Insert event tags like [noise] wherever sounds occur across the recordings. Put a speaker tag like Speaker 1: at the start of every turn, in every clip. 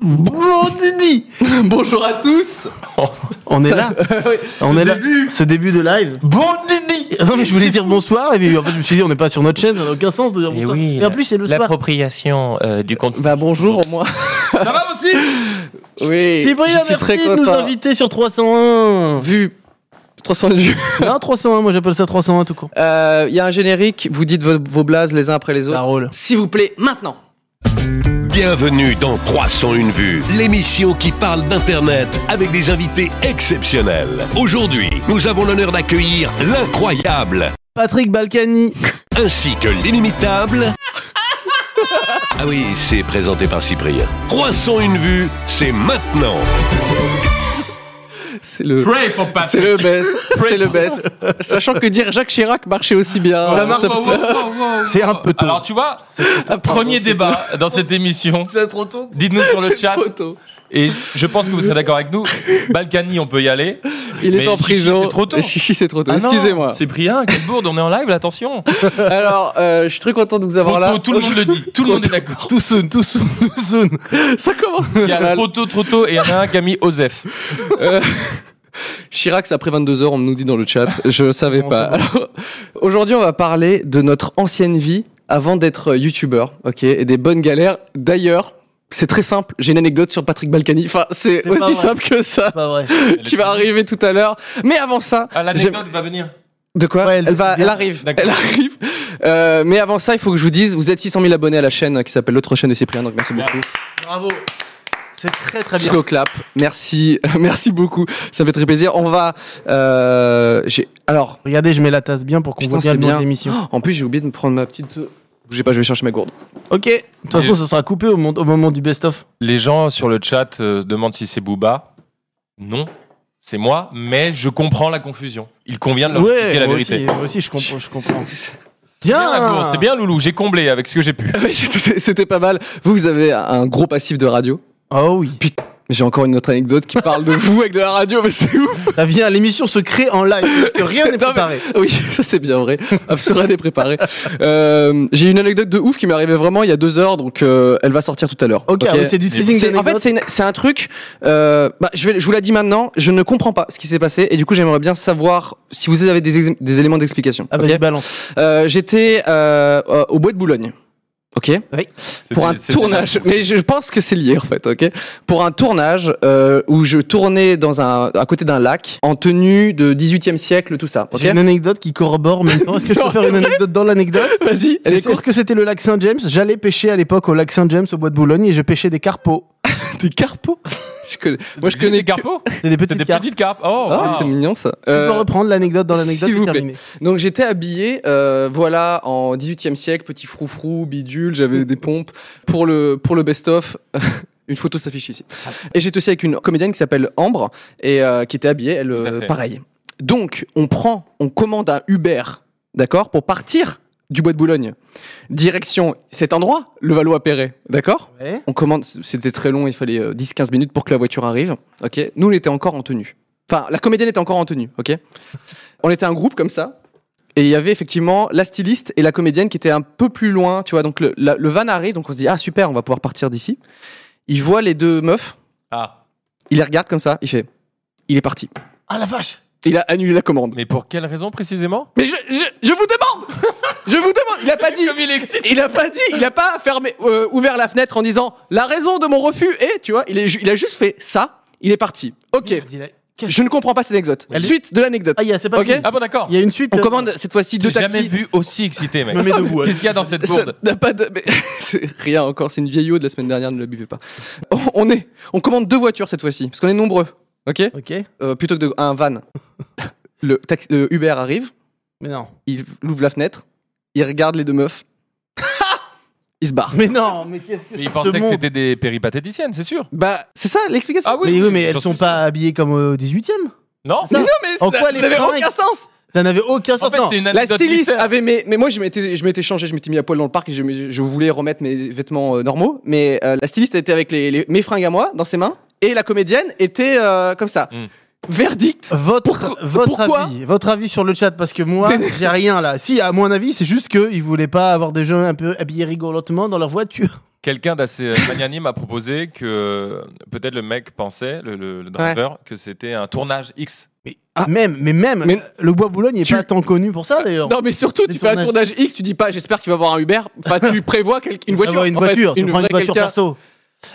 Speaker 1: Bon Oh,
Speaker 2: [laughs]
Speaker 1: Didi Bonjour à tous
Speaker 3: On est là.
Speaker 1: [laughs] Oui,
Speaker 3: on
Speaker 1: [laughs] ce
Speaker 3: est
Speaker 1: début.
Speaker 3: là. Ce début de live.
Speaker 1: Bon Didi
Speaker 3: Non mais je voulais dire bonsoir et puis en fait je me suis dit on n'est pas sur notre chaîne, ça n'a aucun sens de dire
Speaker 4: Et
Speaker 3: bonsoir.
Speaker 4: oui,
Speaker 3: et en plus c'est le soir.
Speaker 4: l'appropriation euh, du contenu.
Speaker 1: Bah bonjour au moins
Speaker 4: Ça va aussi
Speaker 1: [laughs] Oui
Speaker 3: Cyprien,
Speaker 1: je suis
Speaker 3: merci
Speaker 1: très
Speaker 3: de nous
Speaker 1: content.
Speaker 3: inviter sur 301.
Speaker 1: Vu 300 vues
Speaker 3: Non 301, moi j'appelle ça 301 tout court.
Speaker 1: Euh, Il y a un générique, vous dites vos, vos blazes les uns après les autres.
Speaker 3: Parole.
Speaker 1: S'il vous plaît, maintenant
Speaker 5: Bienvenue dans 301 vues, l'émission qui parle d'Internet avec des invités exceptionnels. Aujourd'hui, nous avons l'honneur d'accueillir l'incroyable
Speaker 3: Patrick Balkany.
Speaker 5: ainsi que l'inimitable. Ah oui, c'est présenté par Cyprien. 301 vues, c'est maintenant.
Speaker 1: C'est le...
Speaker 2: Pray for
Speaker 1: C'est
Speaker 2: Patrick.
Speaker 1: le best, [laughs] c'est le best. Sachant que dire Jacques Chirac marchait aussi bien.
Speaker 3: Ça marche.
Speaker 1: Ça-
Speaker 2: Wow, wow, wow, wow, wow.
Speaker 3: C'est un peu tôt.
Speaker 2: Alors tu vois, premier débat dans cette émission.
Speaker 1: [laughs] C'est trop tôt.
Speaker 2: Dites-nous sur le
Speaker 1: C'est
Speaker 2: chat.
Speaker 1: trop tôt.
Speaker 2: Et je pense que vous serez d'accord avec
Speaker 1: [laughs]
Speaker 2: nous. Balkany, on peut y aller.
Speaker 1: Il est
Speaker 2: Mais
Speaker 1: en
Speaker 2: Chichi,
Speaker 1: prison.
Speaker 2: c'est trop tôt.
Speaker 1: Chichi, c'est trop tôt.
Speaker 2: Ah non,
Speaker 1: Euh, Excusez-moi.
Speaker 2: C'est Prien, quelle bourde, on est en live
Speaker 1: [laughs]
Speaker 2: là, attention.
Speaker 1: Alors, euh, je suis très content de vous
Speaker 2: Trop
Speaker 1: avoir là.
Speaker 2: tôt, tout le monde le dit, tout le monde est d'accord.
Speaker 3: Tout soon, tout soon, tout soon.
Speaker 1: [laughs] Ça commence
Speaker 2: Il y a
Speaker 1: mal.
Speaker 2: trop tôt, trop tôt, et il y en a un qui a mis Osef.
Speaker 1: Chirac, c'est après 22h, on nous dit dans le
Speaker 3: [laughs]
Speaker 1: chat. Je savais pas. Alors, Aujourd'hui, on va parler de notre ancienne vie avant d'être euh, youtubeur, ok, et des bonnes galères. D'ailleurs, c'est très simple, j'ai une anecdote sur Patrick Balkany. Enfin, c'est
Speaker 3: C'est pas
Speaker 1: aussi
Speaker 3: vrai.
Speaker 1: simple que ça,
Speaker 3: C'est pas vrai.
Speaker 1: [laughs] qui va arriver tout à l'heure. Mais avant ça,
Speaker 2: Ah, l'anecdote va venir.
Speaker 1: de quoi
Speaker 3: Ouais,
Speaker 1: elle,
Speaker 3: elle-
Speaker 1: va,
Speaker 3: bien.
Speaker 1: elle arrive,
Speaker 2: D'accord.
Speaker 1: elle arrive. Euh, mais avant ça, il faut que je vous dise, vous êtes 600 000 abonnés à la chaîne euh, qui s'appelle l'autre chaîne de Cyprien, donc merci
Speaker 2: Bien.
Speaker 1: beaucoup.
Speaker 3: Bravo. C'est très très bien.
Speaker 1: Slow clap, merci, [laughs] merci beaucoup, ça fait très plaisir. On va, euh, j'ai- alors,
Speaker 3: Regardez, je mets la tasse bien pour qu'on
Speaker 1: Putain,
Speaker 3: voit bien
Speaker 1: c'est
Speaker 3: le nom
Speaker 1: bien. Oh.
Speaker 3: de l'émission.
Speaker 1: En plus, j'ai oublié de me prendre ma petite. euh, Bougez pas, je vais chercher ma gourde. [laughs]
Speaker 3: Ok. De toute façon, ça sera coupé au, mon- au moment du best-of.
Speaker 2: Les gens sur le chat euh, demandent si c'est Booba. Non, c'est moi, mais je comprends la confusion. Il convient de leur expliquer la
Speaker 3: moi
Speaker 2: vérité.
Speaker 3: aussi, Ah. moi aussi, je comprends. Je comprends. Bien,
Speaker 2: Bien, la course, c'est bien, Loulou, j'ai comblé avec ce que
Speaker 1: [laughs]
Speaker 2: j'ai pu.
Speaker 1: Oui, C'était c'était pas mal. Vous, vous avez un gros passif de radio.
Speaker 3: Oh oui.
Speaker 1: J'ai encore une autre anecdote qui parle de vous avec de la radio, mais c'est ouf.
Speaker 3: Ça vient, l'émission se crée
Speaker 1: [laughs]
Speaker 3: en live. parce Que rien
Speaker 1: C'est- non, mais-
Speaker 3: n'est préparé.
Speaker 1: Oui, ça c'est bien vrai. Absurd et préparé. Euh, j'ai une anecdote de ouf qui m'est arrivée vraiment il y a deux heures, donc euh, elle va sortir tout à l'heure.
Speaker 3: Ok,
Speaker 1: Ok
Speaker 3: ah oui, c'est du teasing
Speaker 1: C'est- en fait,
Speaker 3: d'anecdote.
Speaker 1: c'est une- c'est un truc. euh, bah, je, vais, je vous la dis maintenant. Je ne comprends pas ce qui s'est passé, et du coup, j'aimerais bien savoir si vous avez des, ex- des éléments d'explication.
Speaker 3: Ah,
Speaker 1: ok
Speaker 3: vas-y, balance.
Speaker 1: Euh, J'étais euh, euh, au bois de Boulogne. Ok. pour un
Speaker 2: C'était- c'était-
Speaker 1: tournage. Mais je pense que c'est lié en fait, ok Pour un tournage euh, où je tournais dans un à côté d'un lac en tenue de 18e siècle, tout ça. Ok
Speaker 3: J'ai une anecdote qui corrobore en même temps. Est-ce que je peux
Speaker 1: Non,
Speaker 3: faire une anecdote
Speaker 1: [laughs]
Speaker 3: dans l'anecdote
Speaker 1: Vas-y.
Speaker 3: C'est-
Speaker 1: Elle est
Speaker 3: Est-ce
Speaker 1: courte.
Speaker 3: que c'était le lac Saint-James J'allais pêcher à l'époque au lac Saint-James au bois de Boulogne et je pêchais des carpos.
Speaker 1: Des carpeaux. je connais. Moi, je
Speaker 2: C'était
Speaker 1: connais
Speaker 2: des carpeaux
Speaker 3: C'est des
Speaker 2: C'était
Speaker 3: petites
Speaker 2: des
Speaker 3: carpes.
Speaker 2: petites carpes. Oh,
Speaker 1: Ah,
Speaker 2: wow.
Speaker 1: c'est mignon ça.
Speaker 3: Tu
Speaker 1: Euh,
Speaker 3: peux reprendre l'anecdote dans l'anecdote
Speaker 1: s'il vous
Speaker 3: c'est
Speaker 1: plaît.
Speaker 3: terminé.
Speaker 1: donc j'étais habillé, euh, voilà, en 18e siècle, petit froufrou, bidule, j'avais des pompes pour le pour le best-of. [laughs] Une photo s'affiche ici.
Speaker 2: Ah.
Speaker 1: Et j'étais aussi avec une comédienne qui s'appelle Ambre et euh, qui était habillée, elle,
Speaker 2: à
Speaker 1: euh,
Speaker 2: fait.
Speaker 1: pareil. Donc, on prend, on commande un Uber, d'accord, pour partir du bois de Boulogne. Direction cet endroit, le Valois-Perret, d'accord
Speaker 3: Ouais.
Speaker 1: On commande, c'était très long, il fallait euh, 10-15 minutes pour que la voiture arrive, ok Nous, on était encore en tenue. Enfin, la comédienne était encore en tenue, ok On était un groupe comme ça, et il y avait effectivement la styliste et la comédienne qui étaient un peu plus loin, tu vois. Donc, le, la- le van arrive, donc on se dit, ah super, on va pouvoir partir d'ici. Il voit les deux meufs,
Speaker 2: Ah,
Speaker 1: il les regarde comme ça, il fait, il est parti.
Speaker 3: Ah la vache
Speaker 1: Il a annulé la commande.
Speaker 2: mais pour quelle raison précisément
Speaker 1: Mais je, je, je vous demande
Speaker 2: [laughs]
Speaker 1: Je vous demande Il a pas dit
Speaker 2: Comme il est excité.
Speaker 1: il a pas dit, il a pas fermé, euh, ouvert la fenêtre en disant la raison de mon refus est, tu vois, il, est, ju- il a juste fait ça, il est parti. Ok, je ne comprends pas cette anecdote.
Speaker 3: Elle-
Speaker 1: Suite de l'anecdote.
Speaker 3: Ah, il y a- c'est pas
Speaker 1: Ok.
Speaker 3: fini.
Speaker 2: Ah bon, d'accord.
Speaker 3: Il y a une suite.
Speaker 1: On
Speaker 3: euh,
Speaker 1: commande cette fois-ci
Speaker 2: J'ai
Speaker 1: deux taxis.
Speaker 2: jamais vu aussi
Speaker 1: [laughs]
Speaker 2: excité, mec.
Speaker 3: Je me mets debout.
Speaker 2: Qu'est-ce qu'il y a dans cette
Speaker 1: Ça
Speaker 2: bourde
Speaker 1: n'a pas de. mais [laughs] c'est rien encore, c'est une vieille eau de la semaine dernière, ne la buvez pas. On, on est, on commande deux voitures cette fois-ci, parce qu'on est nombreux, ok
Speaker 3: Ok.
Speaker 1: Euh, Plutôt que de, un van. Le, taxi, le Uber arrive, [laughs]
Speaker 3: Mais non.
Speaker 1: il ouvre la fenêtre, il regarde les deux meufs. [laughs] il se barre.
Speaker 3: Mais non, mais qu'est-ce que
Speaker 2: Mais
Speaker 3: c'est
Speaker 2: il
Speaker 3: que
Speaker 2: pensait
Speaker 3: ce
Speaker 2: que
Speaker 3: monde
Speaker 2: c'était des péripatéticiennes, c'est sûr.
Speaker 1: Bah, c'est ça l'explication.
Speaker 3: mais oui, mais
Speaker 2: j'en
Speaker 3: elles sont
Speaker 2: suis
Speaker 3: pas habillées comme au 18 e
Speaker 2: sûr. Non,
Speaker 1: mais non, mais
Speaker 3: En
Speaker 1: ça
Speaker 3: quoi
Speaker 1: ça
Speaker 3: les
Speaker 1: n'avait
Speaker 3: fringues
Speaker 1: aucun sens.
Speaker 3: Ça n'avait aucun
Speaker 2: en
Speaker 3: sens.
Speaker 2: fait,
Speaker 3: non.
Speaker 2: c'est une
Speaker 1: La
Speaker 2: anecdote
Speaker 1: styliste
Speaker 2: mystère.
Speaker 1: avait mes, mais moi je m'étais, je m'étais changé, je m'étais mis à poil dans le parc et je, me- je voulais remettre mes vêtements euh, normaux. Mais euh, la styliste était avec les, les- mes fringues à moi dans ses mains et la comédienne était euh, comme ça.
Speaker 2: Mm.
Speaker 1: Verdict.
Speaker 3: Votre,
Speaker 1: Pourquoi-
Speaker 3: votre,
Speaker 1: pourquoi
Speaker 3: avis, votre avis sur le chat, parce que moi,
Speaker 1: T'es-
Speaker 3: j'ai rien là. Si, à mon avis, c'est juste qu'ils voulaient pas avoir des gens un peu habillés rigolotement dans leur voiture.
Speaker 2: Quelqu'un d'assez euh, magnanime a proposé que euh, peut-être le mec pensait, le, le- le driver, que c'était un tournage X.
Speaker 1: Ah.
Speaker 3: Même, mais même, euh,
Speaker 1: Mais-
Speaker 3: le bois Boulogne n'est
Speaker 1: Tu-
Speaker 3: pas tant connu pour ça d'ailleurs.
Speaker 1: Non mais surtout
Speaker 3: Des
Speaker 1: tu fais un
Speaker 3: tournages.
Speaker 1: tournage X, tu dis pas j'espère qu'il va avoir un Uber, pas tu prévois quel- une voiture,
Speaker 3: Avoir une
Speaker 1: En fait,
Speaker 3: voiture, tu prends une
Speaker 1: vraie
Speaker 3: voiture
Speaker 1: quelqu'un-
Speaker 3: perso.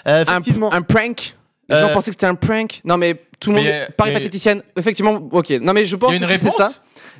Speaker 3: Euh,
Speaker 1: un,
Speaker 3: effectivement.
Speaker 1: un prank. Les gens
Speaker 3: Euh,
Speaker 1: pensaient que c'était un prank. Non mais tout le monde
Speaker 2: Mais-
Speaker 1: est- pareil
Speaker 2: mais-
Speaker 1: pathéticienne. Effectivement, OK. Non mais je pense
Speaker 2: Il y a une
Speaker 1: que c'est
Speaker 2: réponse
Speaker 1: ça.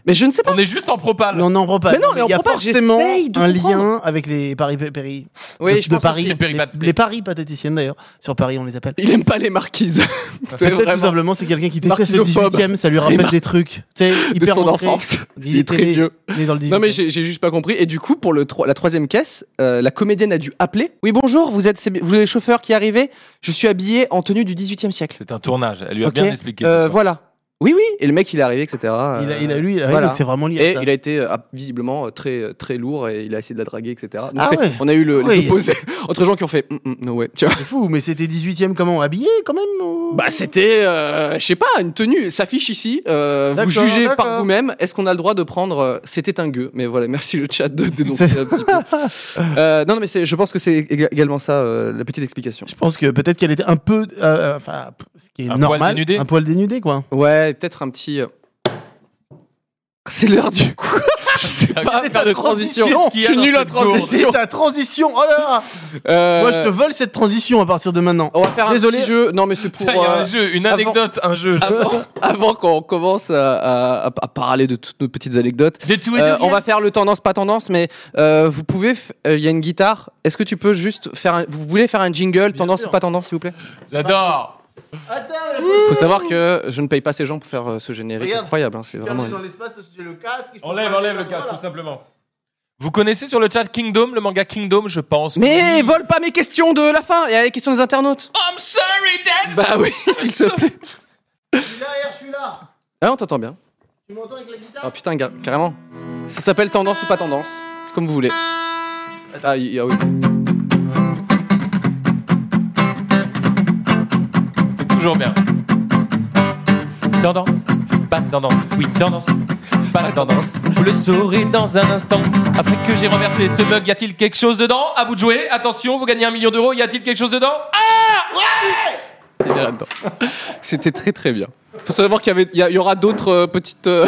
Speaker 1: Mais je ne sais pas.
Speaker 2: On est juste en propale.
Speaker 3: Non, non, on prend pas.
Speaker 1: Mais non, mais on
Speaker 3: il y a
Speaker 1: prend pas,
Speaker 3: forcément
Speaker 1: j'essaye de
Speaker 3: un
Speaker 1: comprendre.
Speaker 3: lien avec les paris péri-
Speaker 1: Oui,
Speaker 3: de,
Speaker 1: je
Speaker 3: de
Speaker 1: pense
Speaker 3: Paris,
Speaker 2: aussi les
Speaker 3: les,
Speaker 2: péripatéticiennes.
Speaker 3: les paris pathéticiennes d'ailleurs. Sur Paris, on les appelle.
Speaker 1: Il aime pas les marquises. C'est
Speaker 3: Peut-être tout
Speaker 1: vraiment
Speaker 3: simplement, c'est quelqu'un qui déteste le
Speaker 1: Marxophobe.
Speaker 3: 18 e ça lui rappelle des trucs. Tu sais,
Speaker 1: de
Speaker 3: hyper
Speaker 1: son
Speaker 3: ancré.
Speaker 1: enfance.
Speaker 3: Il
Speaker 1: Il est
Speaker 3: était
Speaker 1: très
Speaker 3: né-
Speaker 1: vieux.
Speaker 3: né dans le 18e.
Speaker 1: Non mais j'ai j'ai juste pas compris. Et du coup, pour le tro- la troisième caisse, euh, la comédienne a dû appeler. Oui bonjour, vous êtes vous êtes le chauffeur qui est arrivé. Je suis habillé en tenue du 18e siècle.
Speaker 2: C'est un tournage. Elle lui a
Speaker 1: Ok.
Speaker 2: bien expliqué.
Speaker 1: Euh, voilà. Oui oui. Et le mec il est arrivé, etc.
Speaker 3: Il a,
Speaker 1: Euh,
Speaker 3: il a- lui, il a-
Speaker 1: voilà.
Speaker 3: donc c'est vraiment lié. à
Speaker 1: Et
Speaker 3: ça.
Speaker 1: il a été euh, visiblement euh, très euh, très lourd et il a essayé de la draguer, etc. Donc,
Speaker 3: Ah
Speaker 1: c'est-
Speaker 3: ouais.
Speaker 1: On a eu le
Speaker 3: Oui.
Speaker 1: l'opposé [laughs] entre gens qui ont fait Mm, mm, no way. Tu vois.
Speaker 3: C'est fou, mais c'était 18ème comment Habillé quand même ou-
Speaker 1: Bah c'était euh, je sais pas une tenue s'affiche ici. euh, vous
Speaker 3: D'accord,
Speaker 1: jugez
Speaker 3: d'accord.
Speaker 1: par vous-même. Est-ce qu'on a le droit de prendre euh, C'était un gueux. Mais voilà merci le chat de
Speaker 3: [laughs]
Speaker 1: dénoncer un petit peu. Euh, non non, mais c'est- je pense que c'est ég- également ça euh, la petite explication.
Speaker 3: Je pense que peut-être qu'elle était un peu. euh, Enfin, ce qui est
Speaker 2: Un poil
Speaker 3: normal.
Speaker 2: dénudé.
Speaker 3: Un poil dénudé, quoi.
Speaker 1: Ouais peut-être un petit. euh, C'est l'heure du coup. [laughs] je sais
Speaker 3: Ah,
Speaker 1: pas faire de transition.
Speaker 2: transition.
Speaker 1: Je suis nul en
Speaker 2: Oh,
Speaker 1: transition.
Speaker 3: C'est ta transition Oh là là
Speaker 1: Euh,
Speaker 3: Moi, je te vole cette transition à partir de maintenant.
Speaker 1: On va faire un
Speaker 3: Désolé.
Speaker 1: petit jeu. Non mais c'est pour.
Speaker 2: Putain, [laughs] il y a
Speaker 1: euh,
Speaker 2: un jeu, une
Speaker 1: avant- Ah
Speaker 2: anecdote, un jeu.
Speaker 1: avant, avant qu'on commence à, à- à- à parler de toutes nos petites anecdotes,
Speaker 2: De tout et
Speaker 1: euh,
Speaker 2: de
Speaker 1: on
Speaker 2: rien.
Speaker 1: va faire le tendance pas tendance, mais euh, vous pouvez. f- euh, Il y a une guitare. Est-ce que tu peux juste faire un, Vous voulez faire un jingle tendance
Speaker 3: sûr.
Speaker 1: ou pas tendance, s'il vous plaît
Speaker 2: J'adore.
Speaker 3: Attends,
Speaker 1: Faut savoir que je ne paye pas ces gens pour faire euh, ce générique
Speaker 3: Regarde.
Speaker 1: incroyable. hein, c'est vraiment.
Speaker 3: l'espace parce que j'ai le casque.
Speaker 2: Enlève, enlève le casque, tout simplement. Vous connaissez sur le chat Kingdom, le manga Kingdom, je pense.
Speaker 1: Mais vole pas mes questions de la fin. Il y a les questions des
Speaker 2: [laughs]
Speaker 1: internautes.
Speaker 2: I'm sorry, Dad.
Speaker 1: Bah oui, [laughs] s'il te plaît.
Speaker 3: Je suis derrière, je suis là.
Speaker 1: Ah, on t'entend bien.
Speaker 3: Tu m'entends avec la guitare
Speaker 1: Ah putain, gar- carrément. Ça s'appelle tendance ou pas tendance. C'est comme vous voulez. Ah, y- ah oui.
Speaker 2: C'est toujours bien. Tendance, pas tendance, oui, tendance, pas tendance. Vous le saurez dans un instant. Après que j'ai renversé ce mug, y a-t-il quelque chose dedans À vous de jouer, attention, vous gagnez un million d'euros, y a-t-il quelque chose dedans Ah
Speaker 1: T'es bien là-dedans. C'était très très bien. Faut savoir qu'il y, avait, il y a- il y aura d'autres euh, petites. euh,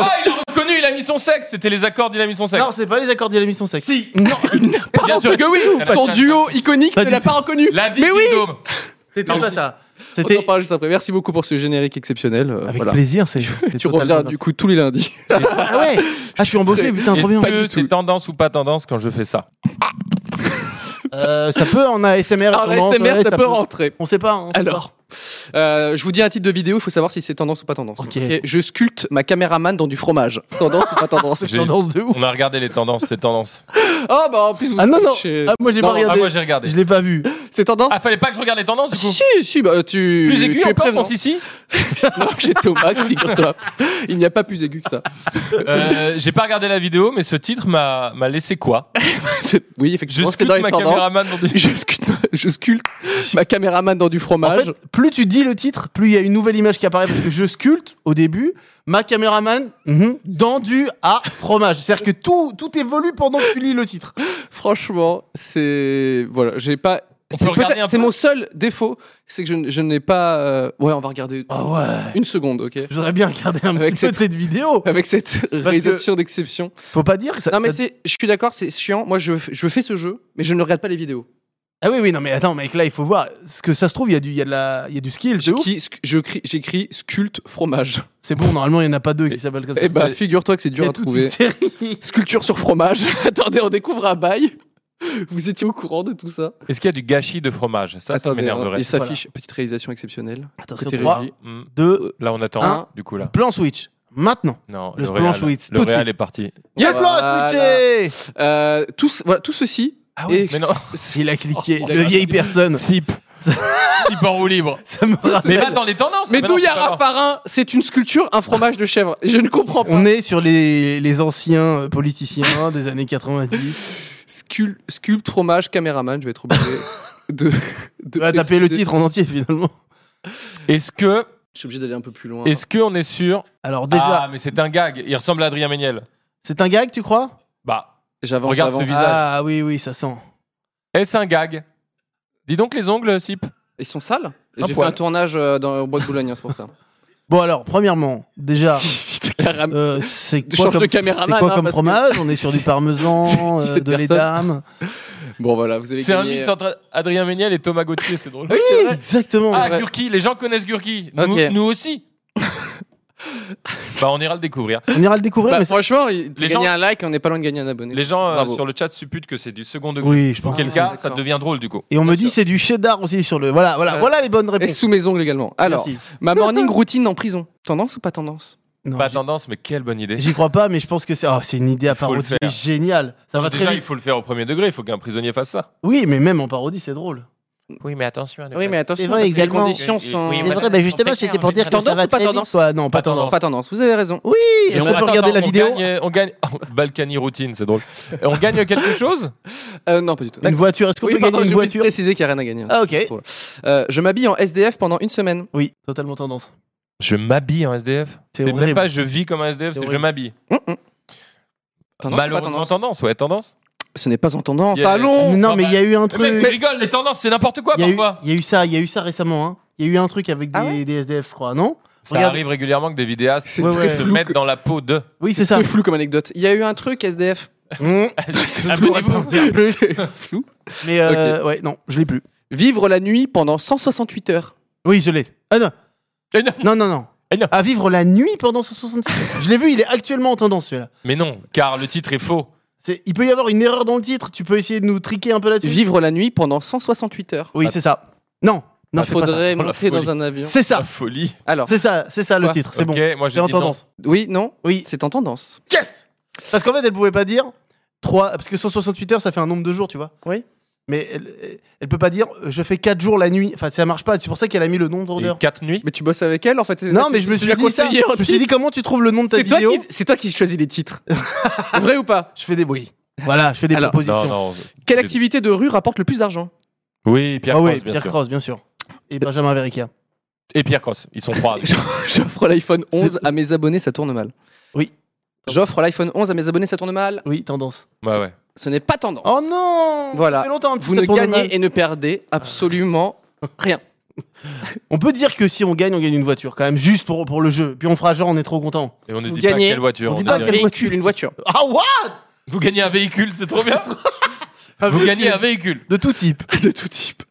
Speaker 2: Ah, il a reconnu, il a mis son sexe, c'était les accords, il a mis son sexe.
Speaker 3: Non, c'est pas les accords de la mission sexe.
Speaker 2: si, [laughs]
Speaker 3: Non,
Speaker 2: bien sûr
Speaker 1: que [laughs] oui, son duo iconique,
Speaker 3: Pas
Speaker 1: tu
Speaker 3: du
Speaker 1: l'as pas reconnu.
Speaker 2: La vie
Speaker 1: Mais oui,
Speaker 2: Kingdom.
Speaker 3: c'était
Speaker 2: Non.
Speaker 3: pas ça.
Speaker 1: on
Speaker 3: C'était
Speaker 1: en parle juste après. Merci beaucoup pour ce générique exceptionnel. euh,
Speaker 3: avec
Speaker 1: voilà.
Speaker 3: plaisir, c'est. c'est
Speaker 1: Tu
Speaker 3: totalement
Speaker 1: reviens du coup tous les
Speaker 3: [laughs]
Speaker 1: lundis.
Speaker 3: Ah ouais Ah, je suis embauché, putain, trop bien.
Speaker 2: Est-ce
Speaker 1: Pas du
Speaker 2: que c'est
Speaker 1: tout.
Speaker 2: tendance ou pas tendance quand je fais ça
Speaker 3: Euh, ça peut en ASMR.
Speaker 1: Alors la
Speaker 3: tendance,
Speaker 1: SMR,
Speaker 3: ouais,
Speaker 1: ça peut rentrer.
Speaker 3: On sait pas. hein.
Speaker 1: Alors, euh, je vous dis un titre de vidéo, il faut savoir si c'est tendance ou pas tendance.
Speaker 3: Ok.
Speaker 1: Ok, Je sculpte ma caméraman dans du fromage. Tendance ou pas tendance
Speaker 2: J'ai-
Speaker 3: Tendance de ouf.
Speaker 2: On a regardé les tendances, c'est tendance.
Speaker 1: Oh bah en plus vous
Speaker 3: Ah non, non.
Speaker 1: chez-
Speaker 3: Ah, moi, j'ai
Speaker 1: Non,
Speaker 3: pas
Speaker 2: Ah,
Speaker 3: regardé.
Speaker 2: moi j'ai regardé.
Speaker 3: je l'ai pas vu.
Speaker 1: C'est tendance
Speaker 2: Ah, fallait pas que je regarde les tendances du coup.
Speaker 1: Si, si, si, bah tu,
Speaker 2: Plus aigu
Speaker 1: tu es
Speaker 2: encore ton
Speaker 1: prévenant.
Speaker 2: Sissi
Speaker 1: Non, [laughs] j'étais au max, figure-toi. Il n'y a pas plus aigu que ça. [laughs]
Speaker 2: Euh, J'ai pas regardé la vidéo, mais ce titre m'a m'a laissé quoi
Speaker 1: Oui,
Speaker 2: Je
Speaker 1: effectivement, c'est
Speaker 2: sculpte
Speaker 1: dans les
Speaker 2: ma
Speaker 1: tendances.
Speaker 2: caméraman. dans
Speaker 1: [laughs]
Speaker 2: des-
Speaker 1: Je sculpte, ma- je sculpte ma caméraman dans du
Speaker 3: En
Speaker 1: fromage.
Speaker 3: fait, plus tu dis le titre, plus il y a une nouvelle image qui apparaît parce que je sculpte au début ma caméraman mhm, dans du à fromage. C'est-à-dire que tout, tout évolue pendant que tu lis le titre.
Speaker 1: Franchement, c'est. Voilà, j'ai pas.
Speaker 2: On
Speaker 1: C'est
Speaker 2: peut regarder
Speaker 1: peut-être-
Speaker 2: un
Speaker 1: c'est
Speaker 2: peu
Speaker 1: mon seul défaut, c'est que je, n- je n'ai pas. euh, Ouais, on va regarder
Speaker 3: Ah
Speaker 2: Ah
Speaker 3: ouais.
Speaker 1: une seconde, ok
Speaker 3: Je voudrais bien regarder un
Speaker 1: Avec
Speaker 3: petit peu
Speaker 1: cette-
Speaker 3: cette vidéo.
Speaker 1: Avec cette réalisation d'exception.
Speaker 3: Faut pas dire que ça.
Speaker 1: Non, mais
Speaker 3: ça-
Speaker 1: c'est, je suis d'accord, c'est chiant. Moi, je, f- je fais ce jeu, mais je ne regarde pas les vidéos.
Speaker 3: Ah oui, oui, non, mais attends, mec, là, il faut voir. Ce que ça se trouve, il y, a du- il y, a de la- il y a du skill, c'est ouf.
Speaker 1: Qui- sc- je crie- J'écris sculpte fromage.
Speaker 3: C'est bon, normalement, il n'y en a pas deux qui s'appellent comme ça.
Speaker 1: Eh bah, figure-toi que c'est
Speaker 3: Il y
Speaker 1: dur
Speaker 3: a
Speaker 1: à
Speaker 3: toute
Speaker 1: trouver.
Speaker 3: une série.
Speaker 1: Sculpture sur fromage. [laughs] Attendez, on découvre un bail. Vous étiez au courant de tout ça
Speaker 2: Est-ce qu'il y a du gâchis de fromage Ça, ça
Speaker 1: Attendez, hein,
Speaker 2: m'énerverait.
Speaker 1: il s'affiche. Petite réalisation exceptionnelle.
Speaker 3: Attention,
Speaker 1: Côté
Speaker 3: 3,
Speaker 1: régie.
Speaker 2: Hmm.
Speaker 3: 2,
Speaker 2: Là, on attend.
Speaker 1: Hein
Speaker 3: Un.
Speaker 2: Du coup, là.
Speaker 3: plan switch. Maintenant.
Speaker 2: Non,
Speaker 3: Le
Speaker 2: le, Real.
Speaker 3: plan switch, tout
Speaker 2: Le
Speaker 3: de
Speaker 2: Real
Speaker 3: suite.
Speaker 2: est parti.
Speaker 3: Il y a
Speaker 1: Voilà.
Speaker 3: plan switché
Speaker 2: [laughs]
Speaker 1: Euh, tout, ce- voilà, tout ceci
Speaker 2: Ah
Speaker 1: ouais.
Speaker 2: mais non.
Speaker 3: Il a cliqué.
Speaker 2: Oh,
Speaker 3: le vieille personne. [laughs]
Speaker 2: Sip. Sip en roue libre.
Speaker 3: Ça me rappelle-
Speaker 2: Mais va dans les tendances.
Speaker 1: Mais
Speaker 2: non,
Speaker 1: d'où
Speaker 2: c'est pas
Speaker 1: Yara
Speaker 2: grave.
Speaker 1: Farin C'est une sculpture, un fromage de chèvre. Je ne comprends pas.
Speaker 3: On est sur les, les anciens euh, politiciens [laughs] des années 90.
Speaker 1: Scul- sculpte, fromage, caméraman. Je vais être
Speaker 2: [laughs]
Speaker 1: obligé de. de
Speaker 3: Tu vas taper le
Speaker 1: préciser.
Speaker 3: titre en entier finalement.
Speaker 2: Est-ce que,
Speaker 1: Je suis obligé d'aller un peu plus loin.
Speaker 2: est-ce que on est sûr
Speaker 3: Alors déjà,
Speaker 2: Ah, mais c'est un gag. Il ressemble à Adrien Méniel.
Speaker 3: c'est un gag, tu crois
Speaker 2: Bah,
Speaker 1: J'avance,
Speaker 2: Regarde ce
Speaker 1: j'avance.
Speaker 2: vi- Visage.
Speaker 3: Ah oui, oui, ça sent.
Speaker 2: est-ce un gag Dis donc les ongles, Sip.
Speaker 1: Ils sont sales
Speaker 2: Un
Speaker 1: J'ai fait
Speaker 2: poil.
Speaker 1: un tournage euh, dans, au bois de Boulogne, hein, c'est pour
Speaker 2: [laughs]
Speaker 1: ça.
Speaker 3: Bon alors, premièrement, déjà,
Speaker 1: si, si t'es caram-
Speaker 3: euh, c'est
Speaker 1: Tu
Speaker 3: quoi
Speaker 1: changes
Speaker 3: comme,
Speaker 1: de
Speaker 3: c'est
Speaker 1: caméraman.
Speaker 3: quoi
Speaker 1: hein,
Speaker 3: comme
Speaker 1: parce que-
Speaker 3: fromage On est sur
Speaker 1: [laughs]
Speaker 3: du parmesan,
Speaker 1: C'est
Speaker 3: euh,
Speaker 1: cette
Speaker 3: de
Speaker 1: personne.
Speaker 3: l'édame.
Speaker 1: Bon, voilà, vous avez
Speaker 2: C'est un
Speaker 1: gagné.
Speaker 2: mix entre Adrien Méniel et Thomas Gauthier, c'est drôle.
Speaker 1: Ah Oui, c'est vrai.
Speaker 3: Exactement.
Speaker 2: Ah,
Speaker 1: vrai.
Speaker 2: Gurki, les gens connaissent Gurki. Nous,
Speaker 1: Ok.
Speaker 2: nous
Speaker 1: [laughs]
Speaker 2: aussi. bah, on ira le découvrir.
Speaker 3: On ira le découvrir,
Speaker 1: Bah,
Speaker 3: mais ça-
Speaker 1: franchement, il t'as
Speaker 2: Les
Speaker 1: gagné
Speaker 2: gens-
Speaker 1: un like et on n'est pas loin de gagner un abonné.
Speaker 2: Les gens euh,
Speaker 1: Bravo.
Speaker 2: sur le chat supputent que c'est du second degré.
Speaker 3: Oui, je pense.
Speaker 2: Auquel
Speaker 1: Ah,
Speaker 2: cas, ça
Speaker 1: d'accord.
Speaker 2: devient drôle du coup.
Speaker 3: Et on me
Speaker 1: Bien
Speaker 3: dit
Speaker 1: sûr.
Speaker 3: c'est du cheddar aussi sur le. Voilà, voilà,
Speaker 1: Euh,
Speaker 3: voilà les bonnes
Speaker 1: Et
Speaker 3: réponses.
Speaker 1: sous mes ongles également. Alors,
Speaker 3: Merci.
Speaker 1: ma morning routine en prison. Tendance ou pas tendance
Speaker 3: Non,
Speaker 2: Pas
Speaker 3: j'y-
Speaker 2: tendance, mais quelle bonne idée.
Speaker 3: J'y crois pas, mais je pense que c'est. Oh, c'est une idée à
Speaker 2: Il faut le
Speaker 3: parodie
Speaker 2: faire.
Speaker 3: géniale. Ça va
Speaker 2: Déjà,
Speaker 3: très
Speaker 2: il
Speaker 3: vite.
Speaker 2: faut le faire au premier degré. Il faut qu'un prisonnier fasse ça.
Speaker 3: Oui, mais même en parodie, c'est drôle.
Speaker 2: Oui, mais attention. hein,
Speaker 1: attention,
Speaker 3: C'est vrai, parce que les également.
Speaker 1: les conditions
Speaker 2: conditions
Speaker 1: sont.
Speaker 2: sont- Oui, voilà.
Speaker 3: bah,
Speaker 2: mais justement, c'était pour dire que
Speaker 1: ça va très vite,
Speaker 3: Non, pas tendance.
Speaker 1: Pas tendance, vous avez raison.
Speaker 3: Oui, est-ce qu'on peut regarder la vidéo
Speaker 2: On gagne, on gagne... [laughs] Oh, Balkany routine, c'est drôle. Et on gagne quelque chose
Speaker 1: Euh, non, pas du tout.
Speaker 3: Une voiture, est-ce qu'on
Speaker 1: Oui,
Speaker 3: peut
Speaker 1: pardon,
Speaker 3: gagner
Speaker 1: j'ai
Speaker 3: une
Speaker 1: oublié de
Speaker 3: voiture
Speaker 1: préciser qu'il n'y a rien à gagner. hein.
Speaker 3: Ah, ok.
Speaker 1: Euh, je m'habille en SDF pendant une semaine.
Speaker 3: Oui, totalement tendance.
Speaker 2: Je m'habille en SDF.
Speaker 3: C'est
Speaker 2: C'est même
Speaker 3: horrible.
Speaker 2: pas je vis comme un SDF,
Speaker 3: C'est
Speaker 2: c'est je
Speaker 3: horrible.
Speaker 2: m'habille.
Speaker 1: Hum, hum. Tendance ou pas
Speaker 2: Malheureusement
Speaker 1: tendance
Speaker 2: tendance, ouais, tendance.
Speaker 1: Ce n'est pas en tendance.
Speaker 2: Il y a-
Speaker 1: Allons
Speaker 3: Non,
Speaker 2: Ah
Speaker 3: mais il y a eu un truc.
Speaker 2: Mec, tu rigoles, les tendances, c'est n'importe quoi
Speaker 3: Il y, a eu-
Speaker 2: parfois.
Speaker 3: il y a eu ça, il y a eu ça récemment. hein. Il y a eu un truc avec des,
Speaker 1: Ah
Speaker 3: des SDF, je crois, non
Speaker 2: Ça
Speaker 3: Regarde.
Speaker 2: arrive régulièrement que des vidéastes
Speaker 1: C'est
Speaker 2: se
Speaker 3: très
Speaker 1: flou que-
Speaker 2: mettent dans la peau de.
Speaker 3: Oui,
Speaker 1: [laughs]
Speaker 3: c'est ça.
Speaker 1: C'est flou comme anecdote. Il y a eu un truc
Speaker 3: [laughs]
Speaker 1: SDF.
Speaker 3: Mmh.
Speaker 1: [laughs]
Speaker 2: Abonnez-vous.
Speaker 1: C'est flou.
Speaker 3: Mais euh, ouais, non, je l'ai plus.
Speaker 1: Vivre la nuit pendant 168 heures.
Speaker 3: Oui, je l'ai. Ah non,
Speaker 2: Eh non.
Speaker 3: non, non, non.
Speaker 2: Eh non.
Speaker 3: À vivre la nuit pendant 166. je l'ai vu, il est actuellement en tendance celui-là.
Speaker 2: Mais non, car le titre est faux.
Speaker 3: C'est- Il peut y avoir une erreur dans le titre. Tu peux essayer de nous triquer un peu là-dessus.
Speaker 1: Vivre la nuit pendant 168 heures.
Speaker 3: Oui, c'est ça. Non, non,
Speaker 1: Il
Speaker 3: c'est pas
Speaker 1: Bah,
Speaker 3: ça.
Speaker 1: faudrait
Speaker 2: Oh, la
Speaker 1: monter dans
Speaker 2: folie.
Speaker 1: un avion.
Speaker 3: C'est ça,
Speaker 2: La folie.
Speaker 1: Alors,
Speaker 3: c'est ça, c'est ça le
Speaker 1: Quoi
Speaker 3: titre. C'est
Speaker 2: ok,
Speaker 3: bon,
Speaker 2: moi
Speaker 3: c'est
Speaker 2: j'ai
Speaker 3: en
Speaker 2: dit non.
Speaker 3: tendance.
Speaker 1: oui, non
Speaker 3: Oui,
Speaker 1: C'est en tendance.
Speaker 2: Yes
Speaker 3: parce qu'en fait, elle pouvait pas dire 3 parce que 168 heures, ça fait un nombre de jours, tu vois.
Speaker 1: Oui.
Speaker 3: Mais elle, elle peut pas dire euh, je fais 4 jours la nuit. Enfin, ça marche pas. C'est pour ça qu'elle a mis le nombre
Speaker 2: Et
Speaker 3: d'heures.
Speaker 2: Quatre nuits.
Speaker 1: Mais tu bosses avec elle en fait c'est-
Speaker 3: Non,
Speaker 1: tu-
Speaker 3: mais je me
Speaker 1: tu
Speaker 3: suis
Speaker 1: l'as
Speaker 3: dit ça.
Speaker 1: conseillé en
Speaker 3: Je me suis dit
Speaker 1: titre.
Speaker 3: comment tu trouves le nom de ta
Speaker 1: C'est toi,
Speaker 3: vidéo
Speaker 1: qui, c'est toi qui choisis les titres. Vrai ou pas
Speaker 3: Je fais des bruits. Voilà, je fais des
Speaker 1: Alors,
Speaker 3: propositions.
Speaker 2: Non, non.
Speaker 1: Quelle
Speaker 2: Les-
Speaker 1: activité de rue rapporte le plus d'argent
Speaker 2: Oui, Pierre
Speaker 3: ah
Speaker 2: Cross,
Speaker 3: oui,
Speaker 2: bien
Speaker 3: Pierre
Speaker 2: sûr.
Speaker 3: Cross, bien sûr. Et Benjamin Verica.
Speaker 2: Et Pierre Cross, ils sont trois.
Speaker 1: [laughs] J'offre l'iPhone 11 à mes abonnés, ça tourne mal.
Speaker 3: Oui.
Speaker 1: J'offre l'iPhone 11 à mes abonnés, ça tourne mal.
Speaker 3: Oui, tendance.
Speaker 2: bah ouais.
Speaker 1: Ce n'est pas tendance.
Speaker 3: Oh non
Speaker 1: Voilà.
Speaker 3: Ça fait longtemps, un petit
Speaker 1: Vous ne
Speaker 3: tour de
Speaker 1: gagnez
Speaker 3: balle.
Speaker 1: et ne perdez [laughs] absolument rien.
Speaker 3: On peut dire que si on gagne, on gagne une voiture, quand même, juste pour, pour le jeu. Puis on fera genre, on est trop content.
Speaker 2: Et on ne
Speaker 1: Vous
Speaker 2: dit
Speaker 1: gagnez.
Speaker 2: pas quelle voiture.
Speaker 3: On dit
Speaker 2: est
Speaker 3: pas
Speaker 1: Un
Speaker 3: quelle
Speaker 2: direct.
Speaker 1: véhicule,
Speaker 3: voiture
Speaker 1: une voiture.
Speaker 3: Ah ouais
Speaker 2: Vous gagnez un véhicule, c'est trop bien. Vous gagnez un véhicule.
Speaker 3: Ah, De
Speaker 1: [laughs]
Speaker 3: tout type.
Speaker 1: de tout type.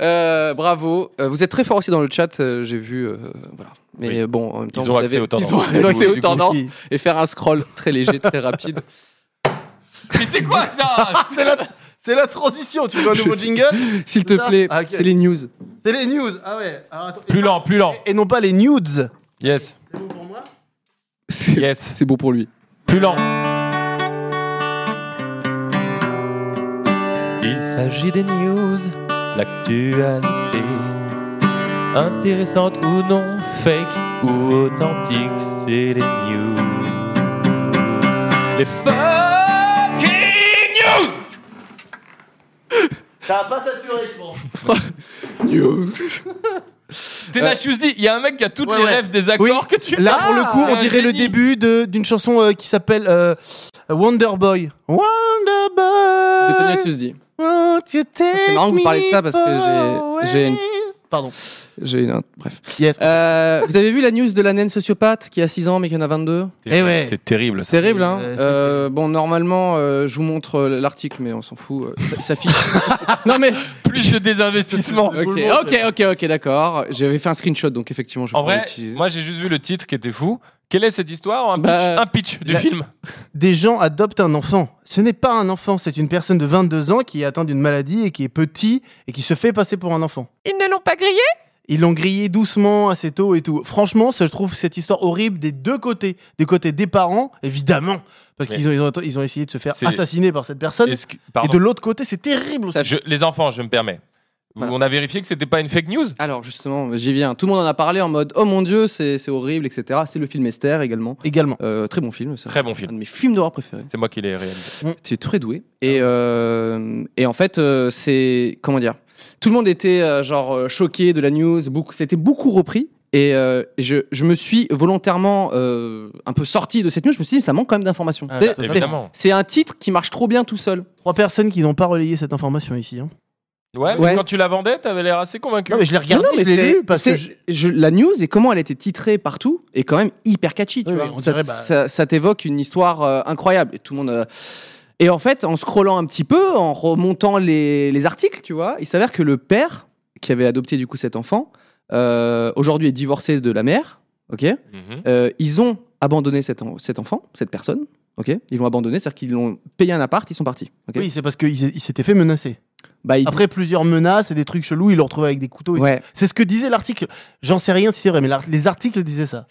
Speaker 1: Euh, bravo. Euh, vous êtes très fort aussi dans le chat, euh, j'ai vu. euh, voilà. Mais
Speaker 2: Oui.
Speaker 1: euh, bon, en même temps,
Speaker 2: Ils
Speaker 1: vous
Speaker 2: ont
Speaker 1: avez...
Speaker 2: accès aux tendances.
Speaker 1: Ils
Speaker 2: [laughs]
Speaker 1: ont
Speaker 2: Du coup,
Speaker 1: accès aux
Speaker 2: du coup.
Speaker 1: tendances.
Speaker 3: Oui.
Speaker 1: Et faire un scroll très léger, très rapide.
Speaker 2: Mais c'est
Speaker 3: [laughs]
Speaker 2: quoi ça
Speaker 3: C'est la, c'est la transition, tu veux un nouveau
Speaker 1: sais.
Speaker 3: jingle
Speaker 1: S'il
Speaker 3: C'est
Speaker 1: te
Speaker 3: ça
Speaker 1: plaît,
Speaker 3: Ah, ok.
Speaker 1: [laughs] c'est les news.
Speaker 3: C'est les news. Ah ouais, alors attends.
Speaker 2: Plus lent, plus lent.
Speaker 3: Et non pas les nudes.
Speaker 2: Yes,
Speaker 3: C'est bon pour moi
Speaker 1: C'est
Speaker 2: yes.
Speaker 1: c'est beau pour lui.
Speaker 2: Plus lent. Il s'agit des news, l'actualité. Intéressante ou non, fake ou authentique, c'est les news. Les fucking news
Speaker 3: Ça a pas saturé, je pense.
Speaker 1: News.
Speaker 2: Tenacious D, il y a un mec qui a toutes
Speaker 3: Ouais,
Speaker 2: les
Speaker 3: ouais.
Speaker 2: rêves des accords que tu Ah,
Speaker 3: Là, pour le
Speaker 1: Ah,
Speaker 3: coup, on
Speaker 2: un
Speaker 3: dirait le
Speaker 2: génie.
Speaker 3: début de- d'une chanson euh, qui s'appelle euh, Wonder Boy. Wonder Boy.
Speaker 1: De Tania Susdi.
Speaker 3: C'est
Speaker 1: Ah, C'est marrant que vous parlez de ça parce que j'ai- j'ai une-
Speaker 3: Pardon.
Speaker 1: J'ai une. Bref.
Speaker 3: Yes.
Speaker 1: Euh, vous avez vu la news de la naine sociopathe qui a 6 ans mais qui en a 22
Speaker 3: Eh ouais.
Speaker 2: C'est terrible ça.
Speaker 1: Terrible, hein
Speaker 3: Euh,
Speaker 1: Euh, Bon, normalement, euh, je vous montre euh, l'article, mais on s'en fout. euh, ça fiche. [laughs] non, mais.
Speaker 2: Plus [laughs] de désinvestissement.
Speaker 1: Ok, ok, ok, ok, d'accord. J'avais fait un screenshot, donc effectivement, je vais
Speaker 2: En vrai,
Speaker 1: l'utiliser.
Speaker 2: moi j'ai juste vu le titre qui était fou. Quelle est cette histoire un,
Speaker 1: Bah,
Speaker 2: pitch, un pitch du
Speaker 3: la-
Speaker 2: film.
Speaker 3: Des gens adoptent un enfant. Ce n'est pas un enfant, c'est une personne de 22 ans qui est atteinte d'une maladie et qui est petit et qui se fait passer pour un enfant.
Speaker 6: Ils ne l'ont pas grillé
Speaker 3: Ils l'ont grillé doucement, assez tôt et tout. Franchement, ça, je trouve cette histoire horrible des deux côtés. Des côtés des parents, évidemment, parce
Speaker 2: Mais-
Speaker 3: qu'ils ont, ils ont, ils ont essayé de se faire
Speaker 2: C'est-
Speaker 3: assassiner par cette personne.
Speaker 2: Est-ce que-
Speaker 3: Et
Speaker 2: pardon.
Speaker 3: de l'autre côté, c'est terrible.
Speaker 1: Ça-
Speaker 2: Je- les enfants, je me permets. Vous-
Speaker 1: Voilà.
Speaker 2: On a vérifié que c'était pas une fake news
Speaker 1: Alors justement, j'y viens. Tout le monde en a parlé en mode oh mon dieu, c'est c'est horrible, etc. C'est le film Esther également.
Speaker 3: Également.
Speaker 1: Euh, très bon film. ça.
Speaker 2: Très bon
Speaker 1: Un
Speaker 2: film.
Speaker 1: de mes films d'horreur préférés.
Speaker 2: C'est moi qui l'ai réalisé.
Speaker 1: Tu es très doué. Et, euh, et en fait, euh, c'est. Comment dire Tout le monde était euh, genre euh, choqué de la news. Beaucoup, c'était beaucoup repris. Et euh, je, je me suis volontairement euh, un peu sorti de cette news. Je me suis dit, ça manque quand même d'informations.
Speaker 3: Ah,
Speaker 1: C'est-
Speaker 3: bah,
Speaker 1: c'est-
Speaker 2: Évidemment.
Speaker 1: c'est un titre qui marche trop bien tout seul.
Speaker 3: Trois personnes qui n'ont pas relayé cette information ici. hein.
Speaker 2: Ouais, mais
Speaker 1: Ouais.
Speaker 2: quand tu la vendais, t'avais l'air assez convaincu.
Speaker 3: Non, mais je l'ai regardé,
Speaker 1: Non, non, mais
Speaker 3: je l'ai
Speaker 1: c'est-
Speaker 3: lu parce que
Speaker 1: c'est-
Speaker 3: je-
Speaker 1: je- la news et comment elle était titrée partout est quand même hyper catchy. Tu
Speaker 3: Oui,
Speaker 1: vois.
Speaker 3: oui, on
Speaker 1: ça
Speaker 3: dirait, bah-
Speaker 1: ça- ça t'évoque une histoire euh, incroyable et tout le monde. euh, Et en fait, en scrollant un petit peu, en remontant les, les articles, tu vois, il s'avère que le père qui avait adopté du coup cet enfant euh, aujourd'hui est divorcé de la mère. Ok,
Speaker 2: Mhm.
Speaker 1: Euh, ils ont abandonné cet, en- cet enfant, cette personne. Ok, ils l'ont abandonné, c'est-à-dire qu'ils l'ont payé un appart, ils sont partis. ok
Speaker 3: Oui, c'est parce qu'ils ils s'étaient fait menacer.
Speaker 1: Bah, ils-
Speaker 3: Après plusieurs menaces et des trucs chelous, ils l'ont retrouvé avec des couteaux. et-
Speaker 1: ouais.
Speaker 3: C'est ce que disait l'article. J'en sais rien si c'est vrai, mais l'ar- les articles disaient ça.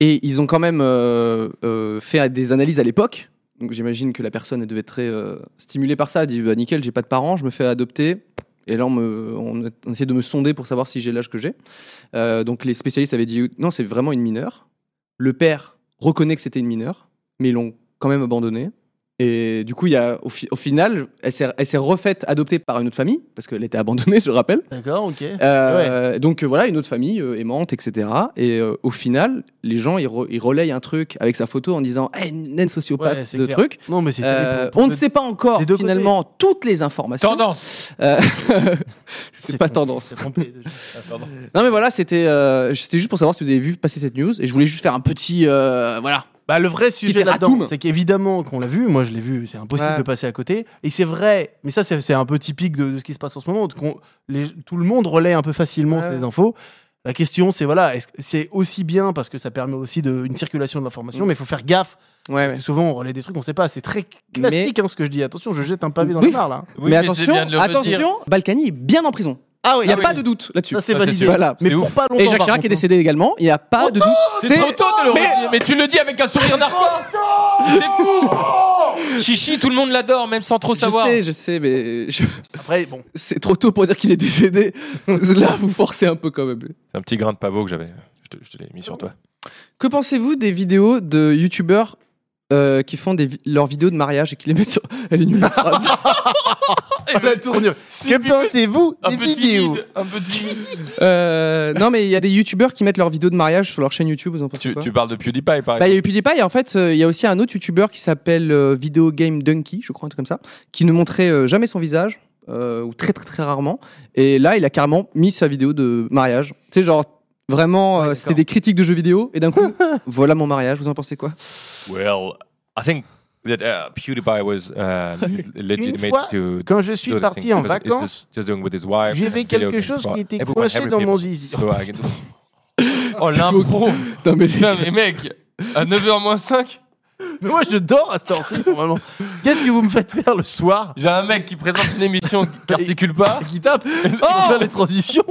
Speaker 1: Et ils ont quand même euh, euh, fait des analyses à l'époque. Donc j'imagine que la personne elle devait être très euh, stimulée par ça. Elle dit bah, nickel, j'ai pas de parents, je me fais adopter. Et là, on, me- on- on essaie de me sonder pour savoir si j'ai l'âge que j'ai. Euh, donc les spécialistes avaient dit non, c'est vraiment une mineure. Le père reconnaît que c'était une mineure, mais ils l'ont quand même abandonnée. Et du coup, il y a, au, fi- au final, elle s'est elle s'est refaite adopter par une autre famille, parce qu'elle était abandonnée, [laughs] je le rappelle.
Speaker 3: D'accord, ok.
Speaker 1: Euh, Donc euh, voilà, une autre famille euh, aimante, etc. Et euh, au final, les gens, ils, re- ils relayent un truc avec sa photo en disant hey, naine
Speaker 3: Ouais,
Speaker 1: sociopathe
Speaker 3: c'est
Speaker 1: de
Speaker 3: clair.
Speaker 1: truc.
Speaker 3: Non, mais c'est terrible
Speaker 1: Euh,
Speaker 3: pour-
Speaker 1: on ne
Speaker 3: pour-
Speaker 1: sait pas encore
Speaker 3: des deux
Speaker 1: finalement toutes les informations.
Speaker 2: Tendance.
Speaker 1: Euh, [laughs] c'est pas
Speaker 3: trompé,
Speaker 1: tendance.
Speaker 3: c'est trompé.
Speaker 1: Ah, Non mais voilà, c'était euh, c'était juste pour savoir si vous avez vu passer cette news et je voulais juste faire un petit euh, voilà.
Speaker 3: [laughs] Bah, le vrai sujet là-dedans,
Speaker 1: erratum.
Speaker 3: c'est qu'évidemment qu'on l'a vu, moi je l'ai vu, c'est impossible
Speaker 1: Ouais.
Speaker 3: de passer à côté. Et c'est vrai, mais ça c'est c'est un peu typique de, de ce qui se passe en ce moment. qu'on- les- tout le monde relaie un peu facilement
Speaker 1: Ouais.
Speaker 3: ces infos. La question c'est voilà, est-ce que c'est aussi bien parce que ça permet aussi de, une circulation de l'information,
Speaker 1: Mm.
Speaker 3: mais il faut faire gaffe.
Speaker 1: Ouais,
Speaker 3: Parce
Speaker 1: ouais.
Speaker 3: que souvent on relaie des trucs, on sait pas. C'est très classique hein, ce que je dis. Attention, je jette un pavé dans
Speaker 1: Oui.
Speaker 3: le bar là.
Speaker 2: Oui,
Speaker 1: mais
Speaker 2: c'est
Speaker 1: attention,
Speaker 2: bien de le redire.
Speaker 1: attention, Balkany est bien en prison.
Speaker 3: Ah oui,
Speaker 1: Il n'y a
Speaker 2: Ah oui.
Speaker 1: pas de doute là-dessus.
Speaker 3: ça c'est
Speaker 2: Ah, c'est
Speaker 3: validé.
Speaker 2: sûr.
Speaker 1: Voilà.
Speaker 3: Mais
Speaker 2: C'est
Speaker 3: pour
Speaker 2: ouf.
Speaker 3: pas longtemps.
Speaker 1: Et Jacques
Speaker 3: par
Speaker 1: Chirac est
Speaker 3: contre, hein.
Speaker 1: décédé également. Il n'y a pas de doute.
Speaker 2: Oh C'est trop tôt de le
Speaker 1: Mais-
Speaker 2: redire, mais tu le dis avec un sourire narquois. C'est fou. Chichi, tout le monde l'adore, même sans trop
Speaker 1: Je
Speaker 2: savoir.
Speaker 1: sais, je sais, mais je-
Speaker 3: Après, bon.
Speaker 1: c'est trop tôt pour dire qu'il est [laughs] décédé. Là, vous forcez un peu quand même.
Speaker 2: C'est un petit grain de pavot que j'avais. Je te, je te l'ai mis sur toi.
Speaker 1: Que pensez-vous des vidéos de youtubeurs euh, qui font des vi- leurs vidéos de mariage et qui les mettent sur. [laughs] Elle est nulle la
Speaker 2: [laughs]
Speaker 1: phrase.
Speaker 3: La tournure. Que pensez-vous
Speaker 2: Un
Speaker 3: des
Speaker 2: peu
Speaker 3: vidéos
Speaker 2: timide, un peu timide.
Speaker 1: Euh, non, mais il y a des youtubeurs qui mettent leurs vidéos de mariage sur leur chaîne YouTube, vous en pensez
Speaker 2: Tu,
Speaker 1: quoi
Speaker 2: tu parles de PewDiePie, par exemple.
Speaker 1: Bah, il y a eu PewDiePie, et en fait, euh, il y a aussi un autre youtubeur qui s'appelle euh, Video Game Donkey, je crois, un truc comme ça, qui ne montrait euh, jamais son visage, euh, ou très très très rarement. Et là, il a carrément mis sa vidéo de mariage. Tu sais, genre, vraiment,
Speaker 3: Ouais,
Speaker 1: euh,
Speaker 3: d'accord.
Speaker 1: c'était des critiques de jeux vidéo, et d'un coup, voilà mon mariage, vous en pensez quoi
Speaker 2: Well, I think that uh, PewDiePie was uh,
Speaker 3: [laughs]
Speaker 2: is legitimate
Speaker 3: fois,
Speaker 2: to
Speaker 3: Quand je suis
Speaker 2: do this
Speaker 3: parti
Speaker 2: thing
Speaker 3: en
Speaker 2: because it's
Speaker 3: vacances,
Speaker 2: just- just doing with his wife
Speaker 3: j'ai fait
Speaker 2: and video
Speaker 3: quelque
Speaker 2: games
Speaker 3: chose
Speaker 2: and
Speaker 3: qui était
Speaker 2: everyone,
Speaker 3: coincé
Speaker 2: every
Speaker 3: dans
Speaker 2: people.
Speaker 3: mon zizi.
Speaker 2: So I can- [laughs] Oh l'impro
Speaker 1: [laughs] Non, mais-
Speaker 2: Putain mais mec à 9h moins 5
Speaker 3: Mais moi, je dors à cette heure-ci, normalement. Qu'est-ce que vous me faites faire le soir
Speaker 2: j'ai un mec qui présente une émission
Speaker 3: [laughs]
Speaker 2: qui articule pas
Speaker 3: Qui tape [laughs]
Speaker 2: Oh
Speaker 3: Pour faire les transitions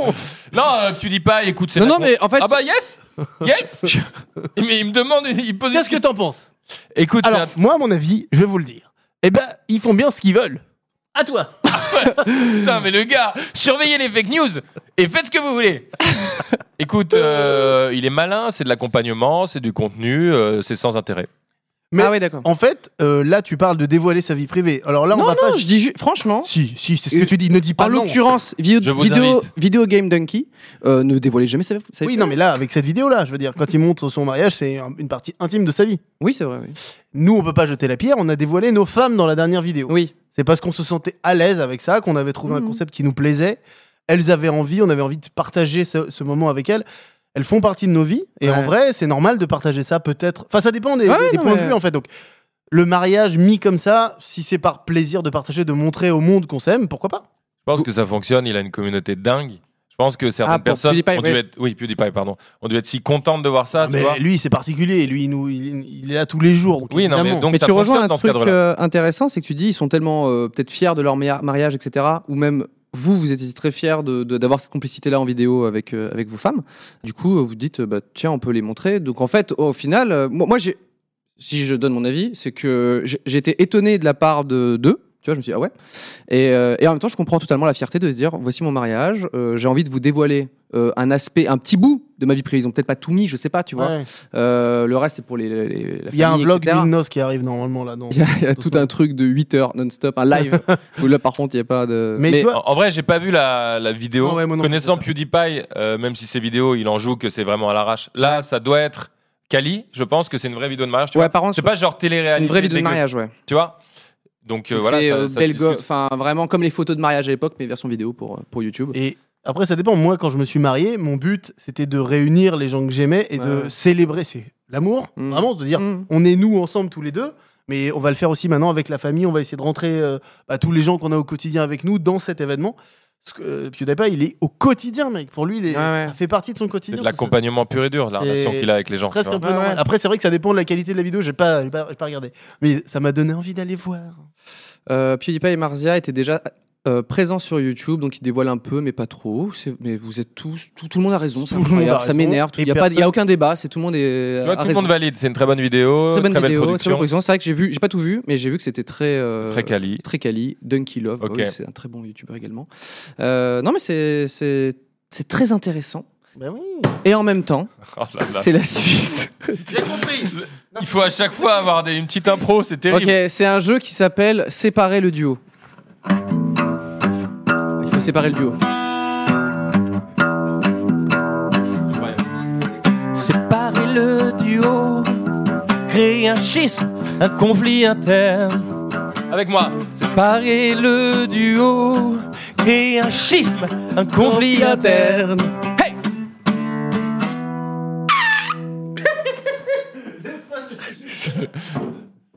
Speaker 2: non euh, PewDiePie écoute c'est
Speaker 1: Non,
Speaker 2: la
Speaker 1: non,
Speaker 2: con-
Speaker 1: mais en fait,
Speaker 2: ah bah yes yes
Speaker 3: [laughs]
Speaker 2: Il- mais il me demande il pose une
Speaker 3: Qu'est-ce que t'en penses
Speaker 2: question. écoute
Speaker 3: Alors,
Speaker 2: c'est
Speaker 3: moi, à mon avis, je vais vous le dire. Eh ben, ils font bien ce qu'ils veulent. À toi
Speaker 2: un- putain mais le gars surveillez les fake news et faites ce que vous voulez écoute euh, il est malin c'est de l'accompagnement c'est du contenu euh, c'est sans intérêt
Speaker 3: mais-
Speaker 1: ah ouais, d'accord.
Speaker 3: En fait, euh, là, tu parles de dévoiler sa vie privée. Alors là, on
Speaker 1: Non,
Speaker 3: va
Speaker 1: non,
Speaker 3: pas...
Speaker 1: je dis ju- franchement.
Speaker 3: Si, si, c'est ce que tu dis. Ne dis pas
Speaker 1: En
Speaker 3: non.
Speaker 1: l'occurrence, vidéo,
Speaker 2: Je vous
Speaker 1: vidéo,
Speaker 2: invite.
Speaker 1: vidéo Game Donkey, euh, ne dévoilez jamais ça.
Speaker 3: Oui, non, mais là, avec cette vidéo-là, je veux dire, quand il montre son mariage, c'est un- une partie intime de sa vie.
Speaker 1: Oui, c'est vrai. Oui.
Speaker 3: Nous, on peut pas jeter la pierre, on a dévoilé nos femmes dans la dernière vidéo.
Speaker 1: Oui.
Speaker 3: C'est parce qu'on se sentait à l'aise avec ça, qu'on avait trouvé un concept qui nous plaisait. Elles avaient envie, on avait envie de partager ce, ce moment avec elles. Elles font partie de nos vies. Et en
Speaker 1: Ouais. Ah
Speaker 3: vrai, c'est normal de partager ça peut-être. Enfin, ça dépend des,
Speaker 1: Ouais, ouais,
Speaker 3: des
Speaker 1: non,
Speaker 3: points de
Speaker 1: mais-
Speaker 3: vue, en fait. Donc, le mariage mis comme ça, si c'est par plaisir de partager, de montrer au monde qu'on s'aime, pourquoi pas
Speaker 2: Je pense que ça fonctionne, il a une communauté dingue. Je pense que certaines
Speaker 1: Ah, pour
Speaker 2: personnes
Speaker 1: PewDiePie,
Speaker 2: ont dû
Speaker 1: oui.
Speaker 2: être, oui, PewDiePie, pardon, ont dû être si contentes de voir
Speaker 1: Ah,
Speaker 2: ça, tu
Speaker 3: Mais
Speaker 2: vois.
Speaker 3: lui, c'est particulier. Lui, il, nous, il, il est là tous les jours. donc
Speaker 2: Oui, non, mais
Speaker 3: évidemment.
Speaker 2: donc
Speaker 1: mais
Speaker 2: ça
Speaker 1: tu rejoins
Speaker 2: fonctionne
Speaker 1: un
Speaker 2: dans ce
Speaker 1: truc
Speaker 2: cadre-là.
Speaker 1: euh, intéressant, c'est que tu dis ils sont tellement euh, peut-être fiers de leur mia- mariage, etc., ou même vous, vous étiez très fier de, de- d'avoir cette complicité-là en vidéo avec, euh, avec vos femmes. Du coup, euh, vous dites, euh, bah, tiens, on peut les montrer. Donc, en fait, au final, euh, moi, moi, j'ai, si je donne mon avis, c'est que j'ai j'ai été étonné de la part de d'eux. Tu vois, je me suis dit, ah ouais. Et, euh, et en même temps, je comprends totalement la fierté de se dire, voici mon mariage, euh, j'ai envie de vous dévoiler euh, un aspect, un petit bout de ma vie privée. Ils ont peut-être pas tout mis, je sais pas, tu vois.
Speaker 3: Ouais.
Speaker 1: Euh, le reste, c'est pour les, les- les- la
Speaker 3: Il y a un
Speaker 1: famille,
Speaker 3: vlog
Speaker 1: etc.
Speaker 3: d'Ignos qui arrive normalement là. Non.
Speaker 1: Il y, a, il y a tout un truc de 8 heures non-stop, un
Speaker 2: [laughs]
Speaker 1: live. où là, par contre, il n'y a pas de.
Speaker 3: Mais, toi,
Speaker 2: En, en vrai, j'ai pas vu la, la vidéo.
Speaker 3: Ah ouais, moi non plus,
Speaker 2: Connaissant
Speaker 3: c'est
Speaker 2: PewDiePie, euh, même si ses vidéos, il en joue que c'est vraiment à l'arrache. Là, ça doit être Kali. Je pense que c'est une vraie vidéo de mariage. Tu
Speaker 1: ouais,
Speaker 2: vois.
Speaker 1: par contre,
Speaker 2: C'est pas genre télé-réalité.
Speaker 1: C'est une vraie vidéo de
Speaker 2: dégueu,
Speaker 1: mariage, ouais.
Speaker 2: Tu vois. Donc euh,
Speaker 1: Donc,
Speaker 2: voilà.
Speaker 1: c'est
Speaker 2: ça-
Speaker 1: euh,
Speaker 2: ça se
Speaker 1: belle
Speaker 2: discute.
Speaker 1: go- enfin vraiment comme les photos de mariage à l'époque, mais version vidéo pour, euh, pour YouTube.
Speaker 3: Et après, ça dépend. Moi, quand je me suis marié, mon but, c'était de réunir les gens que j'aimais et de
Speaker 1: Ouais.
Speaker 3: célébrer. C'est l'amour,
Speaker 1: Mm.
Speaker 3: vraiment, de dire
Speaker 1: Mm.
Speaker 3: on est nous ensemble tous les deux, mais on va le faire aussi maintenant avec la famille. On va essayer de rentrer euh, bah, tous les gens qu'on a au quotidien avec nous dans cet événement. Parce que, euh, PewDiePie, il est au quotidien, mec. Pour lui, il est-
Speaker 1: Ouais, ouais.
Speaker 3: ça fait partie de son
Speaker 2: C'est
Speaker 3: quotidien.
Speaker 2: de
Speaker 3: parce que
Speaker 2: l'accompagnement pur et dur, la
Speaker 3: C'est
Speaker 2: relation qu'il a avec les gens.
Speaker 3: c'est Presque
Speaker 2: tu
Speaker 3: un
Speaker 2: vois.
Speaker 3: peu
Speaker 1: Ouais,
Speaker 3: normal.
Speaker 1: ouais.
Speaker 3: Après, c'est vrai que ça dépend de la qualité de la vidéo. J'ai pas, j'ai pas, j'ai pas regardé. Mais ça m'a donné envie d'aller voir.
Speaker 1: Euh, PewDiePie et Marzia étaient déjà euh, présents sur YouTube, donc ils dévoilent un peu, mais pas trop. C'est- Mais vous êtes tous, tout, tout le monde a raison. c'est
Speaker 3: Tout le monde
Speaker 1: incroyable,
Speaker 3: a
Speaker 1: Ça
Speaker 3: raison.
Speaker 1: m'énerve.
Speaker 3: Et
Speaker 1: Il n'y a, pas-
Speaker 3: personne-
Speaker 1: y a aucun débat. C'est tout le monde est.
Speaker 2: Tu vois,
Speaker 1: a
Speaker 2: tout le
Speaker 1: raison.
Speaker 2: monde valide. C'est une très bonne
Speaker 1: C'est une
Speaker 2: vidéo,
Speaker 1: Très bonne
Speaker 2: belle
Speaker 1: vidéo, très bonne
Speaker 2: production,
Speaker 1: production. C'est vrai que j'ai vu, j'ai pas tout vu, mais j'ai vu que c'était très euh, [laughs]
Speaker 2: très Kali.
Speaker 1: très quali. Dunky Love, bah
Speaker 2: Ok.
Speaker 1: oui, c'est un très bon youtubeur également. Euh, non, mais c'est c'est c'est très intéressant.
Speaker 3: Ben oui.
Speaker 1: Et en même temps,
Speaker 2: Oh là là.
Speaker 1: c'est la suite.
Speaker 3: J'ai compris.
Speaker 2: Il faut à chaque fois avoir des- une petite impro, c'est terrible.
Speaker 1: Ok, c'est un jeu qui s'appelle Séparer le duo. Il faut séparer le duo.
Speaker 2: Séparer le duo, créer un schisme, un conflit interne. Avec moi, séparer le duo, créer un schisme, un conflit interne.
Speaker 1: Hey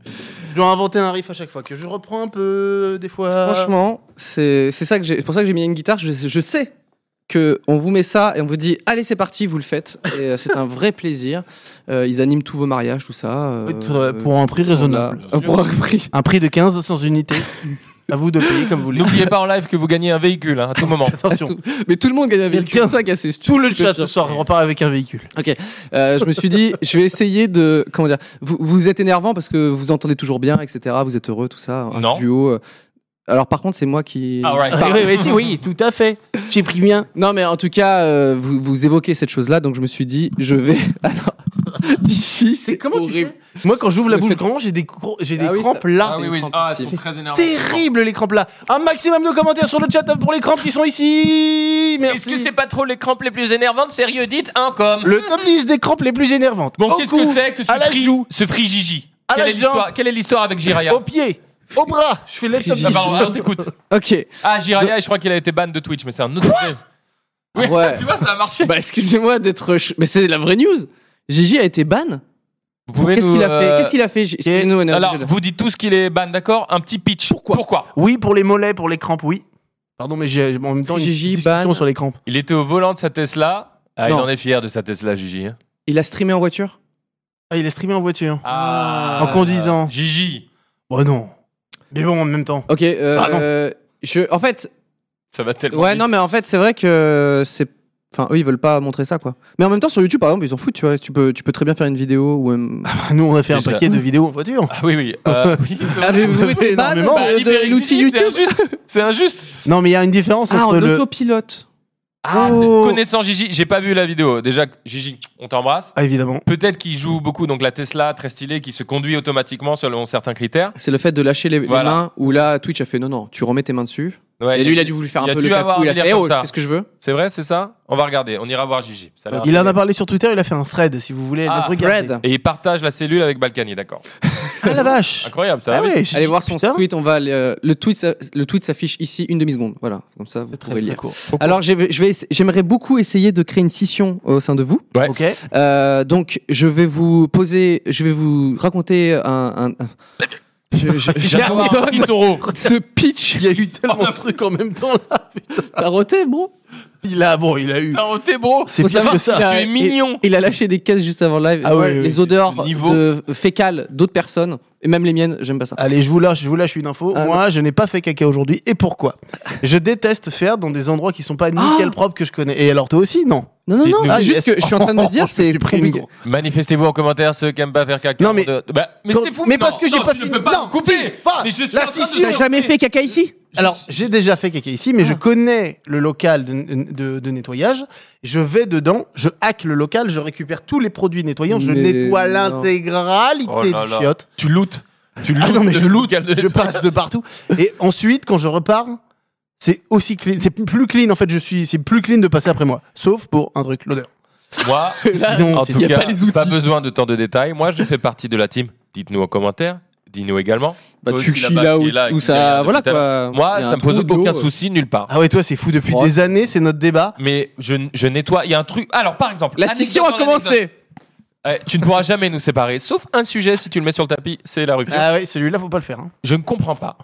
Speaker 3: Je dois inventer un riff à chaque fois que je reprends un peu des fois.
Speaker 1: Franchement, c'est c'est ça que j'ai. C'est pour ça que j'ai mis une guitare. Je, je sais que on vous met ça et on vous dit allez c'est parti, vous le faites. Et euh, c'est un vrai plaisir. Euh, ils animent tous vos mariages, tout ça. euh,
Speaker 3: Oui, tout, euh, pour un prix
Speaker 1: ils sont là.
Speaker 3: raisonnable.
Speaker 1: Euh, pour un prix.
Speaker 3: Un prix de 15 sans [laughs] unité. à vous de payer comme vous voulez.
Speaker 2: N'oubliez pas en live que vous gagnez un véhicule hein, à tout moment.
Speaker 3: Attention.
Speaker 1: Tout- Mais tout le monde gagne un véhicule.
Speaker 3: Quelqu'un-
Speaker 1: C'est ça qui est assez
Speaker 3: Tout le
Speaker 1: stupide.
Speaker 3: chat ce soir repart avec un véhicule.
Speaker 1: Euh, je me suis dit, je vais essayer de. Comment dire Vous, vous êtes énervant parce que vous entendez toujours bien, etc. Vous êtes heureux, tout ça. Un
Speaker 2: Non.
Speaker 1: duo. euh. Alors, par contre, c'est moi qui.
Speaker 2: All right.
Speaker 3: Ah, oui, oui, si, oui, tout à fait. J'ai pris bien.
Speaker 1: Non, mais en tout cas, euh, vous, vous évoquez cette chose-là, donc je me suis dit, je vais. [laughs] Attends. D'ici, c'est horrible.
Speaker 3: fais Moi, quand j'ouvre la
Speaker 1: Mais
Speaker 3: bouche
Speaker 1: c'est-
Speaker 3: grand, j'ai des, cro- j'ai des
Speaker 1: Ah oui,
Speaker 3: crampes
Speaker 1: ça-
Speaker 3: [laughs] là.
Speaker 2: Ah oui, oui. Ah, elles sont très énervantes.
Speaker 3: Terrible les crampes là. Un maximum de commentaires sur le chat pour les crampes qui sont ici. Merci.
Speaker 2: Est-ce que c'est pas trop les crampes les plus énervantes Sérieux, dites un comme.
Speaker 3: le top 10 des crampes les plus énervantes
Speaker 2: Bon,
Speaker 3: Au
Speaker 2: qu'est-ce
Speaker 3: cou,
Speaker 2: que c'est que ce
Speaker 3: à la
Speaker 2: free,
Speaker 3: joue,
Speaker 2: ce free Gigi
Speaker 3: À
Speaker 2: quelle
Speaker 3: la
Speaker 2: est, l'histoire,
Speaker 3: jambe.
Speaker 2: quelle est l'histoire avec Jiraya
Speaker 3: au pied, au bras. Je fais les top
Speaker 2: Ah,
Speaker 3: 10.
Speaker 2: bah, on- on t'écoute.
Speaker 1: Ok.
Speaker 2: Ah, Jiraya, je crois qu'il a été ban de Twitch, mais c'est un autre sujet. Oui,
Speaker 1: Ah Ouais.
Speaker 2: [laughs] tu vois, ça a marché.
Speaker 1: Bah, excusez-moi d'être. ch- Mais c'est la vraie news. Gigi a été ban.
Speaker 2: Vous pouvez
Speaker 1: Qu'est-ce
Speaker 2: nous,
Speaker 1: qu'il a
Speaker 2: euh,
Speaker 1: fait Qu'est-ce qu'il a fait Gi- Excusez-nous, on est
Speaker 2: Alors,
Speaker 1: obligé de-
Speaker 2: vous dites tous qu'il est ban, d'accord Un petit pitch. Pourquoi
Speaker 3: Oui pour les mollets, pour les crampes, oui. Pardon, mais j'ai en même temps une
Speaker 1: Gigi,
Speaker 3: discussion
Speaker 1: ban.
Speaker 3: sur les crampes.
Speaker 2: Il était au volant de sa Tesla. Ah, il
Speaker 1: Non.
Speaker 2: en est fier de sa Tesla, Gigi. hein.
Speaker 1: Il a streamé en voiture
Speaker 3: Ah, il est streamé en voiture.
Speaker 2: Ah,
Speaker 3: en conduisant.
Speaker 2: Gigi,
Speaker 3: Oh non. Mais bon, en même temps.
Speaker 1: Ok. euh,
Speaker 3: Ah, non.
Speaker 1: euh, je... En fait,
Speaker 2: ça va tellement.
Speaker 1: Ouais,
Speaker 2: vite.
Speaker 1: non, mais en fait, c'est vrai que c'est. Enfin, eux, ils veulent pas montrer ça, quoi. Mais en même temps, sur YouTube, par exemple, ils s'en foutent, tu vois. Tu peux, tu peux très bien faire une vidéo ou. même-
Speaker 3: Ah, Nous, on a fait un
Speaker 2: Déjà.
Speaker 3: paquet de vidéos en voiture.
Speaker 2: Ah, oui, oui.
Speaker 1: [laughs]
Speaker 2: euh, oui.
Speaker 1: Avez-vous été ban
Speaker 3: énormément.
Speaker 2: Bah,
Speaker 1: de, de
Speaker 2: libérer
Speaker 1: l'outil
Speaker 2: Gigi, c'est
Speaker 1: YouTube
Speaker 2: injuste. C'est injuste.
Speaker 3: [laughs] Non, mais il y a une différence
Speaker 1: Ah,
Speaker 3: entre
Speaker 1: en
Speaker 3: le.
Speaker 1: autopilote.
Speaker 2: Ah, c'est-
Speaker 3: Oh.
Speaker 2: Connaissant Gigi, j'ai pas vu la vidéo. Déjà, Gigi, on t'embrasse.
Speaker 3: Ah, évidemment.
Speaker 2: Peut-être qu'il joue beaucoup, donc la Tesla très stylée qui se conduit automatiquement selon certains critères.
Speaker 1: C'est le fait de lâcher les, les
Speaker 2: Voilà.
Speaker 1: mains où là, Twitch a fait non, non, tu remets tes mains dessus.
Speaker 2: Ouais,
Speaker 1: et lui, il a dû voulu faire
Speaker 2: il a
Speaker 1: un peu
Speaker 2: dû
Speaker 1: le
Speaker 2: avoir
Speaker 1: capou.
Speaker 2: un
Speaker 1: Il a
Speaker 2: délire
Speaker 1: fait, eh
Speaker 2: comme
Speaker 1: oh,
Speaker 2: ça.
Speaker 1: qu'est-ce que je veux
Speaker 2: C'est vrai, c'est ça On va regarder, on ira voir Gigi. Ça a l'air-
Speaker 3: Il en a parlé sur Twitter, il a fait un thread. Si vous voulez
Speaker 2: Ah,
Speaker 3: notre
Speaker 1: Thread.
Speaker 2: Et il partage la cellule avec Balkany, d'accord.
Speaker 3: Ah la vache.
Speaker 2: Incroyable, ça va
Speaker 3: Ah
Speaker 2: vite.
Speaker 3: ouais, j'ai
Speaker 1: Allez
Speaker 3: dit,
Speaker 1: voir son
Speaker 3: putain,
Speaker 1: tweet, on va aller, euh, le tweet, s'a- le tweet s'affiche ici une demi seconde, voilà, comme ça vous
Speaker 3: C'est
Speaker 1: pourrez
Speaker 3: très, très
Speaker 1: lire.
Speaker 3: court.
Speaker 1: Alors j'ai- je vais, essa- j'aimerais beaucoup essayer de créer une scission au sein de vous,
Speaker 3: Ok.
Speaker 1: Euh, donc, je vais vous poser, je vais vous raconter un. un- un- Je, je,
Speaker 2: J'adore
Speaker 1: je vous donne
Speaker 2: Chris Oro. [laughs]
Speaker 1: ce pitch.
Speaker 3: Il y a eu tellement de trucs en même temps. Là.
Speaker 1: T'as roté, bro
Speaker 3: Il a bon, il a eu.
Speaker 2: T'as ôté, bro.
Speaker 3: C'est
Speaker 1: Faut
Speaker 3: pire
Speaker 1: savoir
Speaker 3: que ça.
Speaker 1: qu'il a-
Speaker 2: Tu es
Speaker 1: il-
Speaker 2: mignon.
Speaker 1: Il a lâché des caisses juste avant le live.
Speaker 3: Ah ouais, ouais,
Speaker 1: les
Speaker 3: ouais.
Speaker 1: odeurs
Speaker 2: Niveau.
Speaker 1: de fécales d'autres personnes. Et même les miennes, j'aime pas ça.
Speaker 3: Allez, je vous lâche, je vous lâche une info.
Speaker 1: Ah,
Speaker 3: Moi, je n'ai pas fait caca aujourd'hui. Et pourquoi Je déteste faire dans des endroits qui sont pas
Speaker 2: Ah
Speaker 3: nickel propres que je connais. Et alors toi aussi, non
Speaker 1: Non, non, non.
Speaker 3: Dites-nous.
Speaker 1: Ah, juste que je suis en train de me [laughs] dire,
Speaker 3: Je
Speaker 1: c'est
Speaker 3: me suis pris une
Speaker 1: compliqué.
Speaker 3: grosse-
Speaker 2: Manifestez-vous en commentaire ceux qui aiment pas faire caca.
Speaker 3: Non, mais-
Speaker 2: De- Bah, mais
Speaker 3: Quand-
Speaker 2: c'est fou.
Speaker 3: mais
Speaker 2: non,
Speaker 3: parce que j'ai
Speaker 2: non,
Speaker 3: pas
Speaker 2: je
Speaker 3: fini.
Speaker 2: ne peux pas
Speaker 3: Non,
Speaker 2: me couper.
Speaker 3: si, pas.
Speaker 2: Mais je suis
Speaker 3: Là,
Speaker 2: en train
Speaker 3: si,
Speaker 2: de-
Speaker 3: si,
Speaker 1: T'as jamais fait caca ici
Speaker 3: Alors, j'ai déjà fait caca ici,
Speaker 2: Ah.
Speaker 3: mais je connais le local de, de- de nettoyage. Je vais dedans, je hack le local, je récupère tous les produits nettoyants, je
Speaker 1: Mais
Speaker 3: nettoie
Speaker 1: non.
Speaker 3: l'intégralité
Speaker 2: Oh là
Speaker 3: du
Speaker 2: là.
Speaker 3: chiotte.
Speaker 2: Tu lootes. Tu lootes.
Speaker 3: Ah non, mais je
Speaker 2: le
Speaker 3: loot,
Speaker 2: local de
Speaker 3: je passe de partout. Et ensuite, quand je repars, c'est aussi clean, c'est plus clean en fait. Je suis, c'est plus clean de passer après moi, sauf pour un truc, l'odeur.
Speaker 1: [laughs]
Speaker 2: Moi,
Speaker 3: Sinon,
Speaker 2: en
Speaker 3: c'est
Speaker 2: tout
Speaker 1: y a
Speaker 2: cas,
Speaker 1: pas
Speaker 2: pas,
Speaker 1: les outils.
Speaker 2: besoin de tant de détails. Moi, je fais partie de la team. Dites-nous en commentaire. Dis-nous également.
Speaker 1: Bah,
Speaker 2: Toi
Speaker 1: tu
Speaker 2: aussi,
Speaker 1: chies
Speaker 2: là-bas,
Speaker 1: là
Speaker 2: qui
Speaker 1: où,
Speaker 2: est là,
Speaker 1: où
Speaker 2: qui est
Speaker 1: ça.
Speaker 2: derrière
Speaker 1: Voilà
Speaker 2: tout à
Speaker 1: quoi.
Speaker 2: Moi,
Speaker 1: Il y a
Speaker 2: ça
Speaker 1: un
Speaker 2: me pose
Speaker 1: trou d'eau,
Speaker 2: aucun
Speaker 1: euh.
Speaker 2: souci nulle part.
Speaker 3: Ah ouais, toi, c'est fou depuis
Speaker 1: Oh.
Speaker 3: des années, c'est notre débat.
Speaker 2: Mais je, n- je nettoie. Il y a un truc. Alors, par exemple,
Speaker 1: La
Speaker 2: anecdote
Speaker 1: scission a
Speaker 2: dans l'anecdote.
Speaker 1: commencé.
Speaker 2: Eh, tu ne pourras jamais nous séparer, sauf un sujet si tu le mets sur le tapis, c'est la rupture.
Speaker 3: Ah ouais, celui-là, faut pas le faire. hein.
Speaker 2: Je ne comprends pas.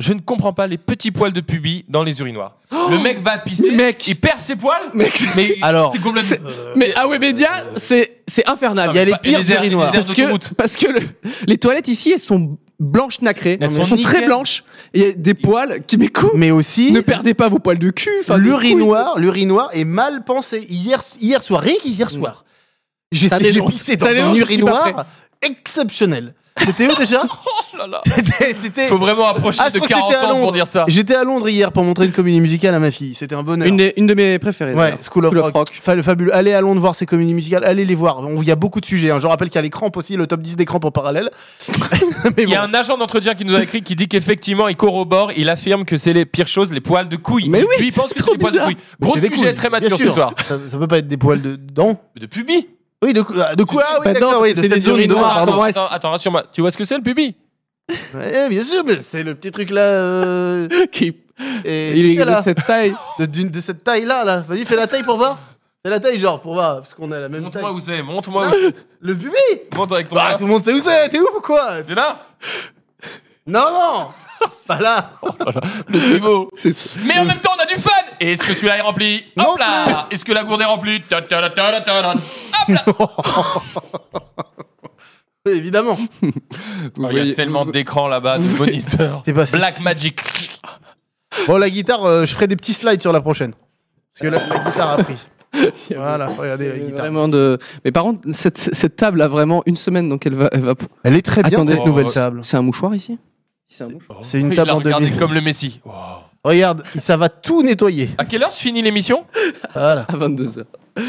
Speaker 2: Je ne comprends pas les petits poils de pubis dans les urinoirs. le mec va pisser,
Speaker 1: Oh Mec.
Speaker 2: il perd ses poils.
Speaker 1: Mec.
Speaker 2: Mais
Speaker 3: Alors,
Speaker 2: c'est complètement.
Speaker 1: Mais AW Media, c'est c'est infernal.
Speaker 3: Il y a les
Speaker 2: Et
Speaker 3: pires
Speaker 2: aires- et
Speaker 3: urinoirs.
Speaker 2: les aires
Speaker 1: parce que,
Speaker 2: d'autoroute.
Speaker 1: parce que le- les toilettes ici, elles sont blanches nacrées. Elles
Speaker 2: Elles
Speaker 1: sont,
Speaker 2: sont
Speaker 1: très
Speaker 2: nickel.
Speaker 1: blanches. Et il y a des poils qui m'écoutent.
Speaker 3: mais aussi,
Speaker 1: Ne perdez pas vos poils de cul. enfin, de
Speaker 3: l'urinoir, l'urinoir est mal pensé. Hier, hier soir, rien qu'hier soir, Mm. j'ai
Speaker 1: Ça
Speaker 3: j'ai
Speaker 1: dénonce.
Speaker 3: pissé
Speaker 1: Ça
Speaker 3: dans un
Speaker 1: dénonce, je suis pas
Speaker 3: urinoir exceptionnel. C'était où [laughs] déjà
Speaker 2: Oh là là.
Speaker 3: C'était- C'était.
Speaker 2: Faut vraiment approcher
Speaker 3: Ah, je
Speaker 2: de
Speaker 3: crois que
Speaker 2: 40
Speaker 3: c'était à
Speaker 2: ans pour
Speaker 3: Londres.
Speaker 2: dire ça.
Speaker 3: J'étais à Londres hier pour montrer une comédie musicale à ma fille. C'était un
Speaker 1: couilles.
Speaker 3: bonheur.
Speaker 1: Une, des- une de mes préférées.
Speaker 3: Ouais,
Speaker 1: d'ailleurs.
Speaker 3: School, of, Rock.
Speaker 1: Rock.
Speaker 3: Fa- le Fabuleux. Allez à Londres voir ces comédies musicales, allez les voir. On- Il y a beaucoup de sujets. hein. Je rappelle qu'il y a les crampes aussi, le top 10 des crampes en parallèle. [laughs] Mais
Speaker 2: Il y a
Speaker 3: bon.
Speaker 2: un agent d'entretien qui nous a écrit qui dit qu'effectivement, il corrobore, il affirme que c'est les pires choses, les poils de couilles.
Speaker 1: Mais oui,
Speaker 2: Lui, il
Speaker 1: c'est
Speaker 2: pense que
Speaker 1: trop
Speaker 2: c'est les poils de
Speaker 1: bizarre.
Speaker 2: couilles. Gros
Speaker 3: C'est des
Speaker 2: sujet
Speaker 3: couilles,
Speaker 2: très
Speaker 3: bien
Speaker 2: mature ce
Speaker 3: sûr.
Speaker 2: soir.
Speaker 3: Ça, ça peut pas être des poils de dents
Speaker 2: De pubis
Speaker 3: Oui, de, cou- ah, de quoi Ah oui,
Speaker 1: Bah non,
Speaker 3: d'accord, oui,
Speaker 1: c'est
Speaker 3: de
Speaker 1: des
Speaker 3: cette zone
Speaker 1: urinoirs,
Speaker 3: noire,
Speaker 1: pardon.
Speaker 3: pardon.
Speaker 2: Attends,
Speaker 1: Ouais,
Speaker 2: attends,
Speaker 1: c'est-
Speaker 2: attends, rassure-moi. Tu vois ce que c'est le pubis
Speaker 3: Ouais, Eh, bien sûr, mais c'est le petit truc là. euh,
Speaker 1: Qui-
Speaker 3: et
Speaker 1: il
Speaker 3: tu sais,
Speaker 1: est de
Speaker 3: là,
Speaker 1: cette taille.
Speaker 3: de, d'une- de cette taille là, là. Vas-y, fais la taille pour voir. Fais la taille, genre, pour voir, parce qu'on a la même taille.
Speaker 2: Montre-moi où c'est, montre-moi où c'est.
Speaker 3: Le bébé
Speaker 2: Montre avec ton
Speaker 3: Bah,
Speaker 2: bras.
Speaker 3: tout le monde sait où c'est, t'es ouf ou quoi
Speaker 2: C'est là
Speaker 3: Non, non Pas là
Speaker 2: Le pivot
Speaker 1: C'est-
Speaker 2: Mais en même temps, on a du fun Et est-ce que celui-là est rempli
Speaker 3: Non
Speaker 2: Hop là Est-ce que la gourde est remplie Ta ta ta ta ta ta.
Speaker 3: Évidemment Bah
Speaker 1: Vous
Speaker 2: Il y
Speaker 1: voyez-
Speaker 2: a tellement
Speaker 1: vous-
Speaker 2: d'écrans
Speaker 3: [laughs]
Speaker 2: là-bas, de moniteurs.
Speaker 3: C'est pas- c'est-
Speaker 2: Black Magic
Speaker 3: Bon, la guitare, euh, je ferai des petits slides sur la prochaine. Parce que là, la guitare a [laughs] pris. Voilà, regardez la
Speaker 1: Euh,
Speaker 3: guitare.
Speaker 1: Vraiment de. Mais par contre, cette, cette table a vraiment une semaine, donc elle va. Elle va...
Speaker 3: Elle est très bien,
Speaker 1: Attendez.
Speaker 3: cette nouvelle
Speaker 2: Oh,
Speaker 3: table.
Speaker 1: C'est un mouchoir ici C'est un mouchoir.
Speaker 3: C'est une
Speaker 2: Il
Speaker 3: table
Speaker 2: l'a
Speaker 3: en
Speaker 2: regardé
Speaker 3: 2000.
Speaker 2: comme le Messi.
Speaker 3: Regarde, ça va tout nettoyer.
Speaker 2: À quelle heure se finit l'émission
Speaker 3: Voilà,
Speaker 1: À 22h. [laughs]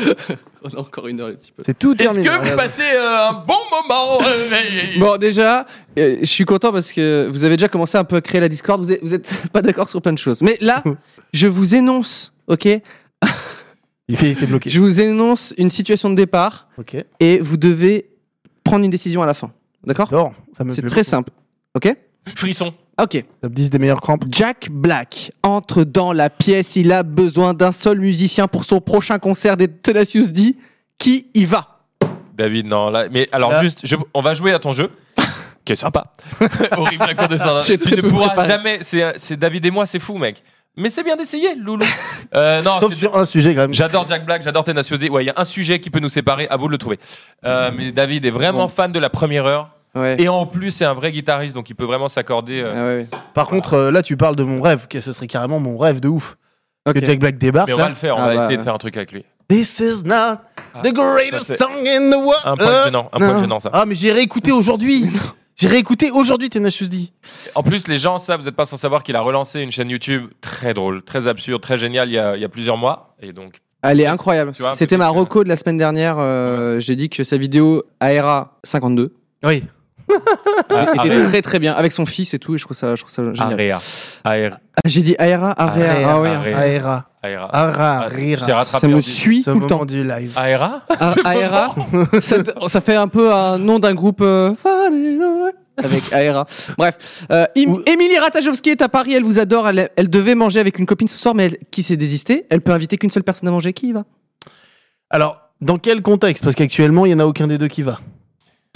Speaker 1: On a encore une heure, les petits peu.
Speaker 3: c'est tout
Speaker 2: Est-ce
Speaker 3: terminé.
Speaker 2: que vous
Speaker 3: Regarde.
Speaker 2: passez euh, un bon moment [laughs] Euh,
Speaker 1: Bon, déjà, euh, je suis content parce que vous avez déjà commencé un peu à créer la Discord. Vous êtes, vous êtes [laughs] pas d'accord sur plein de choses. Mais [laughs] là, je vous énonce, ok
Speaker 3: Il fait, il était bloqué.
Speaker 1: Je vous énonce une situation de départ
Speaker 3: Ok.
Speaker 1: et vous devez prendre une décision à la fin. D'accord
Speaker 3: D'accord, ça me
Speaker 1: C'est
Speaker 3: plaît
Speaker 1: très
Speaker 3: beaucoup.
Speaker 1: simple. Ok
Speaker 2: Frisson.
Speaker 1: Ok.
Speaker 3: Top 10 des meilleures crampes.
Speaker 1: Jack Black entre dans la pièce. Il a besoin d'un seul musicien pour son prochain concert des Tenacious D. Qui y va
Speaker 2: David, non, là. Mais alors,
Speaker 3: Là.
Speaker 2: juste, je- on va jouer à ton [laughs] jeu. Qui est sympa. [laughs] Horrible la condescendance.
Speaker 1: J'ai
Speaker 2: Tu
Speaker 1: très
Speaker 2: ne
Speaker 1: peu
Speaker 2: pourras
Speaker 1: préparé.
Speaker 2: jamais. C'est c'est David et moi, c'est fou, mec. Mais c'est bien d'essayer, [laughs] loulou. Euh, non,
Speaker 3: Sauf
Speaker 2: c'est-
Speaker 3: sur un sujet, quand même.
Speaker 2: J'adore Jack Black, j'adore Tenacious D. Ouais, il y a un sujet qui peut nous séparer, à vous de le trouver. Euh, mais David est vraiment
Speaker 1: Bon.
Speaker 2: fan de la première heure.
Speaker 1: Ouais.
Speaker 2: Et en plus, c'est un vrai guitariste, donc il peut vraiment s'accorder. euh.
Speaker 1: Ah ouais.
Speaker 3: Par contre, euh, là, tu parles de mon rêve, que ce serait carrément mon rêve de ouf.
Speaker 1: Ok.
Speaker 3: Que Jack Black débarque.
Speaker 2: Mais on va
Speaker 3: là.
Speaker 2: le faire, on
Speaker 1: Ah
Speaker 2: va
Speaker 1: bah,
Speaker 2: essayer de
Speaker 1: ouais.
Speaker 2: faire un truc avec lui.
Speaker 3: This is not the
Speaker 2: Ah, ça,
Speaker 3: greatest
Speaker 2: c'est
Speaker 3: song in the world.
Speaker 2: Un point gênant, un point
Speaker 3: Euh, Non.
Speaker 2: gênant, ça.
Speaker 3: Ah, mais j'ai réécouté [laughs] aujourd'hui. J'ai réécouté aujourd'hui Tenacious D.
Speaker 2: En plus, les gens savent, vous n'êtes pas sans savoir qu'il a relancé une chaîne YouTube très drôle, très absurde, très géniale il y a, il y a plusieurs mois. Et donc,
Speaker 1: Elle est incroyable.
Speaker 2: Tu vois,
Speaker 1: C'était ma
Speaker 2: peut-être que-
Speaker 1: reco de la semaine dernière. euh, J'ai dit que sa vidéo ARA 52
Speaker 3: Oui.
Speaker 1: était
Speaker 3: Ah
Speaker 2: Area.
Speaker 1: très très bien avec son fils et tout. Et je trouve ça, je trouve ça génial.
Speaker 2: Area. Area.
Speaker 1: Ah, J'ai dit ARA, ARA.
Speaker 3: Area,
Speaker 1: Ah ouais.
Speaker 2: Area.
Speaker 3: Aera.
Speaker 2: Area.
Speaker 3: Ara,
Speaker 2: Ah, je t'ai
Speaker 3: rira.
Speaker 2: rattrapé
Speaker 1: Ça me
Speaker 2: en dix-
Speaker 1: suit
Speaker 3: Ce
Speaker 1: tout le temps.
Speaker 3: moment du live.
Speaker 2: Aera
Speaker 1: Ah, ARA, ça, te- [laughs] ça fait un peu un nom d'un groupe euh, avec ARA. Bref, euh, Im-
Speaker 3: Ou-
Speaker 1: Émilie Ratajowski est à Paris, elle vous adore, elle, elle devait manger avec une copine ce soir, mais elle, qui s'est désistée, elle peut inviter qu'une seule personne à manger, qui y va
Speaker 3: Alors, dans quel contexte Parce qu'actuellement, il n'y en a aucun des deux qui va.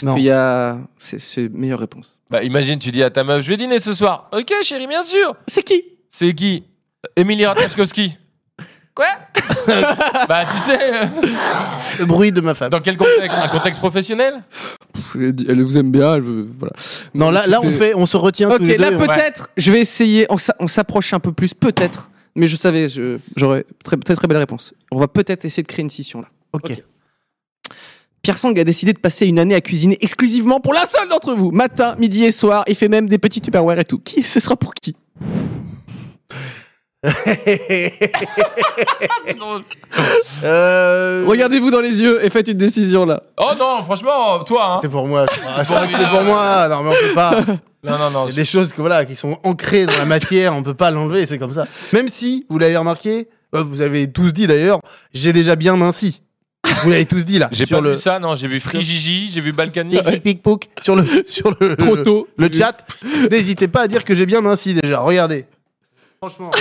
Speaker 3: Non.
Speaker 1: Il y a... C'est c'est meilleure réponse.
Speaker 2: Bah, imagine, tu dis à ta meuf, je vais dîner ce soir. Ok, chérie, bien sûr.
Speaker 1: C'est qui
Speaker 2: C'est qui Émilie Ratajkowski. Quoi [laughs] Bah, tu sais, euh,
Speaker 3: Le bruit de ma femme.
Speaker 2: dans quel contexte Un contexte professionnel
Speaker 1: pff, elle vous aime bien. elle veut- voilà.
Speaker 3: Non, là, là on,
Speaker 1: C'était-
Speaker 3: fait, on se retient tous
Speaker 1: Ok,
Speaker 3: les
Speaker 1: là
Speaker 3: deux.
Speaker 1: peut-être, je vais essayer, on s'a- on s'approche un peu plus, peut-être. Mais je savais, je- j'aurais très, très très belle réponse. On va peut-être essayer de créer une scission là.
Speaker 3: Ok.
Speaker 1: Pierre Sang a décidé de passer une année à cuisiner exclusivement pour la seule d'entre vous, matin, midi et soir. Il fait même des petits Tupperware et tout. Qui ce sera pour qui
Speaker 3: Euh,
Speaker 1: Regardez-vous dans les yeux et faites une décision là.
Speaker 2: Oh non, franchement, toi, hein.
Speaker 3: C'est pour moi. je crois. Je
Speaker 2: Bon,
Speaker 3: crois que [laughs] C'est
Speaker 2: évidemment.
Speaker 3: pour moi. Non, mais on peut
Speaker 2: [laughs]
Speaker 3: pas.
Speaker 2: Non, non, non.
Speaker 3: Il y a des choses que, voilà, qui sont ancrées dans la matière, on peut pas l'enlever, c'est comme ça. Même si, vous l'avez remarqué, euh, vous avez tous dit d'ailleurs, j'ai déjà bien minci. Vous l'avez tous dit là.
Speaker 2: J'ai
Speaker 3: sur
Speaker 2: pas
Speaker 3: le...
Speaker 2: vu ça, non. J'ai vu Frigigi, j'ai vu Balkany.
Speaker 3: Pic, pic, pouc, sur le, sur le,
Speaker 1: Trop tôt.
Speaker 3: le chat. N'hésitez pas à dire que j'ai bien minci déjà. Regardez. [laughs] Franchement.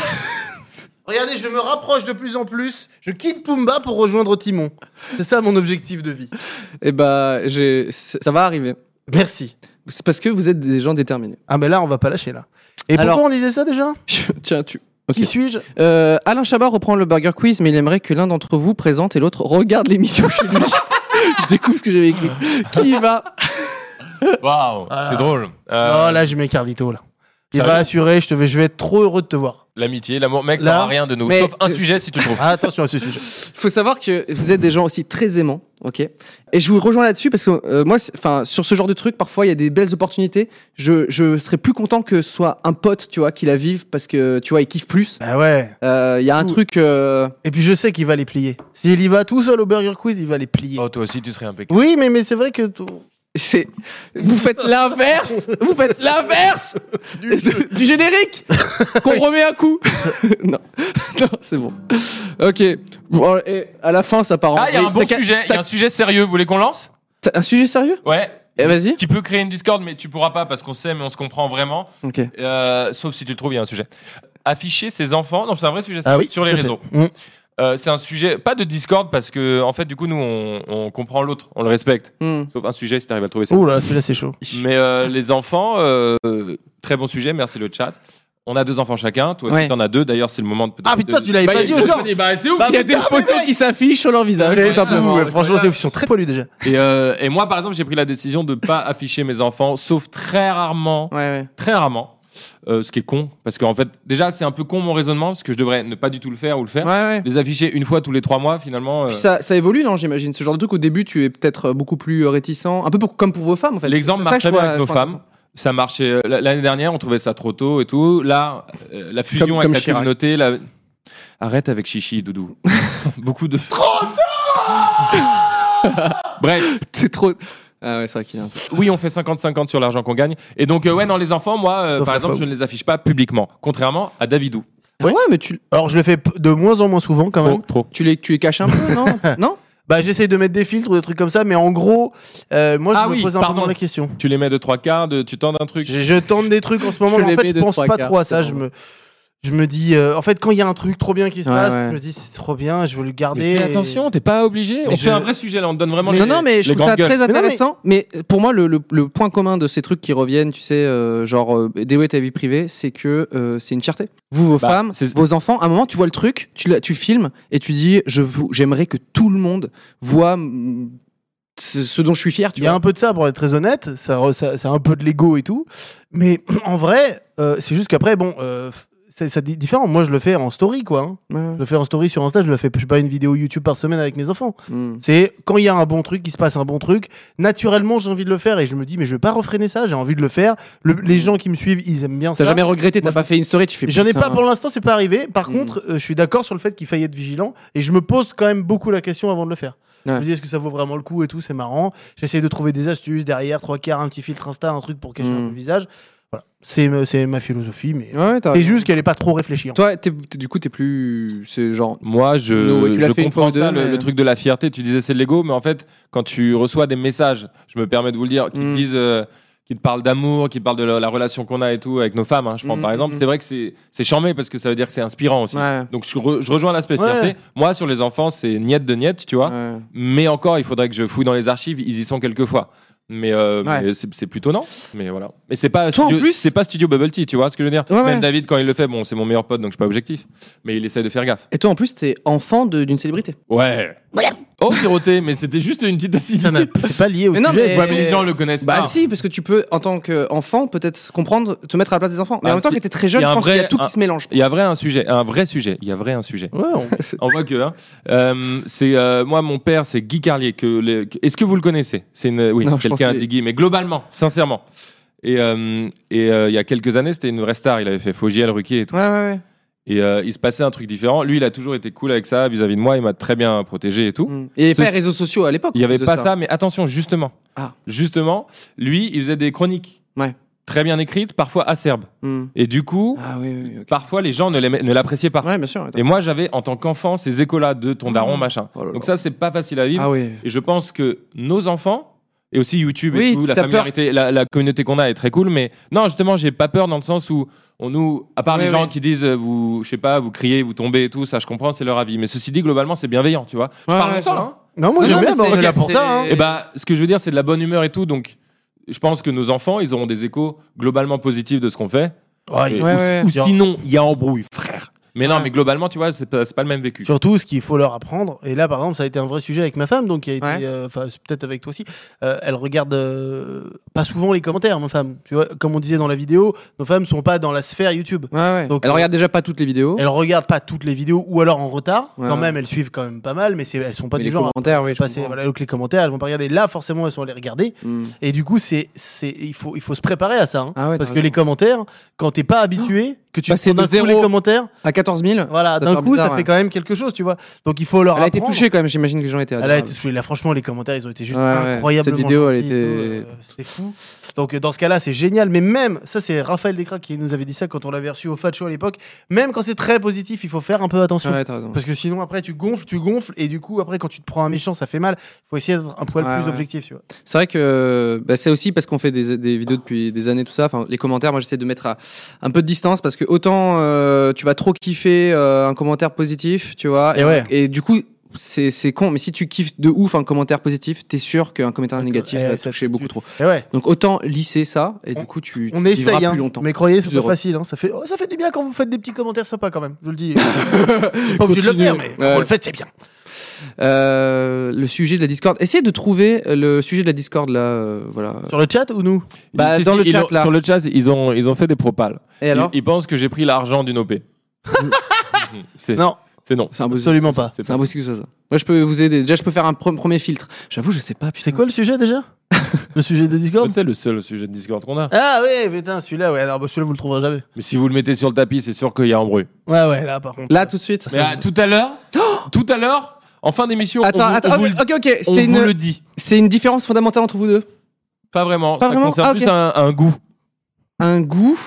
Speaker 3: Regardez, je me rapproche de plus en plus. Je quitte Pumba pour rejoindre Timon. C'est ça mon objectif de vie.
Speaker 1: Eh ben, j'ai- c'est- ça va arriver.
Speaker 3: Merci.
Speaker 1: C'est parce que vous êtes des gens déterminés.
Speaker 3: Ah, mais là, on va pas lâcher là. Et
Speaker 1: Alors-
Speaker 3: pourquoi on disait ça déjà
Speaker 1: Tiens, tu.
Speaker 3: Qui suis-je
Speaker 1: Euh, Alain Chabat reprend le Burger Quiz, mais il aimerait que l'un d'entre vous présente et l'autre regarde l'émission chez lui. [laughs] Je découvre ce que j'avais écrit. Qui y va
Speaker 2: Waouh, c'est drôle. Euh,
Speaker 3: Oh là, j'ai mes Carlito là. Il
Speaker 2: sérieux
Speaker 3: va assurer, je, te vais, je vais être trop heureux de te voir.
Speaker 2: L'amitié, l'amour. Mec,
Speaker 3: Là-
Speaker 2: t'auras rien de nous.
Speaker 1: Mais-
Speaker 2: Sauf un sujet si tu
Speaker 3: [laughs]
Speaker 2: le trouves.
Speaker 3: Ah, attention à ce sujet.
Speaker 1: faut savoir que vous êtes des gens aussi très aimants, ok Et je vous rejoins là-dessus parce que euh, moi, c'est- enfin, sur ce genre de truc, parfois il y a des belles opportunités. Je, je serais plus content que ce soit un pote, tu vois, qui la vive parce que tu vois, il kiffe plus.
Speaker 3: Ah ouais.
Speaker 1: Euh, Il y a un
Speaker 3: Ouh.
Speaker 1: truc. euh,
Speaker 3: Et puis je sais qu'il va les plier. S'il y va tout seul au Burger Quiz, il va les plier.
Speaker 2: Oh, toi aussi, tu serais impeccable.
Speaker 3: Oui, mais, mais c'est vrai que. t-
Speaker 1: c'est vous faites l'inverse, vous faites l'inverse [laughs] du, du générique
Speaker 2: [laughs]
Speaker 1: qu'on remet un coup. [laughs] non, non, c'est bon. Ok, Bon, et à la fin ça part. en
Speaker 2: Ah, il y a
Speaker 1: vrille.
Speaker 2: un bon
Speaker 1: T'as qu'à-
Speaker 2: sujet. Il y
Speaker 1: t'as-
Speaker 2: a un sujet sérieux. Vous voulez qu'on lance
Speaker 1: t'as un sujet sérieux
Speaker 2: Ouais.
Speaker 1: Eh, Vas-y.
Speaker 2: Tu peux créer une Discord, mais tu pourras pas parce qu'on sait, mais on se comprend vraiment.
Speaker 1: Ok.
Speaker 2: Euh, sauf si tu le trouves, il y a un sujet. Afficher ses enfants, non, c'est un vrai sujet ça,
Speaker 3: Ah oui,
Speaker 2: sur
Speaker 3: tout
Speaker 2: les
Speaker 3: à fait.
Speaker 2: réseaux.
Speaker 3: Mm.
Speaker 2: Euh, c'est un sujet, pas de Discord, parce que, en fait, du coup, nous, on, on comprend l'autre, on le respecte.
Speaker 1: Hmm.
Speaker 2: Sauf un sujet, si t'arrives à le trouver ça.
Speaker 3: Ouh là, celui-là c'est chaud.
Speaker 2: Mais euh, les enfants, euh, très bon sujet, merci le chat. On a deux enfants chacun, toi aussi
Speaker 1: Ouais.
Speaker 2: t'en as deux, d'ailleurs, c'est le moment de.
Speaker 3: Ah putain, tu l'avais
Speaker 1: Bah,
Speaker 3: pas
Speaker 1: il y
Speaker 3: dit
Speaker 1: a
Speaker 3: aux gens
Speaker 2: Bah, c'est ouf
Speaker 1: Il y a des photos qui s'affichent sur leur visage,
Speaker 3: C'est
Speaker 1: tout simplement.
Speaker 3: fou, ouais, Franchement, c'est- ils sont très poilus déjà.
Speaker 2: et, euh, et moi, par exemple, j'ai pris la décision de pas afficher mes enfants, sauf très rarement
Speaker 1: Ouais, ouais.
Speaker 2: très rarement. Euh, ce qui est con, parce qu'en fait, déjà, c'est un peu con mon raisonnement, parce que je devrais ne pas du tout le faire ou le
Speaker 1: Ouais,
Speaker 2: faire.
Speaker 1: ouais.
Speaker 2: Les afficher une fois tous les trois mois, finalement. euh,
Speaker 1: Puis ça, ça évolue, non, j'imagine. Ce genre de truc, au début, tu es peut-être euh, beaucoup plus euh, réticent. Un peu pour- comme pour vos femmes, en fait.
Speaker 2: L'exemple
Speaker 1: C'est ça
Speaker 2: marche
Speaker 1: que
Speaker 2: très
Speaker 1: je
Speaker 2: bien
Speaker 1: vois-
Speaker 2: avec nos
Speaker 1: enfin,
Speaker 2: femmes. Ça marchait euh, l- l'année dernière, on trouvait ça trop tôt et tout. Là, euh, la fusion
Speaker 1: Comme-
Speaker 2: avec
Speaker 1: comme
Speaker 2: la
Speaker 1: Chirac.
Speaker 2: communauté, la- arrête avec chichi, doudou. [laughs] Beaucoup de. Trop tôt [laughs] Bref,
Speaker 1: [laughs] C'est trop. Ah ouais, c'est vrai qu'il y a un peu.
Speaker 2: oui, on fait 50-50 sur l'argent qu'on gagne. Et donc, euh, ouais, non, les enfants, moi, euh,
Speaker 3: Sauf
Speaker 2: par
Speaker 3: la
Speaker 2: exemple,
Speaker 3: fois
Speaker 2: je ne les affiche pas publiquement, contrairement à Davidou.
Speaker 1: Ah Ouais, mais tu,
Speaker 3: Alors je le fais p- de moins en moins souvent quand même.
Speaker 2: Trop, trop.
Speaker 1: tu, les, tu les caches un peu, non
Speaker 2: [laughs]
Speaker 1: Non
Speaker 3: Bah j'essaye de mettre des filtres ou des trucs comme ça, mais en gros, euh, moi je
Speaker 2: Ah
Speaker 3: me
Speaker 2: oui,
Speaker 3: pose un
Speaker 2: pardon.
Speaker 3: peu moins la question.
Speaker 2: Tu les mets de trois quarts, de- tu tentes un truc.
Speaker 3: Je, je tente des trucs en ce moment,
Speaker 1: [laughs] Je
Speaker 3: mais en
Speaker 1: l'ai
Speaker 3: fait
Speaker 1: mis
Speaker 3: je
Speaker 1: de
Speaker 3: pense
Speaker 1: trois
Speaker 3: pas
Speaker 1: quarts,
Speaker 3: trop à
Speaker 1: c'est
Speaker 3: ça.
Speaker 1: bon.
Speaker 3: Je me, je me dis, euh, en fait quand il y a un truc trop bien qui se
Speaker 1: Ouais,
Speaker 3: passe,
Speaker 1: ouais.
Speaker 3: je me dis c'est trop bien, je veux le garder.
Speaker 2: Mais fais
Speaker 3: et-
Speaker 2: attention, t'es pas obligé.
Speaker 3: Mais
Speaker 2: on
Speaker 3: je-
Speaker 2: fait un vrai sujet là, on te donne vraiment.
Speaker 1: Non, non, mais je trouve ça très
Speaker 3: non, mais-
Speaker 1: intéressant. Mais... euh, pour moi, le, le- le point commun de ces trucs qui reviennent, tu sais, euh, genre euh, dévouer ta vie privée, c'est que euh, c'est une fierté. Vous, vos
Speaker 2: Bah,
Speaker 1: femmes,
Speaker 2: c'est-
Speaker 1: vos enfants, à un moment, tu vois le truc, tu, la- tu filmes et tu dis je vous- j'aimerais que tout le monde voit mm, ce, ce dont je suis fier. Tu
Speaker 3: Il y a
Speaker 1: vois.
Speaker 3: un peu de ça, pour être très honnête. Ça, re- ça- c'est un peu de l'ego et tout. Mais [clears throat] en vrai, euh, c'est juste qu'après, bon, euh, c'est ça dit différent. Moi, je le fais en story, quoi. hein.
Speaker 1: Ouais.
Speaker 3: Je le fais en story sur Insta. Je le fais, je fais pas une vidéo YouTube par semaine avec mes enfants.
Speaker 1: Mm.
Speaker 3: C'est quand il y a un bon truc, qui se passe un bon truc. Naturellement, j'ai envie de le faire et je me dis, mais je vais pas refréner ça. J'ai envie de le faire. Le- les gens qui me suivent, ils aiment bien ça.
Speaker 1: T'as jamais regretté, t'as
Speaker 3: Moi,
Speaker 1: pas fait une story, tu fais
Speaker 3: J'en ai
Speaker 1: putain.
Speaker 3: pas pour l'instant, c'est pas arrivé. Par
Speaker 1: Mm.
Speaker 3: contre, euh, je suis d'accord sur le fait qu'il faille être vigilant et je me pose quand même beaucoup la question avant de le faire.
Speaker 1: Ouais.
Speaker 3: Je me dis est-ce que ça vaut vraiment le coup et tout, c'est marrant. J'essaie de trouver des astuces derrière, trois quarts, un petit filtre Insta, un truc pour cacher un
Speaker 1: Mm.
Speaker 3: peu le visage. Voilà, c'est ma- c'est ma philosophie, mais
Speaker 1: Ouais, ouais, t'as
Speaker 3: c'est
Speaker 1: raison.
Speaker 3: juste qu'elle est pas trop réfléchie. hein. en fait.
Speaker 1: Toi, t'es- t'es- du coup, t'es plus. C'est genre.
Speaker 2: Moi, je,
Speaker 1: Non, ouais, tu l'as
Speaker 2: je
Speaker 1: fait une fois euh.
Speaker 2: comprends
Speaker 1: ou
Speaker 2: ça,
Speaker 1: deux,
Speaker 2: le,
Speaker 1: mais-
Speaker 2: le truc de la fierté. Tu disais c'est de l'ego, mais en fait, quand tu reçois des messages, je me permets de vous le dire, qui
Speaker 1: Mm.
Speaker 2: te disent, euh, qui te parlent d'amour, qui te parlent de la, la relation qu'on a et tout avec nos femmes, hein, je prends
Speaker 1: Mm,
Speaker 2: par exemple,
Speaker 1: mm,
Speaker 2: c'est vrai que c'est c'est charmé parce que ça veut dire que c'est inspirant aussi.
Speaker 1: Ouais.
Speaker 2: Donc je, re- je rejoins l'aspect
Speaker 3: Ouais.
Speaker 2: fierté. Moi, sur les enfants, c'est niette de niette, tu vois.
Speaker 1: ouais.
Speaker 2: Mais encore, il faudrait que je fouille dans les archives. Ils y sont quelques fois. Mais, euh,
Speaker 1: Ouais.
Speaker 2: mais c'est c'est plutôt non. Mais voilà. Mais c'est pas.
Speaker 1: Toi, en
Speaker 2: studio-
Speaker 1: plus-
Speaker 2: c'est pas Studio Bubble Tea, tu vois ce que je veux dire.
Speaker 1: Ouais,
Speaker 2: Même
Speaker 1: ouais.
Speaker 2: David, quand il le fait, bon, c'est mon meilleur pote, donc je suis pas objectif. Mais il essaie de faire gaffe.
Speaker 1: Et toi, en plus, t'es enfant de- d'une célébrité.
Speaker 2: Ouais. Oh, siroté, mais c'était juste une petite acidité.
Speaker 3: Ça n'a- C'est pas lié au
Speaker 1: Mais non,
Speaker 3: sujet.
Speaker 1: mais-
Speaker 2: Ouais, mais les gens le connaissent
Speaker 1: Bah
Speaker 2: pas.
Speaker 1: si, parce que tu peux, en tant qu'enfant, peut-être comprendre, te mettre à la place des enfants. Mais
Speaker 2: Ah,
Speaker 1: en même temps
Speaker 2: si.
Speaker 1: que t'es très jeune,
Speaker 2: Il y a
Speaker 1: je
Speaker 2: un
Speaker 1: pense qu'il y a
Speaker 2: vrai-
Speaker 1: tout
Speaker 2: un-
Speaker 1: qui se mélange.
Speaker 2: Il y a vrai un sujet, un vrai sujet. Il y a vrai un sujet.
Speaker 3: Ouais, on-
Speaker 2: [laughs] On voit que. hein. Euh, c'est euh, moi, mon père, c'est Guy Carlier. Que les- que- Est-ce que vous le connaissez C'est une oui,
Speaker 1: Non, je
Speaker 2: quelqu'un a
Speaker 1: pensais-
Speaker 2: dit Guy, mais globalement, sincèrement. Et euh, et euh, il y a quelques années, c'était une vraie star. Il avait fait Fogiel, Ruquier et tout.
Speaker 1: Ouais, ouais, ouais.
Speaker 2: Et euh, il se passait un truc différent. Lui, il a toujours été cool avec ça vis-à-vis de moi. Il m'a très bien protégé et tout.
Speaker 1: Mm. Il n'y avait
Speaker 2: Ce-
Speaker 1: pas les réseaux sociaux à l'époque. hein,
Speaker 2: Il n'y avait
Speaker 1: de
Speaker 2: pas ça. mais attention, justement.
Speaker 1: Ah.
Speaker 2: Justement, lui, il faisait des chroniques.
Speaker 1: Ouais.
Speaker 2: Très bien écrites, parfois acerbes.
Speaker 1: Mm.
Speaker 2: Et du coup,
Speaker 1: Ah oui, oui, oui, ok.
Speaker 2: parfois, les gens ne l'aimaient- ne l'appréciaient pas.
Speaker 1: Ouais, bien sûr. attends.
Speaker 2: Et moi, j'avais en tant qu'enfant ces échos-là de ton daron, machin.
Speaker 1: Oh là là.
Speaker 2: Donc ça, c'est pas facile à vivre.
Speaker 1: Ah oui.
Speaker 2: Et je pense que nos enfants, et aussi YouTube et
Speaker 1: Oui,
Speaker 2: tout, la
Speaker 1: t'as
Speaker 2: familiarité, la, la communauté qu'on a est très cool, mais non, justement, j'ai pas peur dans le sens où on nous, à part les
Speaker 1: Oui,
Speaker 2: gens
Speaker 1: oui.
Speaker 2: qui disent, euh, vous, je sais pas, vous criez, vous tombez et tout, ça, je comprends, c'est leur avis. Mais ceci dit, globalement, c'est bienveillant, tu vois. Je
Speaker 1: Ouais,
Speaker 2: parle
Speaker 1: ouais,
Speaker 2: longtemps,
Speaker 1: ça va.
Speaker 2: hein.
Speaker 3: Non, moi
Speaker 1: Non,
Speaker 3: j'aime
Speaker 1: non,
Speaker 3: bien,
Speaker 1: mais
Speaker 3: bah, on
Speaker 1: c'est-
Speaker 3: est là pour
Speaker 1: c'est-
Speaker 3: ça. hein.
Speaker 1: Et-
Speaker 2: Et bah, ce que je veux dire, c'est de la bonne humeur et tout, donc. Je pense que nos enfants, ils auront des échos globalement positifs de ce qu'on fait. Et-
Speaker 1: Ouais,
Speaker 2: ou,
Speaker 1: ouais.
Speaker 2: ou sinon, il y a embrouille, frère. Mais non, mais globalement, tu vois, c'est pas, c'est pas le même vécu.
Speaker 3: Surtout ce qu'il faut leur apprendre. Et là, par exemple, ça a été un vrai sujet avec ma femme, donc qui a été,
Speaker 1: Ouais.
Speaker 3: euh, enfin, c'est peut-être avec toi aussi. Euh, elle regarde euh, pas souvent les commentaires, ma femme. Tu vois, comme on disait dans la vidéo, nos femmes sont pas dans la sphère YouTube.
Speaker 1: Ouais, ouais.
Speaker 3: Donc,
Speaker 1: elle
Speaker 3: euh,
Speaker 1: regarde déjà pas toutes les vidéos.
Speaker 3: Elles regardent pas toutes les vidéos ou alors en retard.
Speaker 1: Ouais.
Speaker 3: Quand même, elles suivent quand même pas mal, mais c'est, elles sont pas
Speaker 1: mais
Speaker 3: du
Speaker 1: les
Speaker 3: genre à
Speaker 1: commentaires, oui, je
Speaker 3: passer
Speaker 1: comprends.
Speaker 3: voilà, avec les commentaires. Elles vont pas regarder. Là, forcément, elles sont allées regarder.
Speaker 1: Mm.
Speaker 3: Et du coup, c'est, c'est, il faut, il faut se préparer à ça. hein.
Speaker 1: Ah ouais,
Speaker 3: Parce
Speaker 1: t'as
Speaker 3: que les
Speaker 1: raison.
Speaker 3: commentaires, quand t'es pas habitué, que tu
Speaker 1: Passer
Speaker 3: prends d'un
Speaker 1: de
Speaker 3: coup les
Speaker 1: zéro-
Speaker 3: commentaires,
Speaker 1: À 14 000
Speaker 3: voilà,
Speaker 1: ça fait
Speaker 3: d'un coup,
Speaker 1: bizarre,
Speaker 3: ça
Speaker 1: ouais.
Speaker 3: fait quand même quelque chose, tu vois. Donc il faut leur
Speaker 1: Elle a été
Speaker 3: apprendre.
Speaker 1: touchée quand même, j'imagine que les gens étaient
Speaker 3: Elle a été
Speaker 1: adorables.
Speaker 3: touchée. Là, franchement, les commentaires, ils ont été juste
Speaker 1: Ouais, ouais.
Speaker 3: incroyablement
Speaker 1: Cette vidéo, elle
Speaker 3: gentils et
Speaker 1: était-
Speaker 3: tout, euh, C'était fou. Donc, euh, dans ce cas-là, c'est génial. Mais même, ça, c'est Raphaël Descraques qui nous avait dit ça quand on l'avait reçu au Fat Show à l'époque. Même quand c'est très positif, il faut faire un peu attention.
Speaker 1: Ouais, t'as raison.
Speaker 3: Parce que sinon, après, tu gonfles, tu gonfles. Et du coup, après, quand tu te prends un méchant, ça fait mal. Il faut essayer d'être un poil
Speaker 1: Ouais,
Speaker 3: plus
Speaker 1: ouais.
Speaker 3: objectif, tu vois.
Speaker 1: C'est vrai que euh, bah, c'est aussi parce qu'on fait des, des vidéos depuis des années, tout ça. Enfin, les commentaires, moi j'essaie de mettre à- un peu de distance parce que autant euh, tu vas trop kiffer euh, un commentaire positif, tu vois.
Speaker 3: Et Eh ouais.
Speaker 1: du coup, c'est c'est con, mais si tu kiffes de ouf un commentaire positif, t'es sûr qu'un commentaire négatif
Speaker 3: eh,
Speaker 1: va te
Speaker 3: ça
Speaker 1: toucher
Speaker 3: te
Speaker 1: beaucoup
Speaker 3: tue.
Speaker 1: trop.
Speaker 3: Et ouais.
Speaker 1: Donc autant lisser ça et
Speaker 3: On-
Speaker 1: du coup tu, tu
Speaker 3: On
Speaker 1: vivras
Speaker 3: essaye, hein.
Speaker 1: plus longtemps.
Speaker 3: mais croyez, c'est
Speaker 1: Plus
Speaker 3: pas
Speaker 1: heureux.
Speaker 3: facile. hein. Ça, fait... oh, ça fait du bien quand vous faites des petits commentaires sympas, quand même.
Speaker 1: [laughs]
Speaker 3: Je le dis. C'est pas obligé de le
Speaker 1: Continue.
Speaker 3: faire, mais quand
Speaker 1: Ouais.
Speaker 3: vous le faites, c'est bien.
Speaker 1: Euh, le sujet de la Discord. Essayez de trouver euh, le sujet de la Discord là, euh, voilà.
Speaker 3: Sur le chat ou nous
Speaker 1: Bah, dans le
Speaker 2: ils
Speaker 1: chat,
Speaker 2: ont-
Speaker 1: là.
Speaker 2: Sur le chat, ils ont, ils ont fait des propales.
Speaker 1: Et alors
Speaker 2: ils, ils pensent que j'ai pris l'argent
Speaker 1: [laughs]
Speaker 2: d'une OP. c'est
Speaker 3: Non.
Speaker 2: C'est non.
Speaker 1: C'est impossible.
Speaker 3: Absolument pas.
Speaker 2: C'est
Speaker 1: C'est
Speaker 2: pas-
Speaker 1: impossible que ce soit ça. Moi je peux vous aider. Déjà je peux faire un pre- premier filtre. J'avoue je sais pas. putain.
Speaker 3: Ah, C'est quoi le sujet [laughs] déjà Le sujet de Discord
Speaker 2: C'est le seul sujet de Discord qu'on a.
Speaker 3: Ah oui, putain, celui-là, ouais, alors bah, celui-là, vous le trouverez jamais.
Speaker 2: Mais si vous le mettez sur le tapis, c'est sûr qu'il y a un bruit.
Speaker 3: Ouais, ouais, là, par contre.
Speaker 1: Là tout de suite.
Speaker 2: Mais à- tout
Speaker 1: [gasps]
Speaker 2: à l'heure, tout à l'heure, en fin d'émission, on, vous,
Speaker 1: Attends,
Speaker 2: on
Speaker 1: attends,
Speaker 2: vous
Speaker 1: ok,
Speaker 2: le-
Speaker 1: ok, ok,
Speaker 2: on
Speaker 1: c'est
Speaker 2: vous
Speaker 1: une,
Speaker 2: le dit.
Speaker 1: c'est une différence fondamentale entre vous deux.
Speaker 2: Pas vraiment.
Speaker 1: Pas
Speaker 2: ça
Speaker 1: vraiment
Speaker 2: concerne
Speaker 1: Ah,
Speaker 2: plus
Speaker 1: ok.
Speaker 2: un, un goût.
Speaker 1: Un goût,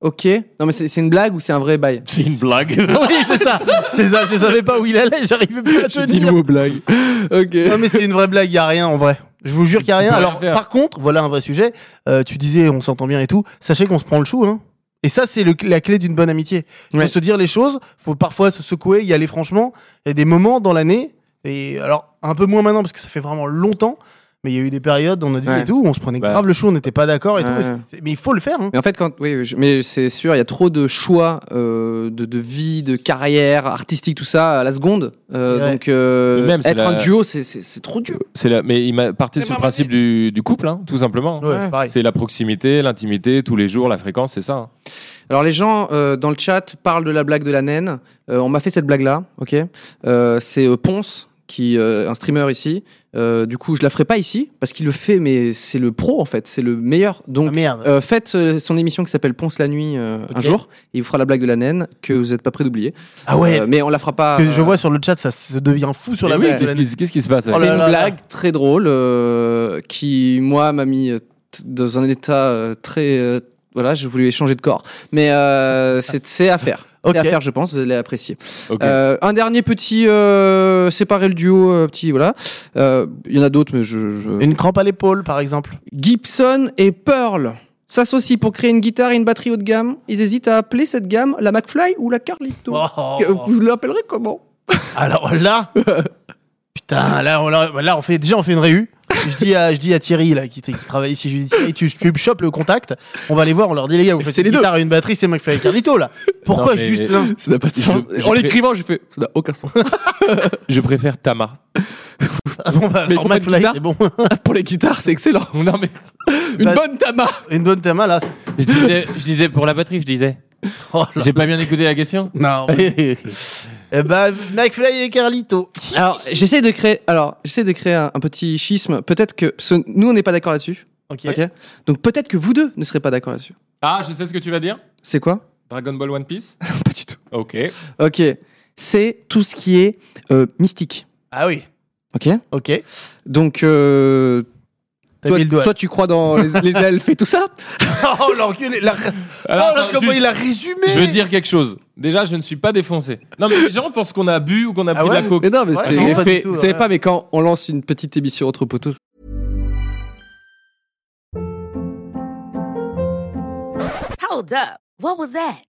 Speaker 1: ok. Non mais c'est c'est une blague ou c'est un vrai bail
Speaker 2: C'est une [laughs] blague.
Speaker 3: [laughs] oui, c'est ça. C'est ça, je savais pas où il allait, j'arrivais plus [laughs] à te
Speaker 1: J'ai dit le
Speaker 3: dire.
Speaker 1: mot blague. [laughs] ok.
Speaker 3: Non, mais c'est une vraie blague, y a rien en vrai. Je vous jure qu'il y a rien.
Speaker 2: peux rien
Speaker 3: Alors,
Speaker 2: faire.
Speaker 3: par contre, voilà un vrai sujet. Euh, tu disais, on s'entend bien et tout. Sachez qu'on se prend le chou, hein. Et ça, c'est le- la clé d'une bonne amitié. Faut
Speaker 1: Ouais.
Speaker 3: se dire les choses, faut parfois se secouer, y aller franchement. Il y a des moments dans l'année, et alors un peu moins maintenant parce que ça fait vraiment longtemps, mais il y a eu des périodes, on a dit
Speaker 1: Ouais.
Speaker 3: et tout, où on se prenait
Speaker 2: Ouais.
Speaker 3: grave le chou, on n'était pas d'accord et
Speaker 1: Ouais.
Speaker 3: tout. Et c'est- Mais il faut le faire, hein.
Speaker 1: Mais en fait, quand, oui, oui, je- mais c'est sûr, il y a trop de choix euh, de, de vie, de carrière artistique, tout ça à la seconde. Euh,
Speaker 3: Ouais.
Speaker 1: Donc, euh,
Speaker 2: Mais même, c'est
Speaker 1: être
Speaker 2: la-
Speaker 1: un duo, c'est- c'est c'est trop dur.
Speaker 2: c'est la- mais il m'a parti sur le principe du, du couple, hein, tout simplement.
Speaker 3: Ouais, c'est pareil.
Speaker 2: C'est la proximité, l'intimité, tous les jours, la fréquence, c'est ça. hein.
Speaker 1: Alors, les gens euh, dans le chat parlent de la blague de la naine. Euh, on m'a fait cette blague-là, ok. Euh, c'est euh, Ponce qui euh, un streamer ici. Euh, du coup, je la ferai pas ici parce qu'il le fait, mais c'est le pro en fait, c'est le meilleur.
Speaker 3: Ah,
Speaker 1: Donc,
Speaker 3: merde.
Speaker 1: Euh, faites euh, son émission qui s'appelle Ponce la nuit euh, un
Speaker 3: Ok.
Speaker 1: jour. Il vous fera la blague de la naine que vous n'êtes pas prêt d'oublier.
Speaker 3: ah ouais.
Speaker 1: Euh, mais on la fera pas.
Speaker 3: que je
Speaker 1: euh,
Speaker 3: vois sur le chat, ça se devient fou sur
Speaker 2: Mais
Speaker 3: la
Speaker 2: oui,
Speaker 3: blague de
Speaker 2: qu'est-ce
Speaker 3: la
Speaker 2: qui, qu'est-ce qui se passe
Speaker 3: Oh
Speaker 1: c'est
Speaker 3: là
Speaker 1: une
Speaker 3: là là.
Speaker 1: blague très drôle euh, qui, moi, m'a mis euh, t- dans un état euh, très. euh, voilà, je voulais changer de corps. Mais [laughs] euh, c'est c'est à faire.
Speaker 3: Ok.
Speaker 1: C'est à faire, je pense, vous allez apprécier.
Speaker 2: Ok.
Speaker 1: Euh, un dernier petit. euh, séparer le duo, euh, petit. Voilà. Euh, Il y en a d'autres, mais je. je-
Speaker 3: Une crampe à l'épaule, par exemple.
Speaker 1: Gibson et Pearl s'associent pour créer une guitare et une batterie haut de gamme. Ils hésitent à appeler cette gamme la McFly ou la Carlito.
Speaker 3: Oh.
Speaker 1: Euh, Vous l'appellerez comment
Speaker 3: [laughs] Alors là, putain, là on, là, on fait déjà on fait une réu. je dis à, je dis à Thierry, là, qui, qui travaille ici, je lui dis, Thierry, tu, tu me chopes le contact, on va les voir, on leur dit, les gars, vous faites
Speaker 1: C'est
Speaker 3: une
Speaker 1: les deux.
Speaker 3: guitare et une batterie, c'est McFly et Carlito, là. Pourquoi
Speaker 2: Non, mais-
Speaker 3: juste
Speaker 2: [laughs]
Speaker 3: l'un
Speaker 1: Ça n'a pas de sens.
Speaker 2: Je- je
Speaker 1: en
Speaker 2: fais-
Speaker 1: l'écrivant, j'ai fait. Ça n'a aucun sens.
Speaker 2: Je préfère Tama.
Speaker 3: Ah bon, bah,
Speaker 1: Mais
Speaker 3: alors,
Speaker 1: combien de
Speaker 3: McFly,
Speaker 1: guitares
Speaker 3: c'est
Speaker 1: [laughs]
Speaker 3: bon. [laughs]
Speaker 1: Pour les guitares, c'est excellent.
Speaker 2: [laughs] Non mais
Speaker 1: Une
Speaker 3: Bah-
Speaker 1: bonne tama.
Speaker 3: Une bonne thème, là.
Speaker 2: je disais, je disais pour la batterie, je disais.
Speaker 3: Oh là.
Speaker 2: [laughs] J'ai pas bien écouté la question.
Speaker 3: Non. mais- [laughs] Eh bah, McFly et Carlito.
Speaker 1: Alors, j'essaie de créer. Alors, j'essaie de créer un, un petit schisme. Peut-être que ce- nous, on n'est pas d'accord là-dessus.
Speaker 3: Ok.
Speaker 1: Ok. Donc peut-être que vous deux ne serez pas d'accord là-dessus.
Speaker 2: Ah, je sais ce que tu vas dire.
Speaker 1: C'est quoi
Speaker 2: Dragon Ball One Piece.
Speaker 1: Pas du tout.
Speaker 2: Ok.
Speaker 1: Ok. C'est tout ce qui est euh, mystique.
Speaker 3: Ah oui.
Speaker 1: Ok.
Speaker 3: Ok.
Speaker 1: Donc euh,
Speaker 3: T'as
Speaker 1: toi,
Speaker 3: mis le doigt.
Speaker 1: toi, tu crois dans les, les elfes et tout ça
Speaker 3: [laughs] oh, l'enculé. la-
Speaker 2: Alors,
Speaker 3: oh, là,
Speaker 2: attends,
Speaker 3: comment
Speaker 2: juste-
Speaker 3: il a résumé.
Speaker 2: Je veux dire quelque chose. Déjà, je ne suis pas défoncé. Non, mais les gens pensent qu'on a bu ou qu'on a
Speaker 3: Ah
Speaker 2: pris
Speaker 3: ouais
Speaker 2: de la coke. [laughs]
Speaker 1: Mais non, mais
Speaker 3: Ouais,
Speaker 1: c'est.
Speaker 3: non, pas
Speaker 1: vous
Speaker 3: du
Speaker 1: savez-
Speaker 3: tout,
Speaker 1: vous savez
Speaker 3: ouais.
Speaker 1: pas, mais quand on lance une petite émission entre potos,
Speaker 6: Hold up. What was that?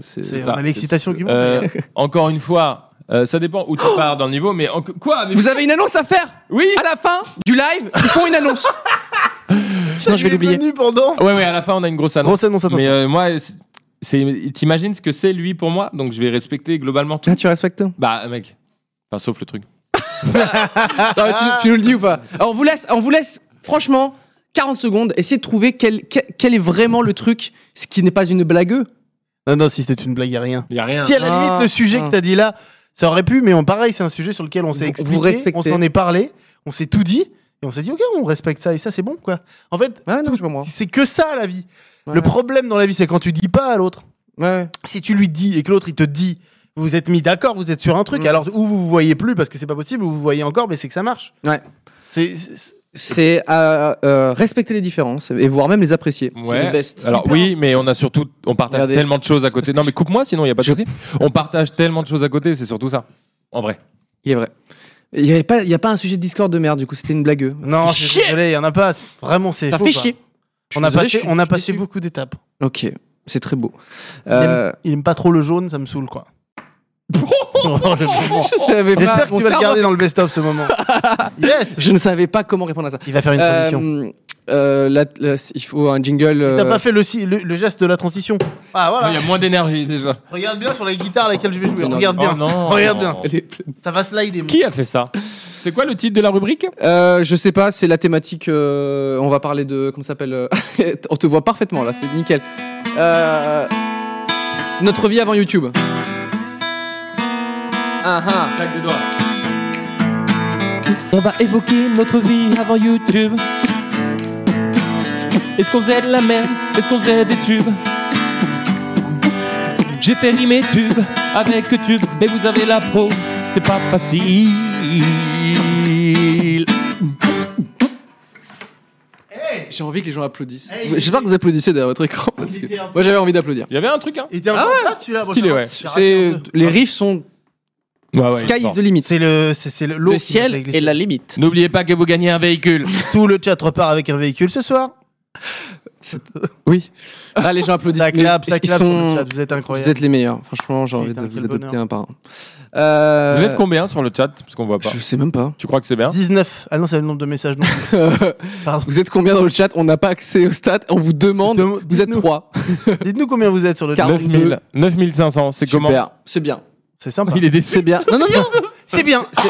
Speaker 1: c'est.
Speaker 3: C'est
Speaker 2: ça,
Speaker 3: on a l'excitation qui monte.
Speaker 2: Euh, encore une fois, euh, ça dépend où tu pars dans le niveau, mais en- quoi mais-
Speaker 1: Vous avez une annonce à faire
Speaker 2: Oui.
Speaker 1: À la fin du live, ils font une annonce. Sinon, je vais
Speaker 3: Il est
Speaker 1: l'oublier.
Speaker 3: venu pendant.
Speaker 2: Ouais, ouais. À la fin, on a une grosse annonce.
Speaker 3: Grosse annonce,
Speaker 2: mais
Speaker 3: attention.
Speaker 2: euh, moi, c'est- c'est. T'imagines ce que c'est lui pour moi, donc je vais respecter globalement tout.
Speaker 1: Ah, tu respectes
Speaker 2: Bah, mec. Enfin, sauf le truc.
Speaker 1: Non, mais Ah, tu, tu nous le dis ou pas Alors, on vous laisse, on vous laisse, franchement, 40 secondes. Essayez de trouver quel, quel, quel est vraiment le truc, ce qui n'est pas une blague.
Speaker 3: Non, non, si c'était une blague, y a rien.
Speaker 2: Y a rien.
Speaker 3: Si à la limite
Speaker 1: Ah,
Speaker 3: le sujet
Speaker 1: ah.
Speaker 3: que t'as dit là, ça aurait pu, mais on, pareil, c'est un sujet sur lequel on s'est
Speaker 1: Vous-
Speaker 3: expliqué,
Speaker 1: vous respectez.
Speaker 3: on s'en est parlé, on s'est tout dit, et on s'est dit ok, on respecte ça et ça c'est bon quoi. En fait,
Speaker 1: Ouais, non, je comprends.
Speaker 3: c'est que ça la vie.
Speaker 1: Ouais.
Speaker 3: Le problème dans la vie, c'est quand tu dis pas à l'autre.
Speaker 1: Ouais.
Speaker 3: Si tu lui dis et que l'autre il te dit, vous vous êtes mis d'accord, vous êtes sur un truc,
Speaker 1: Mm.
Speaker 3: alors ou vous vous voyez plus parce que c'est pas possible, ou vous voyez encore, mais c'est que ça marche.
Speaker 1: Ouais.
Speaker 3: C'est c'est-
Speaker 1: C'est euh, euh, respecter les différences et voire même les apprécier. C'est
Speaker 2: Ouais.
Speaker 1: le best.
Speaker 2: Alors oui, mais on a surtout, on partage
Speaker 1: Regardez,
Speaker 2: tellement de choses à côté. Non, mais coupe-moi, sinon il y a pas de
Speaker 1: Je-
Speaker 2: souci. On partage tellement de choses à côté, c'est surtout ça. En vrai.
Speaker 1: Il est vrai. Il n'y pas, il y a pas un sujet de Discord de merde, du coup, c'était une blague.
Speaker 3: non, je suis désolé, il y en a pas. Vraiment, c'est
Speaker 1: Ça
Speaker 3: faux,
Speaker 1: fait
Speaker 3: quoi.
Speaker 1: chier. Je suis
Speaker 3: On a
Speaker 1: désolé,
Speaker 3: passé,
Speaker 1: je suis-
Speaker 3: on
Speaker 1: je
Speaker 3: a
Speaker 1: suis
Speaker 3: passé
Speaker 1: déçu.
Speaker 3: beaucoup d'étapes.
Speaker 1: Ok, c'est très beau.
Speaker 3: Il, aime-
Speaker 1: Euh,
Speaker 3: il aime pas trop le jaune, ça me saoule
Speaker 1: [laughs]
Speaker 3: quoi. Oh, le pauvre.
Speaker 1: je savais pas.
Speaker 3: [laughs] J'espère que
Speaker 1: mon
Speaker 3: tu vas le
Speaker 1: cerveau-
Speaker 3: garder dans le best-of
Speaker 1: [laughs]
Speaker 3: ce moment. yes
Speaker 1: Je ne savais pas comment répondre à ça.
Speaker 3: Il va faire une transition.
Speaker 1: Euh, euh, la- la- il faut un jingle. euh,
Speaker 3: T'as pas fait le, si- le, le geste de la transition Ah
Speaker 2: Il
Speaker 3: voilà
Speaker 2: y a moins d'énergie déjà.
Speaker 3: Regarde bien sur la guitare à laquelle je vais jouer.
Speaker 1: Non, non,
Speaker 3: Regarde bien.
Speaker 2: Oh non.
Speaker 3: Regarde bien.
Speaker 1: elle est-
Speaker 3: Ça va slider. mon-
Speaker 2: Qui a fait ça C'est quoi le titre de la rubrique
Speaker 1: Euh, je sais pas, c'est la thématique. euh, on va parler de. Comment ça s'appelle euh, [laughs] On te voit parfaitement là, c'est nickel. Euh, notre vie avant YouTube. Ah ah.
Speaker 2: Claque des doigts.
Speaker 7: On va évoquer notre vie avant YouTube. Est-ce qu'on faisait de la merde Est-ce qu'on faisait des tubes J'ai péri mes tubes avec tube, mais vous avez la peau, c'est pas facile.
Speaker 1: J'ai envie que les gens applaudissent.
Speaker 3: Hey,
Speaker 1: J'espère que vous applaudissez derrière votre écran parce que
Speaker 3: était un peu-
Speaker 1: moi j'avais envie d'applaudir.
Speaker 2: Il y avait un truc, hein
Speaker 3: Il était encore
Speaker 1: Ah ouais.
Speaker 3: là, celui-là. moi,
Speaker 2: Stylé,
Speaker 3: je-
Speaker 2: ouais.
Speaker 3: j'ai raté
Speaker 1: C'est euh,
Speaker 3: un peu.
Speaker 1: les riffs sont
Speaker 2: Ah
Speaker 1: sky is the limit.
Speaker 3: C'est le, c'est, c'est le, l'eau
Speaker 1: Le
Speaker 3: qui
Speaker 1: ciel
Speaker 3: fait
Speaker 1: est la limite.
Speaker 2: N'oubliez pas que vous gagnez un véhicule.
Speaker 3: Tout le chat repart avec un véhicule ce soir.
Speaker 1: Oui. [laughs] Là les gens applaudissent.
Speaker 3: Ça
Speaker 1: mais
Speaker 3: clap, ça
Speaker 1: ils
Speaker 3: clap. pour
Speaker 1: sont-
Speaker 3: le chat, Vous êtes
Speaker 1: Vous
Speaker 3: incroyable.
Speaker 1: êtes les meilleurs. Franchement, j'ai envie
Speaker 3: Putain,
Speaker 1: de vous
Speaker 3: quel
Speaker 1: adopter
Speaker 3: bonheur.
Speaker 1: un par un. Euh,
Speaker 2: Vous êtes combien sur le chat Parce qu'on voit pas.
Speaker 1: Je sais même pas.
Speaker 2: Tu crois que c'est bien
Speaker 3: 19. Ah non, c'est le nombre de messages.
Speaker 1: [laughs]
Speaker 3: Non. Pardon.
Speaker 1: Vous êtes combien dans le chat On n'a pas accès aux stats. On vous demande.
Speaker 3: Dem-
Speaker 1: vous êtes
Speaker 3: dites-nous.
Speaker 1: trois.
Speaker 3: Dites-nous combien vous êtes sur le chat.
Speaker 1: 40.
Speaker 2: 9000. 9500, c'est comment
Speaker 1: Super. C'est bien.
Speaker 3: C'est sympa.
Speaker 2: Il est déçu.
Speaker 1: C'est bien. Non, non, non.
Speaker 3: C'est bien.
Speaker 1: C'est-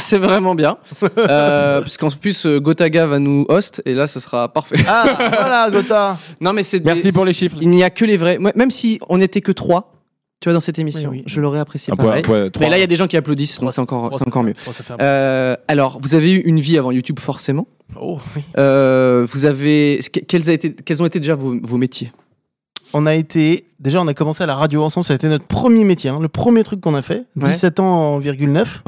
Speaker 1: C'est vraiment bien. Euh, parce qu'en plus, euh, Gotaga va nous host. Et là, ça sera parfait.
Speaker 3: Ah, voilà, Gotha.
Speaker 1: Non, mais c'est. des-
Speaker 2: Merci pour les chiffres.
Speaker 1: Il n'y a que les vrais. Moi, Même si on n'était que trois, tu vois, dans cette émission,
Speaker 3: Oui, oui.
Speaker 1: je l'aurais apprécié.
Speaker 2: Un point,
Speaker 1: pareil.
Speaker 2: un point, trois.
Speaker 1: mais là, il y a des gens qui applaudissent.
Speaker 3: Trois.
Speaker 1: donc C'est encore,
Speaker 3: Trois,
Speaker 1: c'est encore mieux.
Speaker 3: Oh, ça fait un-
Speaker 1: Euh, alors, vous avez eu une vie avant YouTube, forcément.
Speaker 3: Oh, oui.
Speaker 1: Euh, vous avez que- quels, a été- quels ont été déjà vos, vos métiers
Speaker 3: on a été déjà on a commencé à la radio ensemble ça a été notre premier métier hein, le premier truc qu'on a fait
Speaker 1: Ouais.
Speaker 3: 17 ans en virgule 9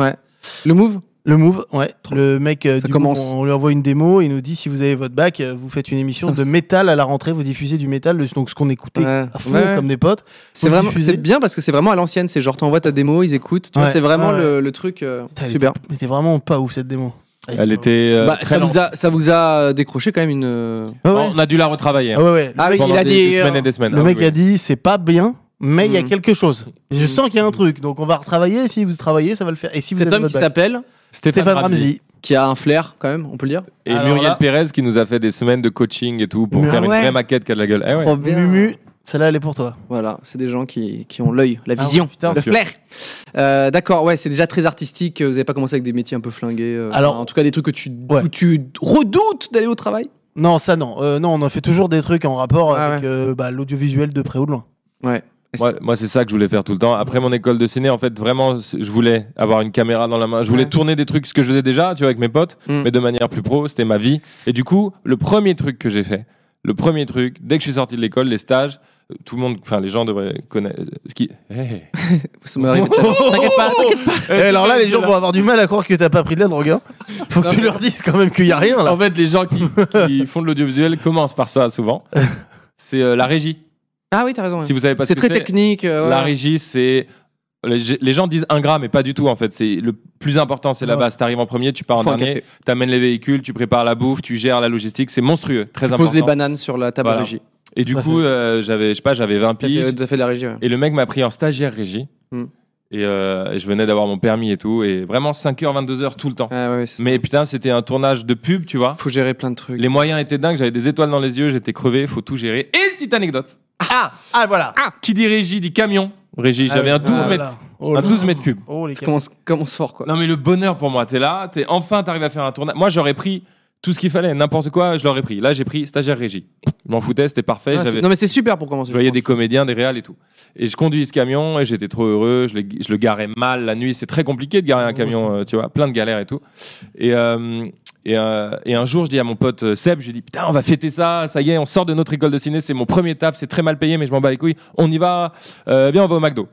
Speaker 1: Le move
Speaker 3: Le move, ouais.
Speaker 1: Trop.
Speaker 3: Le mec, euh,
Speaker 1: Ça
Speaker 3: du
Speaker 1: commence.
Speaker 3: coup, on on lui envoie une démo, il nous dit si vous avez votre bac, euh, vous faites une émission
Speaker 1: Putain,
Speaker 3: de
Speaker 1: c'est-
Speaker 3: métal à la rentrée, vous diffusez du métal, le- donc ce qu'on écoutait
Speaker 1: Ouais.
Speaker 3: à fond
Speaker 1: Ouais, ouais.
Speaker 3: comme des potes.
Speaker 1: C'est
Speaker 3: Vous
Speaker 1: vraiment,
Speaker 3: diffusez.
Speaker 1: c'est bien parce que c'est vraiment à l'ancienne. C'est genre t'envoies ta démo, ils écoutent. Tu vois,
Speaker 3: Ouais,
Speaker 1: c'est vraiment
Speaker 3: ouais, ouais.
Speaker 1: le, le truc euh,
Speaker 3: Putain, elle
Speaker 1: super.
Speaker 3: était- Mais t'es vraiment pas ouf cette démo.
Speaker 2: Elle était. euh,
Speaker 1: Bah,
Speaker 2: très
Speaker 1: ça
Speaker 2: lente.
Speaker 1: vous a, ça vous a décroché quand même une. euh,
Speaker 3: Ah ouais.
Speaker 2: On a dû la retravailler. hein,
Speaker 3: Ah ouais, ouais.
Speaker 1: Ah oui,
Speaker 2: Pendant
Speaker 1: il a
Speaker 2: des,
Speaker 1: dit.
Speaker 2: des
Speaker 1: euh,
Speaker 2: semaines et des semaines.
Speaker 3: Le
Speaker 2: Ah
Speaker 3: mec
Speaker 2: oui,
Speaker 3: a dit c'est pas bien, mais il y a
Speaker 1: Mm.
Speaker 3: quelque chose. Je
Speaker 1: Mm.
Speaker 3: sens qu'il y a un truc, donc on va retravailler. Si vous travaillez, ça va le faire. Et si vous
Speaker 1: cet
Speaker 3: avez
Speaker 1: homme
Speaker 3: votre
Speaker 1: qui
Speaker 3: bac-
Speaker 1: s'appelle,
Speaker 3: Stéphane Ramsey.
Speaker 1: qui a un flair quand même, on peut le dire.
Speaker 2: Et
Speaker 8: Alors
Speaker 2: Muriel
Speaker 8: là-
Speaker 2: Pérez qui nous a fait des semaines de coaching et tout pour
Speaker 3: Mais
Speaker 2: faire une
Speaker 1: ouais. Oh,
Speaker 2: vraie maquette qui a de la gueule. Eh ouais.
Speaker 1: Trop Ah bien.
Speaker 3: Mumu, celle-là elle est pour toi.
Speaker 1: Voilà, c'est des gens qui, qui ont l'œil, la
Speaker 3: Ah ouais,
Speaker 1: vision,
Speaker 3: putain.
Speaker 1: le
Speaker 2: Bien sûr.
Speaker 1: flair. Euh, D'accord, ouais, c'est déjà très artistique. euh, Vous n'avez pas commencé avec des métiers un peu flingués. euh,
Speaker 3: Alors-
Speaker 1: enfin, en tout cas, des trucs que tu,
Speaker 3: Ouais.
Speaker 1: où tu redoutes d'aller au travail.
Speaker 3: Non, ça non. Euh, non, on en fait toujours des trucs en rapport
Speaker 1: Ah
Speaker 3: avec euh, bah, l'audiovisuel de près ou de loin.
Speaker 2: Moi, moi, c'est ça que je voulais faire tout le temps. Après mon école de ciné, en fait, vraiment, c'est- je voulais avoir une caméra dans la main. Je voulais
Speaker 1: Ouais.
Speaker 2: tourner des trucs, ce que je faisais déjà, tu vois, avec mes potes,
Speaker 1: Mm.
Speaker 2: mais de manière plus pro. C'était ma vie. Et du coup, le premier truc que j'ai fait, le premier truc, dès que je suis sorti de l'école, les stages, euh, tout le monde, enfin, les gens devraient connaître. euh, Ce qui. Hey.
Speaker 1: Ça m'est
Speaker 2: [laughs]
Speaker 1: arrivé tout à l'heure. Oh, T'inquiète pas, t'inquiète pas.
Speaker 3: Eh, alors là, les
Speaker 1: [laughs]
Speaker 3: gens vont avoir du mal à croire que t'as pas pris de la drogue. Hein. Faut que tu leur dises quand même qu'il y a rien là.
Speaker 2: En fait, les gens qui, qui font de l'audiovisuel commencent par ça [laughs] souvent. C'est euh, la régie.
Speaker 1: Ah oui, t'as raison. ouais.
Speaker 2: Si vous savez pas ce
Speaker 1: C'est
Speaker 2: que
Speaker 1: très technique. euh,
Speaker 2: La
Speaker 1: ouais.
Speaker 2: régie, c'est. Les les gens disent ingrat, mais pas du tout en fait. C'est le plus important, c'est la
Speaker 3: Ouais.
Speaker 2: base. T'arrives en premier, tu pars en
Speaker 1: Faut un
Speaker 2: dernier.
Speaker 1: café.
Speaker 2: T'amènes les véhicules, tu prépares la bouffe, tu gères la logistique. C'est monstrueux, très
Speaker 1: Tu
Speaker 2: important.
Speaker 1: poses les bananes sur la table
Speaker 2: Voilà.
Speaker 1: de régie.
Speaker 2: Et du
Speaker 3: Tout à
Speaker 2: coup, euh, j'avais, je sais pas, j'avais 20
Speaker 1: T'as fait,
Speaker 2: piges.
Speaker 1: t'as fait de la régie, ouais.
Speaker 2: Et le mec m'a pris en stagiaire régie.
Speaker 1: Hmm.
Speaker 2: Et, euh, et je venais d'avoir mon permis et tout. Et vraiment 5h, 22h tout le temps.
Speaker 1: Ah ouais, c'est-
Speaker 2: Mais putain, c'était un tournage de pub, tu vois.
Speaker 1: faut gérer plein de trucs.
Speaker 2: Les moyens étaient dingues, j'avais des étoiles dans les yeux, j'étais crevé, faut tout gérer. Et petite anecdote. Ah,
Speaker 3: Ah voilà.
Speaker 2: ah, qui dit régie dit camion. Régie, j'avais un 12
Speaker 1: Ah,
Speaker 2: mètres. Un 12 mètres cubes.
Speaker 3: Oh les
Speaker 1: Ça commence, commence fort, quoi.
Speaker 2: Non mais le bonheur pour moi, t'es là, t'es enfin t'arrives à faire un tournage. Moi j'aurais pris tout ce qu'il fallait, n'importe quoi, je l'aurais pris. Là j'ai pris stagiaire régie. Je m'en foutais, c'était parfait.
Speaker 1: Ah, c'est-
Speaker 2: j'avais-
Speaker 1: non, mais c'est super pour commencer.
Speaker 2: je
Speaker 1: je
Speaker 2: voyais
Speaker 1: pense.
Speaker 2: des comédiens, des réals et tout. Et je conduis ce camion et j'étais trop heureux. Je, l'ai- je le garais mal la nuit. C'est très compliqué de garer un camion, euh, tu vois, plein de galères et tout. Et, euh, et, euh, et un jour, je dis à mon pote euh, Seb, je lui dis Putain, on va fêter ça, ça y est, on sort de notre école de ciné, c'est mon premier taf, c'est très mal payé, mais je m'en bats les couilles. On y va, euh, viens, on va au McDo.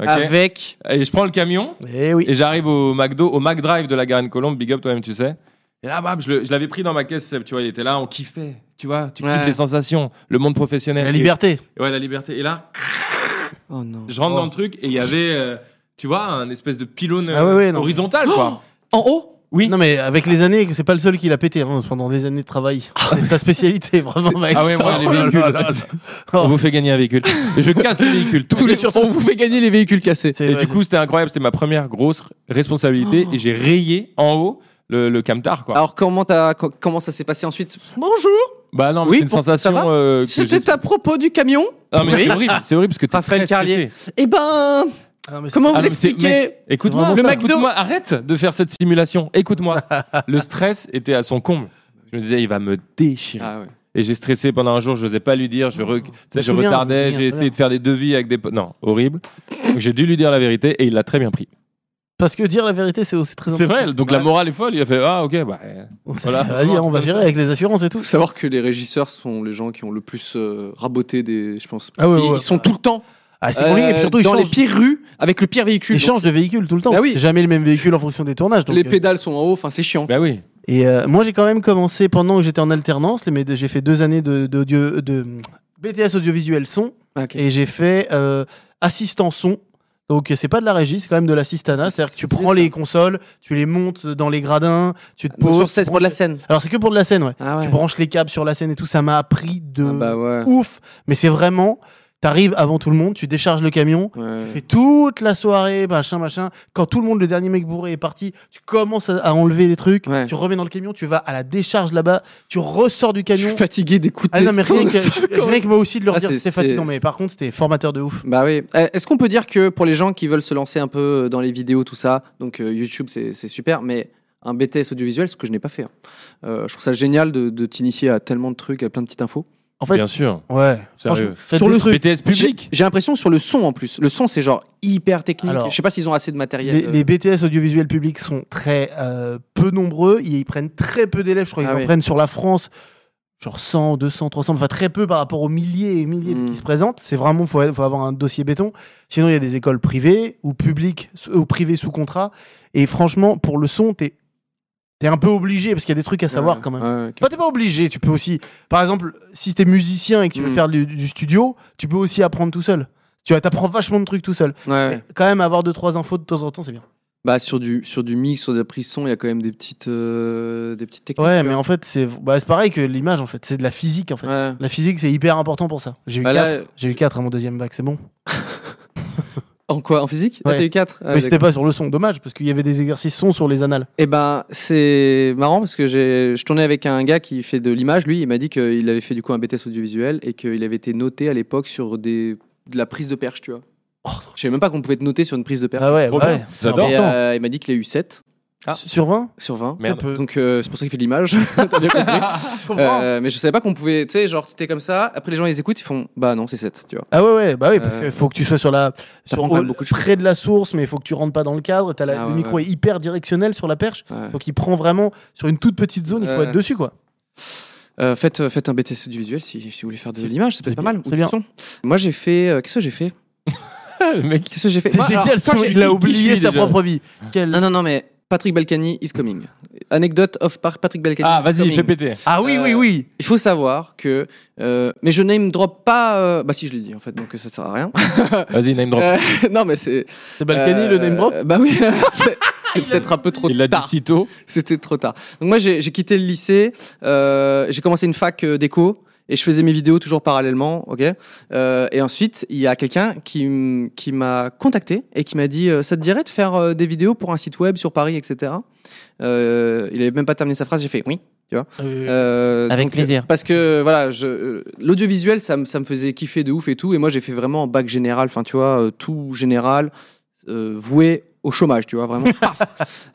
Speaker 2: Ok
Speaker 1: Avec.
Speaker 2: Et je prends le camion
Speaker 3: Eh oui.
Speaker 2: et j'arrive au McDo, au McDrive de la Garenne Colombe, big up toi-même, tu sais. Et là, bam, je le- je l'avais pris dans ma caisse, tu vois, il était là, on kiffait, tu vois, tu
Speaker 1: Ouais.
Speaker 2: kiffes les sensations, le monde professionnel.
Speaker 3: La liberté.
Speaker 2: Et- ouais, la liberté. Et là,
Speaker 1: Oh
Speaker 2: [laughs]
Speaker 1: non.
Speaker 2: je rentre dans le truc et il y avait, euh, tu vois, un espèce de pylône euh,
Speaker 3: Ah ouais, ouais, non.
Speaker 2: horizontal,
Speaker 3: [gasps]
Speaker 2: quoi.
Speaker 1: En haut
Speaker 2: Oui.
Speaker 3: Non mais avec les années, c'est pas le seul qui l'a pété hein, pendant des années de travail. C'est sa spécialité vraiment mec.
Speaker 2: Ah ouais, moi, les
Speaker 3: Oh là
Speaker 2: véhicules.
Speaker 3: là là. Oh,
Speaker 2: On vous fait gagner un véhicule. Et je casse les véhicules. Tous les...
Speaker 1: On vous fait gagner les véhicules cassés.
Speaker 3: C'est
Speaker 2: Et
Speaker 3: vrai,
Speaker 2: du coup, c'était incroyable. C'était ma première grosse responsabilité
Speaker 3: Oh.
Speaker 2: et j'ai rayé en haut le, le camtar,
Speaker 3: Ah.
Speaker 2: quoi.
Speaker 1: Alors, comment, t'as- co- comment ça s'est passé ensuite Bonjour
Speaker 2: bah non, mais
Speaker 1: oui,
Speaker 2: c'est une
Speaker 1: bon, ça va
Speaker 2: sensation. euh, que j'ai-
Speaker 1: C'était à propos du camion
Speaker 2: Non, mais c'est horrible. C'est horrible parce que t'es
Speaker 1: Raphaël
Speaker 2: très
Speaker 1: Carlier.
Speaker 2: Carlier.
Speaker 1: Eh ben,
Speaker 3: c'est- Ah, mais c'est-
Speaker 1: comment
Speaker 2: Ah,
Speaker 1: vous
Speaker 2: mais c'est-
Speaker 1: expliquer
Speaker 2: Écoute-moi,
Speaker 1: C'est
Speaker 2: le
Speaker 1: vraiment ça.
Speaker 2: McDo. Écoute-moi, arrête de faire cette simulation.
Speaker 3: [laughs]
Speaker 2: Écoute-moi. le stress était à son comble. Je me disais, il va me déchirer.
Speaker 1: Ah ouais.
Speaker 2: Et j'ai stressé pendant un jour, je n'osais pas lui dire, je, re- tu sais,
Speaker 3: me
Speaker 2: je
Speaker 3: souviens, Oh. je me
Speaker 2: retardais,
Speaker 3: souviens,
Speaker 2: j'ai
Speaker 3: voilà.
Speaker 2: essayé de faire des devis avec des... po- Non, horrible. Donc, j'ai dû lui dire la vérité et il l'a très bien pris.
Speaker 3: Parce que dire la vérité, c'est aussi très
Speaker 2: C'est
Speaker 3: important.
Speaker 2: vrai, donc la morale est folle, il a fait, ah ok, bah... euh, Voilà.
Speaker 3: Vas-y, on va gérer avec les assurances et tout.
Speaker 1: Faut savoir que les régisseurs sont les gens qui ont le plus euh, raboté des, je pense.
Speaker 3: Ah ouais,
Speaker 1: ils,
Speaker 3: ouais.
Speaker 1: ils sont tout le temps
Speaker 3: Ah, c'est compliqué.
Speaker 1: euh,
Speaker 3: Et puis surtout, ils
Speaker 1: dans les
Speaker 3: changent,
Speaker 1: pires rues avec le pire véhicule.
Speaker 3: ils
Speaker 1: Donc,
Speaker 3: changent de véhicule tout le temps.
Speaker 1: Bah oui.
Speaker 3: C'est jamais le même véhicule en fonction des tournages. donc,
Speaker 1: les
Speaker 3: euh,
Speaker 1: pédales sont en haut, enfin c'est chiant.
Speaker 2: Bah oui.
Speaker 3: Et euh, moi, j'ai quand même commencé pendant que j'étais en alternance. les- Mais j'ai fait deux années de, de, audio- de BTS audiovisuel son
Speaker 1: Ok.
Speaker 3: et j'ai fait euh, assistant son. Donc, c'est pas de la régie, c'est quand même de l'assistanat.
Speaker 1: C'est-
Speaker 3: C'est-à-dire que tu
Speaker 1: c'est
Speaker 3: prends
Speaker 1: ça.
Speaker 3: les consoles, tu les montes dans les gradins, tu te
Speaker 1: Donc,
Speaker 3: poses.
Speaker 1: sur 16
Speaker 3: tu
Speaker 1: pour de la
Speaker 3: branches-
Speaker 1: scène.
Speaker 3: Alors, c'est que pour de la scène, ouais.
Speaker 1: Ah ouais.
Speaker 3: Tu branches les câbles sur la scène et tout. Ça m'a appris de
Speaker 1: Ah bah ouais.
Speaker 3: ouf. Mais c'est vraiment, t'arrives avant tout le monde, tu décharges le camion,
Speaker 1: Ouais.
Speaker 3: tu fais toute la soirée, machin, machin. Quand tout le monde, le dernier mec bourré est parti, tu commences à, à enlever les trucs,
Speaker 1: Ouais.
Speaker 3: tu remets dans le camion, tu vas à la décharge là-bas, tu ressors du
Speaker 1: Je
Speaker 3: camion.
Speaker 1: suis fatigué d'écouter
Speaker 3: Ah non, mais
Speaker 1: ça, [laughs]
Speaker 3: rien
Speaker 1: ça,
Speaker 3: que,
Speaker 1: quand
Speaker 3: rien que moi aussi de leur
Speaker 1: Ah,
Speaker 3: dire
Speaker 1: c'est-
Speaker 3: c'était
Speaker 1: c'est-
Speaker 3: fatigant, mais par contre, c'était formateur de ouf.
Speaker 1: Bah oui. Euh, Est-ce qu'on peut dire que pour les gens qui veulent se lancer un peu euh, dans les vidéos, tout ça, donc euh, YouTube c'est c'est super, mais un BTS audiovisuel, ce que je n'ai pas fait. hein. Euh, je trouve ça génial de, de t'initier à tellement de trucs, à plein de petites infos.
Speaker 3: En fait,
Speaker 2: Bien sûr.
Speaker 3: ouais.
Speaker 2: Sérieux.
Speaker 3: franchement, faites
Speaker 1: Sur
Speaker 3: des
Speaker 1: le
Speaker 3: trucs.
Speaker 2: BTS public
Speaker 1: J'ai j'ai l'impression sur le son en plus. Le son c'est genre hyper technique.
Speaker 3: Alors,
Speaker 1: je sais pas s'ils ont assez de matériel.
Speaker 3: Les,
Speaker 1: euh,
Speaker 3: les BTS audiovisuels publics sont très euh, peu nombreux. Ils, ils prennent très peu d'élèves. Je crois qu'ils
Speaker 1: Ah
Speaker 3: en
Speaker 1: oui.
Speaker 3: prennent sur la France. genre 100, 200, 300, enfin très peu par rapport aux milliers et milliers de-
Speaker 1: Mm.
Speaker 3: qui se présentent. C'est vraiment, faut, faut avoir un dossier béton. Sinon, il y a des écoles privées ou publiques sous- ou privées sous contrat. Et franchement, pour le son, t'es es un peu obligé parce qu'il y a des trucs à savoir quand même.
Speaker 1: Ouais, ok.
Speaker 3: Enfin, t'es pas obligé. Tu peux aussi, par exemple, si t'es musicien et que tu veux
Speaker 1: Mm.
Speaker 3: faire du, du studio, tu peux aussi apprendre tout seul. Tu vois, t'apprends vachement de trucs tout seul.
Speaker 1: Ouais, ouais.
Speaker 3: Mais Quand même, avoir deux trois infos de temps en temps, c'est bien.
Speaker 1: Bah, sur du, sur du mix, sur des prises son, il y a quand même des petites, euh, des petites techniques.
Speaker 3: Ouais, mais en fait, c'est bah, c'est pareil que l'image. En fait, c'est de la physique. En fait,
Speaker 1: Ouais.
Speaker 3: la physique, c'est hyper important pour ça. J'ai eu
Speaker 1: Bah,
Speaker 3: quatre.
Speaker 1: là,
Speaker 3: J'ai eu 4 à mon deuxième bac, c'est bon.
Speaker 1: en quoi En physique Ah,
Speaker 3: Ouais.
Speaker 1: T'as eu 4
Speaker 3: Mais c'était pas sur le son, dommage, parce qu'il y avait des exercices son sur les annales.
Speaker 1: Eh ben, c'est marrant parce que j'ai- je tournais avec un gars qui fait de l'image. Lui, il m'a dit qu'il avait fait du coup un BTS audiovisuel et qu'il avait été noté à l'époque sur des... de la prise de perche, tu vois. Je savais même pas qu'on pouvait être noté sur une prise de perche.
Speaker 3: Ah ouais,
Speaker 7: trop
Speaker 3: ouais.
Speaker 7: bien.
Speaker 3: c'est
Speaker 7: J'adore.
Speaker 1: Et,
Speaker 3: important.
Speaker 1: euh, il m'a dit qu'il a eu 7
Speaker 7: Ah.
Speaker 3: Sur 20
Speaker 1: sur 20.
Speaker 7: Merde.
Speaker 3: Ça peut.
Speaker 1: Donc euh, c'est pour ça qu'il fait de l'image. [laughs] T'as bien compris.
Speaker 3: [laughs] Je comprends.
Speaker 1: Euh, mais je savais pas qu'on pouvait, tu sais, genre t'es comme ça. Après les gens ils écoutent, ils font bah non c'est 7 tu vois.
Speaker 3: Ah ouais, ouais, bah oui, parce
Speaker 1: euh,
Speaker 3: qu'il faut que tu sois sur la. Sur,
Speaker 1: prend quand même beaucoup de choses.
Speaker 3: près de la source, mais il faut que tu rentres pas dans le cadre. T'as la-
Speaker 1: Ah
Speaker 3: le
Speaker 1: ouais,
Speaker 3: micro est hyper directionnel sur la perche,
Speaker 1: Ouais.
Speaker 3: donc il prend vraiment sur une toute petite zone, il faut
Speaker 1: Ouais.
Speaker 3: être dessus quoi.
Speaker 1: Euh, faites, euh, faites un BTS audiovisuel si, si vous voulez faire de
Speaker 3: C'est-
Speaker 1: l'image, ça peut
Speaker 3: c'est
Speaker 1: être pas
Speaker 3: bien,
Speaker 1: mal. ou
Speaker 3: c'est
Speaker 1: du
Speaker 3: bien.
Speaker 1: son. Moi j'ai fait, euh, qu'est-ce que j'ai fait
Speaker 3: euh,
Speaker 2: [laughs]
Speaker 7: Le mec,
Speaker 1: Qu'est-ce que j'ai fait
Speaker 3: C'est
Speaker 1: Moi, alors,
Speaker 3: génial,
Speaker 1: quand j'ai-
Speaker 3: il a
Speaker 7: je
Speaker 3: oublié
Speaker 7: suis
Speaker 3: sa
Speaker 7: déjà.
Speaker 3: propre vie. Quel-
Speaker 1: Non, non, non, mais Patrick Balkany is coming. Anecdote of par Patrick Balkany.
Speaker 7: Ah,
Speaker 1: is
Speaker 7: vas-y,
Speaker 1: coming.
Speaker 7: fais péter.
Speaker 3: Ah oui,
Speaker 1: Euh,
Speaker 3: oui, oui.
Speaker 1: Il faut savoir que. euh, mais je name drop pas. euh, bah si, je l'ai dit en fait, donc ça sert à rien. [laughs]
Speaker 7: Vas-y, name drop.
Speaker 1: Euh, non, mais c'est.
Speaker 3: C'est Balkany
Speaker 1: euh,
Speaker 3: le name drop
Speaker 1: Bah oui, [laughs] c'est- c'est peut-être un peu trop
Speaker 7: Il l'a dit
Speaker 1: tard.
Speaker 7: si tôt.
Speaker 1: [laughs] C'était trop tard. Donc moi, j'ai j'ai quitté le lycée, euh, j'ai commencé une fac euh, d'éco et je faisais mes vidéos toujours parallèlement, ok. Euh, et ensuite, il y a quelqu'un qui m- qui m'a contacté et qui m'a dit, euh, ça te dirait de faire euh, des vidéos pour un site web sur Paris, etc. Euh, il avait même pas terminé sa phrase, j'ai fait oui. Euh,
Speaker 2: Avec
Speaker 1: donc,
Speaker 2: plaisir.
Speaker 1: euh, Parce que voilà, je, euh, l'audiovisuel, ça, me- ça me faisait kiffer de ouf et tout. Et moi, j'ai fait vraiment un bac général, enfin, tu vois, euh, tout général, euh, voué au chômage, tu vois,
Speaker 2: [laughs]
Speaker 1: vraiment. Paf.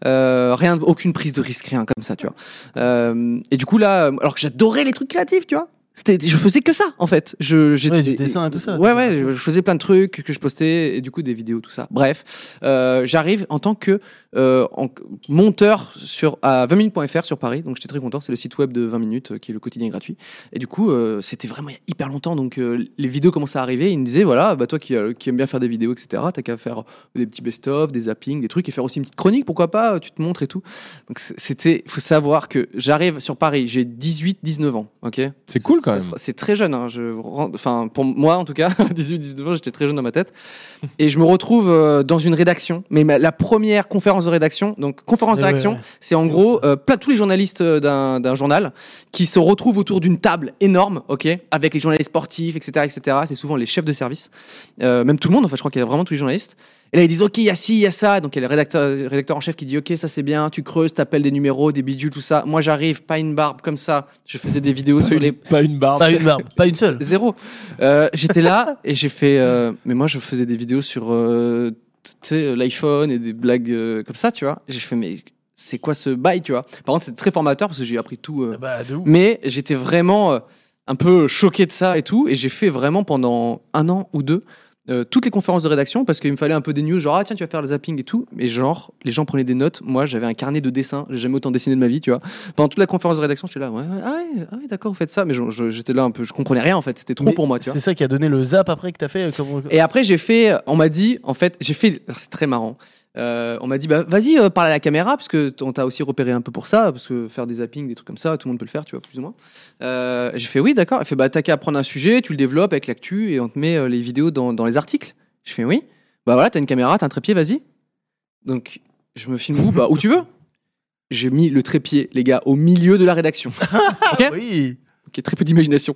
Speaker 1: Euh, rien, aucune prise de risque, rien comme ça, tu vois. Euh, et du coup, là, euh, alors que j'adorais les trucs créatifs, tu vois. C'était, je faisais que ça, en fait. Je, j'étais-
Speaker 3: du dessin et tout ça.
Speaker 1: Ouais, ouais, je je faisais plein de trucs que je postais et du coup des vidéos, tout ça. Bref, euh, j'arrive en tant que euh, en- monteur sur à 20minutes.fr sur Paris, donc j'étais très content. C'est le site web de 20 minutes euh, qui est le quotidien gratuit. Et du coup, euh, c'était vraiment il y a hyper longtemps, donc euh, les vidéos commençaient à arriver. Ils me disaient voilà, bah toi qui, euh, qui aimes bien faire des vidéos, etc. T'as qu'à faire euh, des petits best-of, des zappings, des trucs et faire aussi une petite chronique, pourquoi pas euh, Tu te montres et tout. Donc c- c'était, faut savoir que j'arrive sur Paris, j'ai 18, 19 ans, ok
Speaker 7: C'est cool, quand
Speaker 1: ça
Speaker 7: même.
Speaker 1: sera- C'est très jeune. hein, je rends- enfin, pour moi, en tout cas, [laughs] 18-19 ans, j'étais très jeune dans ma tête. Et je me retrouve euh, dans une rédaction. Mais ma- la première conférence de rédaction, donc conférence de
Speaker 3: Ouais,
Speaker 1: rédaction,
Speaker 3: ouais, ouais.
Speaker 1: c'est en gros euh, pla- tous les journalistes euh, d'un d'un journal qui se retrouvent autour d'une table énorme, ok, avec les journalistes sportifs, etc., etc. C'est souvent les chefs de service, Euh, même tout le monde. Enfin, je crois qu'il y a vraiment tous les journalistes. Et là, ils disent, OK, il y a ci, il y a ça. Donc, il y a le rédacteur, le rédacteur en chef qui dit, OK, ça c'est bien, tu creuses, t'appelles des numéros, des bidules, tout ça. Moi, j'arrive, pas une barbe comme ça. Je faisais des vidéos sur les
Speaker 7: Pas une barbe.
Speaker 3: Pas une, barbe, pas une [laughs] seule.
Speaker 1: Zéro. Euh, J'étais là [laughs] et j'ai fait. euh, mais moi, je faisais des vidéos sur euh, tu sais, l'iPhone et des blagues euh, comme ça, tu vois. J'ai fait, mais c'est quoi ce bail, tu vois Par contre, c'était très formateur parce que j'ai appris tout. euh,
Speaker 3: Bah, de ouf.
Speaker 1: mais j'étais vraiment euh, un peu choqué de ça et tout. Et j'ai fait vraiment pendant un an ou deux euh, toutes les conférences de rédaction parce qu'il me fallait un peu des news, genre ah tiens, tu vas faire le zapping et tout. Mais genre, les gens prenaient des notes. Moi, j'avais un carnet de dessin. J'ai jamais autant dessiné de ma vie, tu vois. Pendant toute la conférence de rédaction, j'étais là, ouais, ouais, ah ouais, ah ouais, d'accord, vous faites ça. Mais je- je- j'étais là un peu, je comprenais rien en fait. C'était trop
Speaker 3: Mais
Speaker 1: pour moi, tu vois.
Speaker 3: C'est ça qui a donné le zap après que t'as fait. euh, comme-
Speaker 1: Et après, j'ai fait, on m'a dit, en fait, j'ai fait, alors, c'est très marrant. Euh, on m'a dit, bah, vas-y, euh, parle à la caméra, parce que t- on t'a aussi repéré un peu pour ça, parce que faire des zappings, des trucs comme ça, tout le monde peut le faire, tu vois, plus ou moins. Euh, j'ai fait, oui, d'accord. Elle fait, bah, t'as qu'à prendre un sujet, tu le développes avec l'actu, et on te met euh, les vidéos dans, dans les articles. Je fais, oui. Bah voilà, t'as une caméra, t'as un trépied, vas-y. Donc, je me filme où Bah, où tu veux. J'ai mis le trépied, les gars, au milieu de la rédaction
Speaker 3: Oui.
Speaker 1: qui est très peu d'imagination.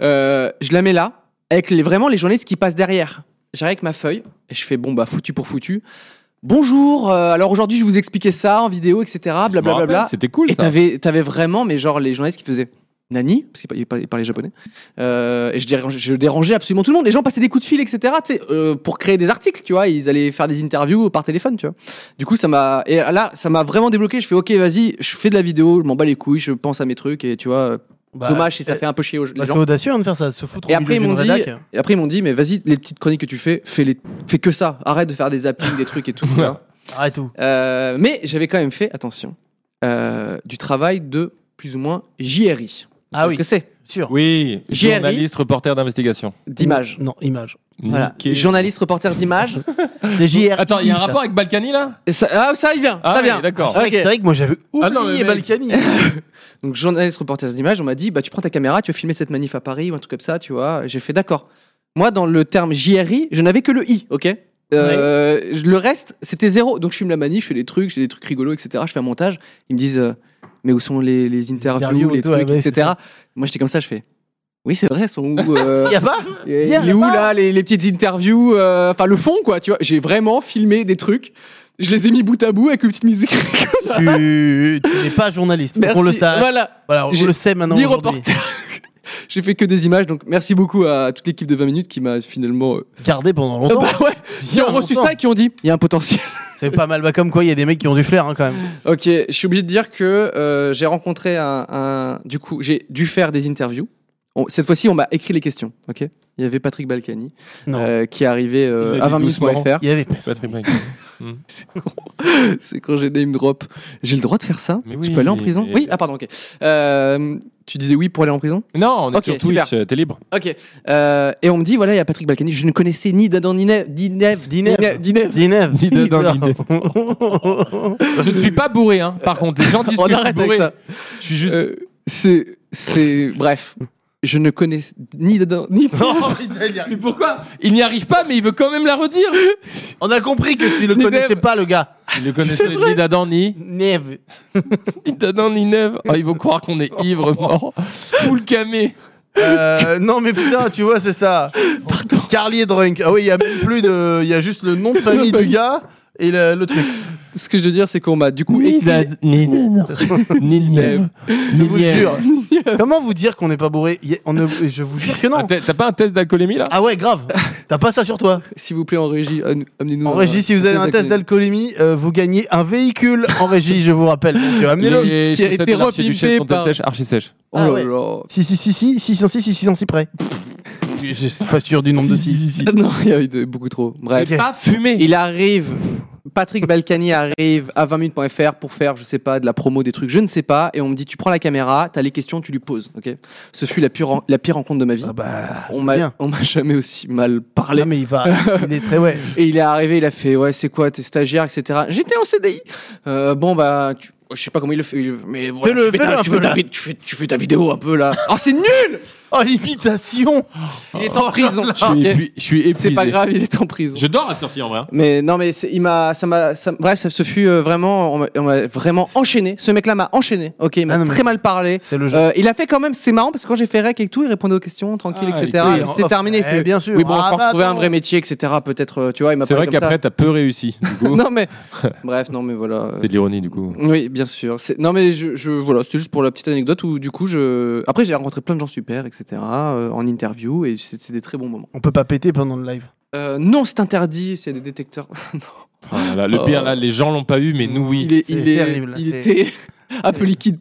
Speaker 1: Euh, je la mets là, avec les, vraiment les journalistes qui passent derrière. J'arrive avec ma feuille et je fais bon bah foutu pour foutu. Bonjour, euh, alors aujourd'hui je vais vous expliquer ça en vidéo, etc.
Speaker 7: Je me rappelle,
Speaker 1: Blablabla.
Speaker 7: C'était cool.
Speaker 1: Et
Speaker 7: ça.
Speaker 1: t'avais, t'avais vraiment, mais genre les journalistes qui faisaient Nani, parce qu'ils par- ils parlaient japonais. Euh, et je dérangeais, je dérangeais absolument tout le monde. Les gens passaient des coups de fil, etc. tu sais, euh, pour créer des articles, tu vois. Ils allaient faire des interviews par téléphone, tu vois. Du coup, ça m'a. Et là, ça m'a vraiment débloqué. Je fais OK, vas-y, je fais de la vidéo, je m'en bats les couilles, je pense à mes trucs, et tu vois.
Speaker 3: Bah,
Speaker 1: dommage si ça fait un peu chier aux
Speaker 3: Bah,
Speaker 1: les
Speaker 3: c'est
Speaker 1: gens.
Speaker 3: audacieux hein, de faire ça, de se foutre
Speaker 1: Et
Speaker 3: au
Speaker 1: après, ils
Speaker 3: milieu
Speaker 1: m'ont
Speaker 3: d'une
Speaker 1: dit,
Speaker 3: rédac.
Speaker 1: et après, ils m'ont dit, mais vas-y, les petites chroniques que tu fais, fais, les, fais que ça. Arrête de faire des zappings, des trucs et tout. tu vois.
Speaker 3: Arrête tout.
Speaker 1: Euh, mais j'avais quand même fait, attention, euh, du travail de plus ou moins JRI.
Speaker 3: Ah oui,
Speaker 1: ce que c'est
Speaker 3: sûr.
Speaker 7: Oui,
Speaker 1: JRI.
Speaker 7: journaliste, reporter d'investigation.
Speaker 1: D'image.
Speaker 3: Non, image.
Speaker 1: Voilà.
Speaker 7: Niqué.
Speaker 1: Journaliste, reporter d'image.
Speaker 3: Des JRI,
Speaker 7: Attends, il y a un
Speaker 3: ça.
Speaker 7: rapport avec Balkany là
Speaker 1: Et ça- Ah, ça, il vient.
Speaker 7: Ah
Speaker 1: ça
Speaker 7: oui,
Speaker 1: vient.
Speaker 7: d'accord.
Speaker 1: Ok.
Speaker 3: C'est vrai que moi j'avais oublié
Speaker 7: Ah non, mais mec.
Speaker 3: Balkany.
Speaker 1: Donc, journaliste, reporter d'image, on m'a dit bah, tu prends ta caméra, tu vas filmer cette manif à Paris ou un truc comme ça, tu vois. J'ai fait d'accord. Moi, dans le terme JRI, je n'avais que le I, ok Euh, Le reste, c'était zéro. Donc, je filme la manif, je fais des trucs, j'ai des trucs rigolos, etc. Je fais un montage. Ils me disent euh, mais où sont les, les interviews,
Speaker 3: interviews,
Speaker 1: les
Speaker 3: tout, ouais,
Speaker 1: trucs,
Speaker 3: ouais, c'est
Speaker 1: etc. Moi, j'étais comme ça, je fais oui, c'est vrai, elles sont où euh,
Speaker 3: Il [laughs] y
Speaker 1: [laughs]
Speaker 3: a pas
Speaker 1: Et
Speaker 3: Hier,
Speaker 1: il est où là les, les petites interviews euh, Enfin le fond quoi, tu vois. J'ai vraiment filmé des trucs. Je les ai mis bout à bout avec une petite musique. [laughs]
Speaker 3: tu tu n'es pas journaliste, faut
Speaker 1: Merci.
Speaker 3: qu'on le sache. Voilà,
Speaker 1: Voilà,
Speaker 3: on
Speaker 1: J'ai
Speaker 3: le sait maintenant.
Speaker 1: ni
Speaker 3: aujourd'hui.
Speaker 1: reporter. [laughs] J'ai fait que des images, donc merci beaucoup à toute l'équipe de 20 minutes qui m'a finalement. euh,
Speaker 3: Gardé pendant
Speaker 1: euh, [laughs]
Speaker 3: longtemps.
Speaker 1: bah ouais, qui
Speaker 3: Bien
Speaker 1: ont reçu
Speaker 3: longtemps.
Speaker 1: ça et qui ont dit il y a un potentiel.
Speaker 3: C'est pas mal. Bah, comme quoi, il y a des mecs qui ont du flair hein, quand même.
Speaker 1: [laughs] ok, je suis obligé de dire que euh, j'ai rencontré un, un- Du coup, j'ai dû faire des interviews. On- cette fois-ci, on m'a écrit les questions. Ok, il y avait Patrick Balkany
Speaker 3: Non.
Speaker 1: euh, qui est arrivé euh,
Speaker 7: Il a
Speaker 1: à
Speaker 7: dit
Speaker 1: 20 minutes.fr.
Speaker 3: Il y avait pas.
Speaker 7: Patrick
Speaker 1: [laughs] C'est quand j'ai name drop. J'ai le droit de faire ça
Speaker 7: Mais
Speaker 1: Je
Speaker 7: oui,
Speaker 1: peux aller en
Speaker 7: mais-
Speaker 1: prison Oui, ah pardon, ok. Euh, tu disais oui pour aller en prison
Speaker 7: [laughs] Non, on est
Speaker 1: Ok,
Speaker 7: sur Twitch,
Speaker 1: super.
Speaker 7: euh, t'es [laughs] libre.
Speaker 1: Ok. Euh, et on me dit, voilà, il y a Patrick Balkany. Je ne connaissais ni Dadan ni Nev. Ni Nev.
Speaker 3: Dinev.
Speaker 1: Ni Nev- ni Nev.
Speaker 3: Dinev.
Speaker 7: Dinev, Dinev. [laughs] Je ne suis pas bourré, hein. Par contre,
Speaker 1: [laughs]
Speaker 7: les gens disent
Speaker 1: On
Speaker 7: que je suis
Speaker 1: arrête avec
Speaker 7: bourré.
Speaker 1: ça.
Speaker 7: Je suis juste.
Speaker 1: Euh, c'est. C'est. Bref. Je ne connais ni Dadan ni Nev.
Speaker 7: Mais pourquoi Il n'y arrive pas, mais il veut quand même la redire.
Speaker 3: On a compris que tu le
Speaker 7: Dinev.
Speaker 3: connaissais pas, le gars.
Speaker 7: [laughs] Il ne connaissait ni d'Adam ni
Speaker 3: Nev.
Speaker 7: ni d'Adam ni Neve. Ah, ils vont croire qu'on
Speaker 1: [laughs]
Speaker 7: est ivre mort. Full camé.
Speaker 3: Euh, non, mais putain, tu vois, c'est ça.
Speaker 1: Pardon.
Speaker 3: Carly est drunk. Ah oui, il y a même plus de. Il y a juste le nom de famille du gars et le, le truc.
Speaker 1: Ce que je veux dire, c'est qu'on m'a du coup.
Speaker 7: Ni
Speaker 1: écrit-
Speaker 7: d'Adam
Speaker 1: [laughs]
Speaker 7: ni ni Neve.
Speaker 3: Je vous jure. Comment vous dire qu'on n'est pas bourré Il y a- on ne- Je vous jure que non.
Speaker 7: Ah, t'as- T'as pas un test d'alcoolémie là
Speaker 3: Ah ouais, grave. T'as pas ça sur toi.
Speaker 1: S'il vous plaît, en régie, am- amenez-nous.
Speaker 3: En
Speaker 1: un-
Speaker 3: régie, si vous avez un test d'alcoolémie, euh, vous gagnez un véhicule en régie, je vous rappelle. Donc, euh, amenez-le.
Speaker 7: Les
Speaker 1: qui a
Speaker 7: chaussettes
Speaker 1: été
Speaker 7: de l'archiduchesse
Speaker 1: repimpé
Speaker 7: sont
Speaker 1: par-
Speaker 7: sèches, archi sèches.
Speaker 1: Oh là
Speaker 3: Ah ouais.
Speaker 1: là.
Speaker 3: Si, si, si, si, 606, 606 près. je suis pas sûr du nombre de 6.
Speaker 1: [laughs] Non, il y a eu de- beaucoup trop. Bref.
Speaker 3: Ok.
Speaker 7: Pas fumé.
Speaker 1: Il arrive, Patrick Balkany arrive à 20 minutes.fr pour faire, je sais pas, de la promo, des trucs, je ne sais pas. Et on me dit, tu prends la caméra, t'as les questions, tu lui poses. Ok. Ce fut la pire, la pire rencontre de ma vie.
Speaker 3: Ah bah,
Speaker 1: on
Speaker 3: bien.
Speaker 1: m'a, on m'a jamais aussi mal parlé.
Speaker 3: là, Ah, mais il va. Il est très, ouais.
Speaker 1: Et il est arrivé, il a fait, ouais, c'est quoi, t'es stagiaire, etc. J'étais en CDI. Euh, bon bah, tu- je sais pas comment il le fait, mais voilà,
Speaker 3: Fais-le,
Speaker 1: tu, fais
Speaker 3: fais-le
Speaker 1: ta,
Speaker 3: un
Speaker 1: tu
Speaker 3: peu,
Speaker 1: fais ta
Speaker 3: là.
Speaker 1: vid- tu fais- tu fais ta vidéo un peu là. Oh, c'est nul.
Speaker 3: Oh, l'imitation
Speaker 1: Il est en prison.
Speaker 7: Je
Speaker 3: Ah,
Speaker 7: suis,
Speaker 1: Oh, Ok.
Speaker 7: épui- je suis épuisé.
Speaker 1: C'est pas grave, il est en prison.
Speaker 7: Je dors à sortie en vrai. hein.
Speaker 1: Mais non, mais c'est- il m'a, ça m'a, ça- bref, ça se fut euh, vraiment, on m'a- on m'a vraiment enchaîné. Ce mec-là m'a enchaîné. Ok, il m'a
Speaker 3: Ah non, mais-
Speaker 1: très mal parlé.
Speaker 3: C'est le jeu.
Speaker 1: Euh, il a fait quand même, c'est marrant parce que quand j'ai fait rec et tout, il répondait aux questions tranquille,
Speaker 7: Ah,
Speaker 1: etc.
Speaker 7: il-
Speaker 1: Et
Speaker 3: en
Speaker 1: C'est
Speaker 3: off.
Speaker 1: terminé.
Speaker 3: Eh,
Speaker 1: il fait,
Speaker 3: bien sûr.
Speaker 1: Oui, bon,
Speaker 3: Ah,
Speaker 1: enfin,
Speaker 3: bah,
Speaker 1: retrouver un
Speaker 3: attends.
Speaker 1: vrai métier, etc. Peut-être, euh, tu vois, il m'a
Speaker 7: C'est vrai
Speaker 1: parlé comme ça.
Speaker 7: qu'après, t'as peu réussi. Du coup,
Speaker 1: [laughs] Non mais, bref, non mais voilà.
Speaker 7: c'est de l'ironie du
Speaker 3: Euh,
Speaker 7: coup.
Speaker 1: Oui, bien sûr. C'est- Non mais je, je- voilà, c'était juste pour la petite anecdote où du coup je, après j'ai rencontré plein de gens super, etc. euh, en interview et c'était des très bons moments.
Speaker 3: On peut pas péter pendant le live.
Speaker 1: Euh, non, c'est interdit. S'il y a des détecteurs.
Speaker 7: Oh là là, le pire là, les gens l'ont pas eu, mais nous oui.
Speaker 1: il est,
Speaker 3: c'est
Speaker 1: il est,
Speaker 3: terrible,
Speaker 1: il
Speaker 3: c'est-
Speaker 1: était [laughs] un peu liquide.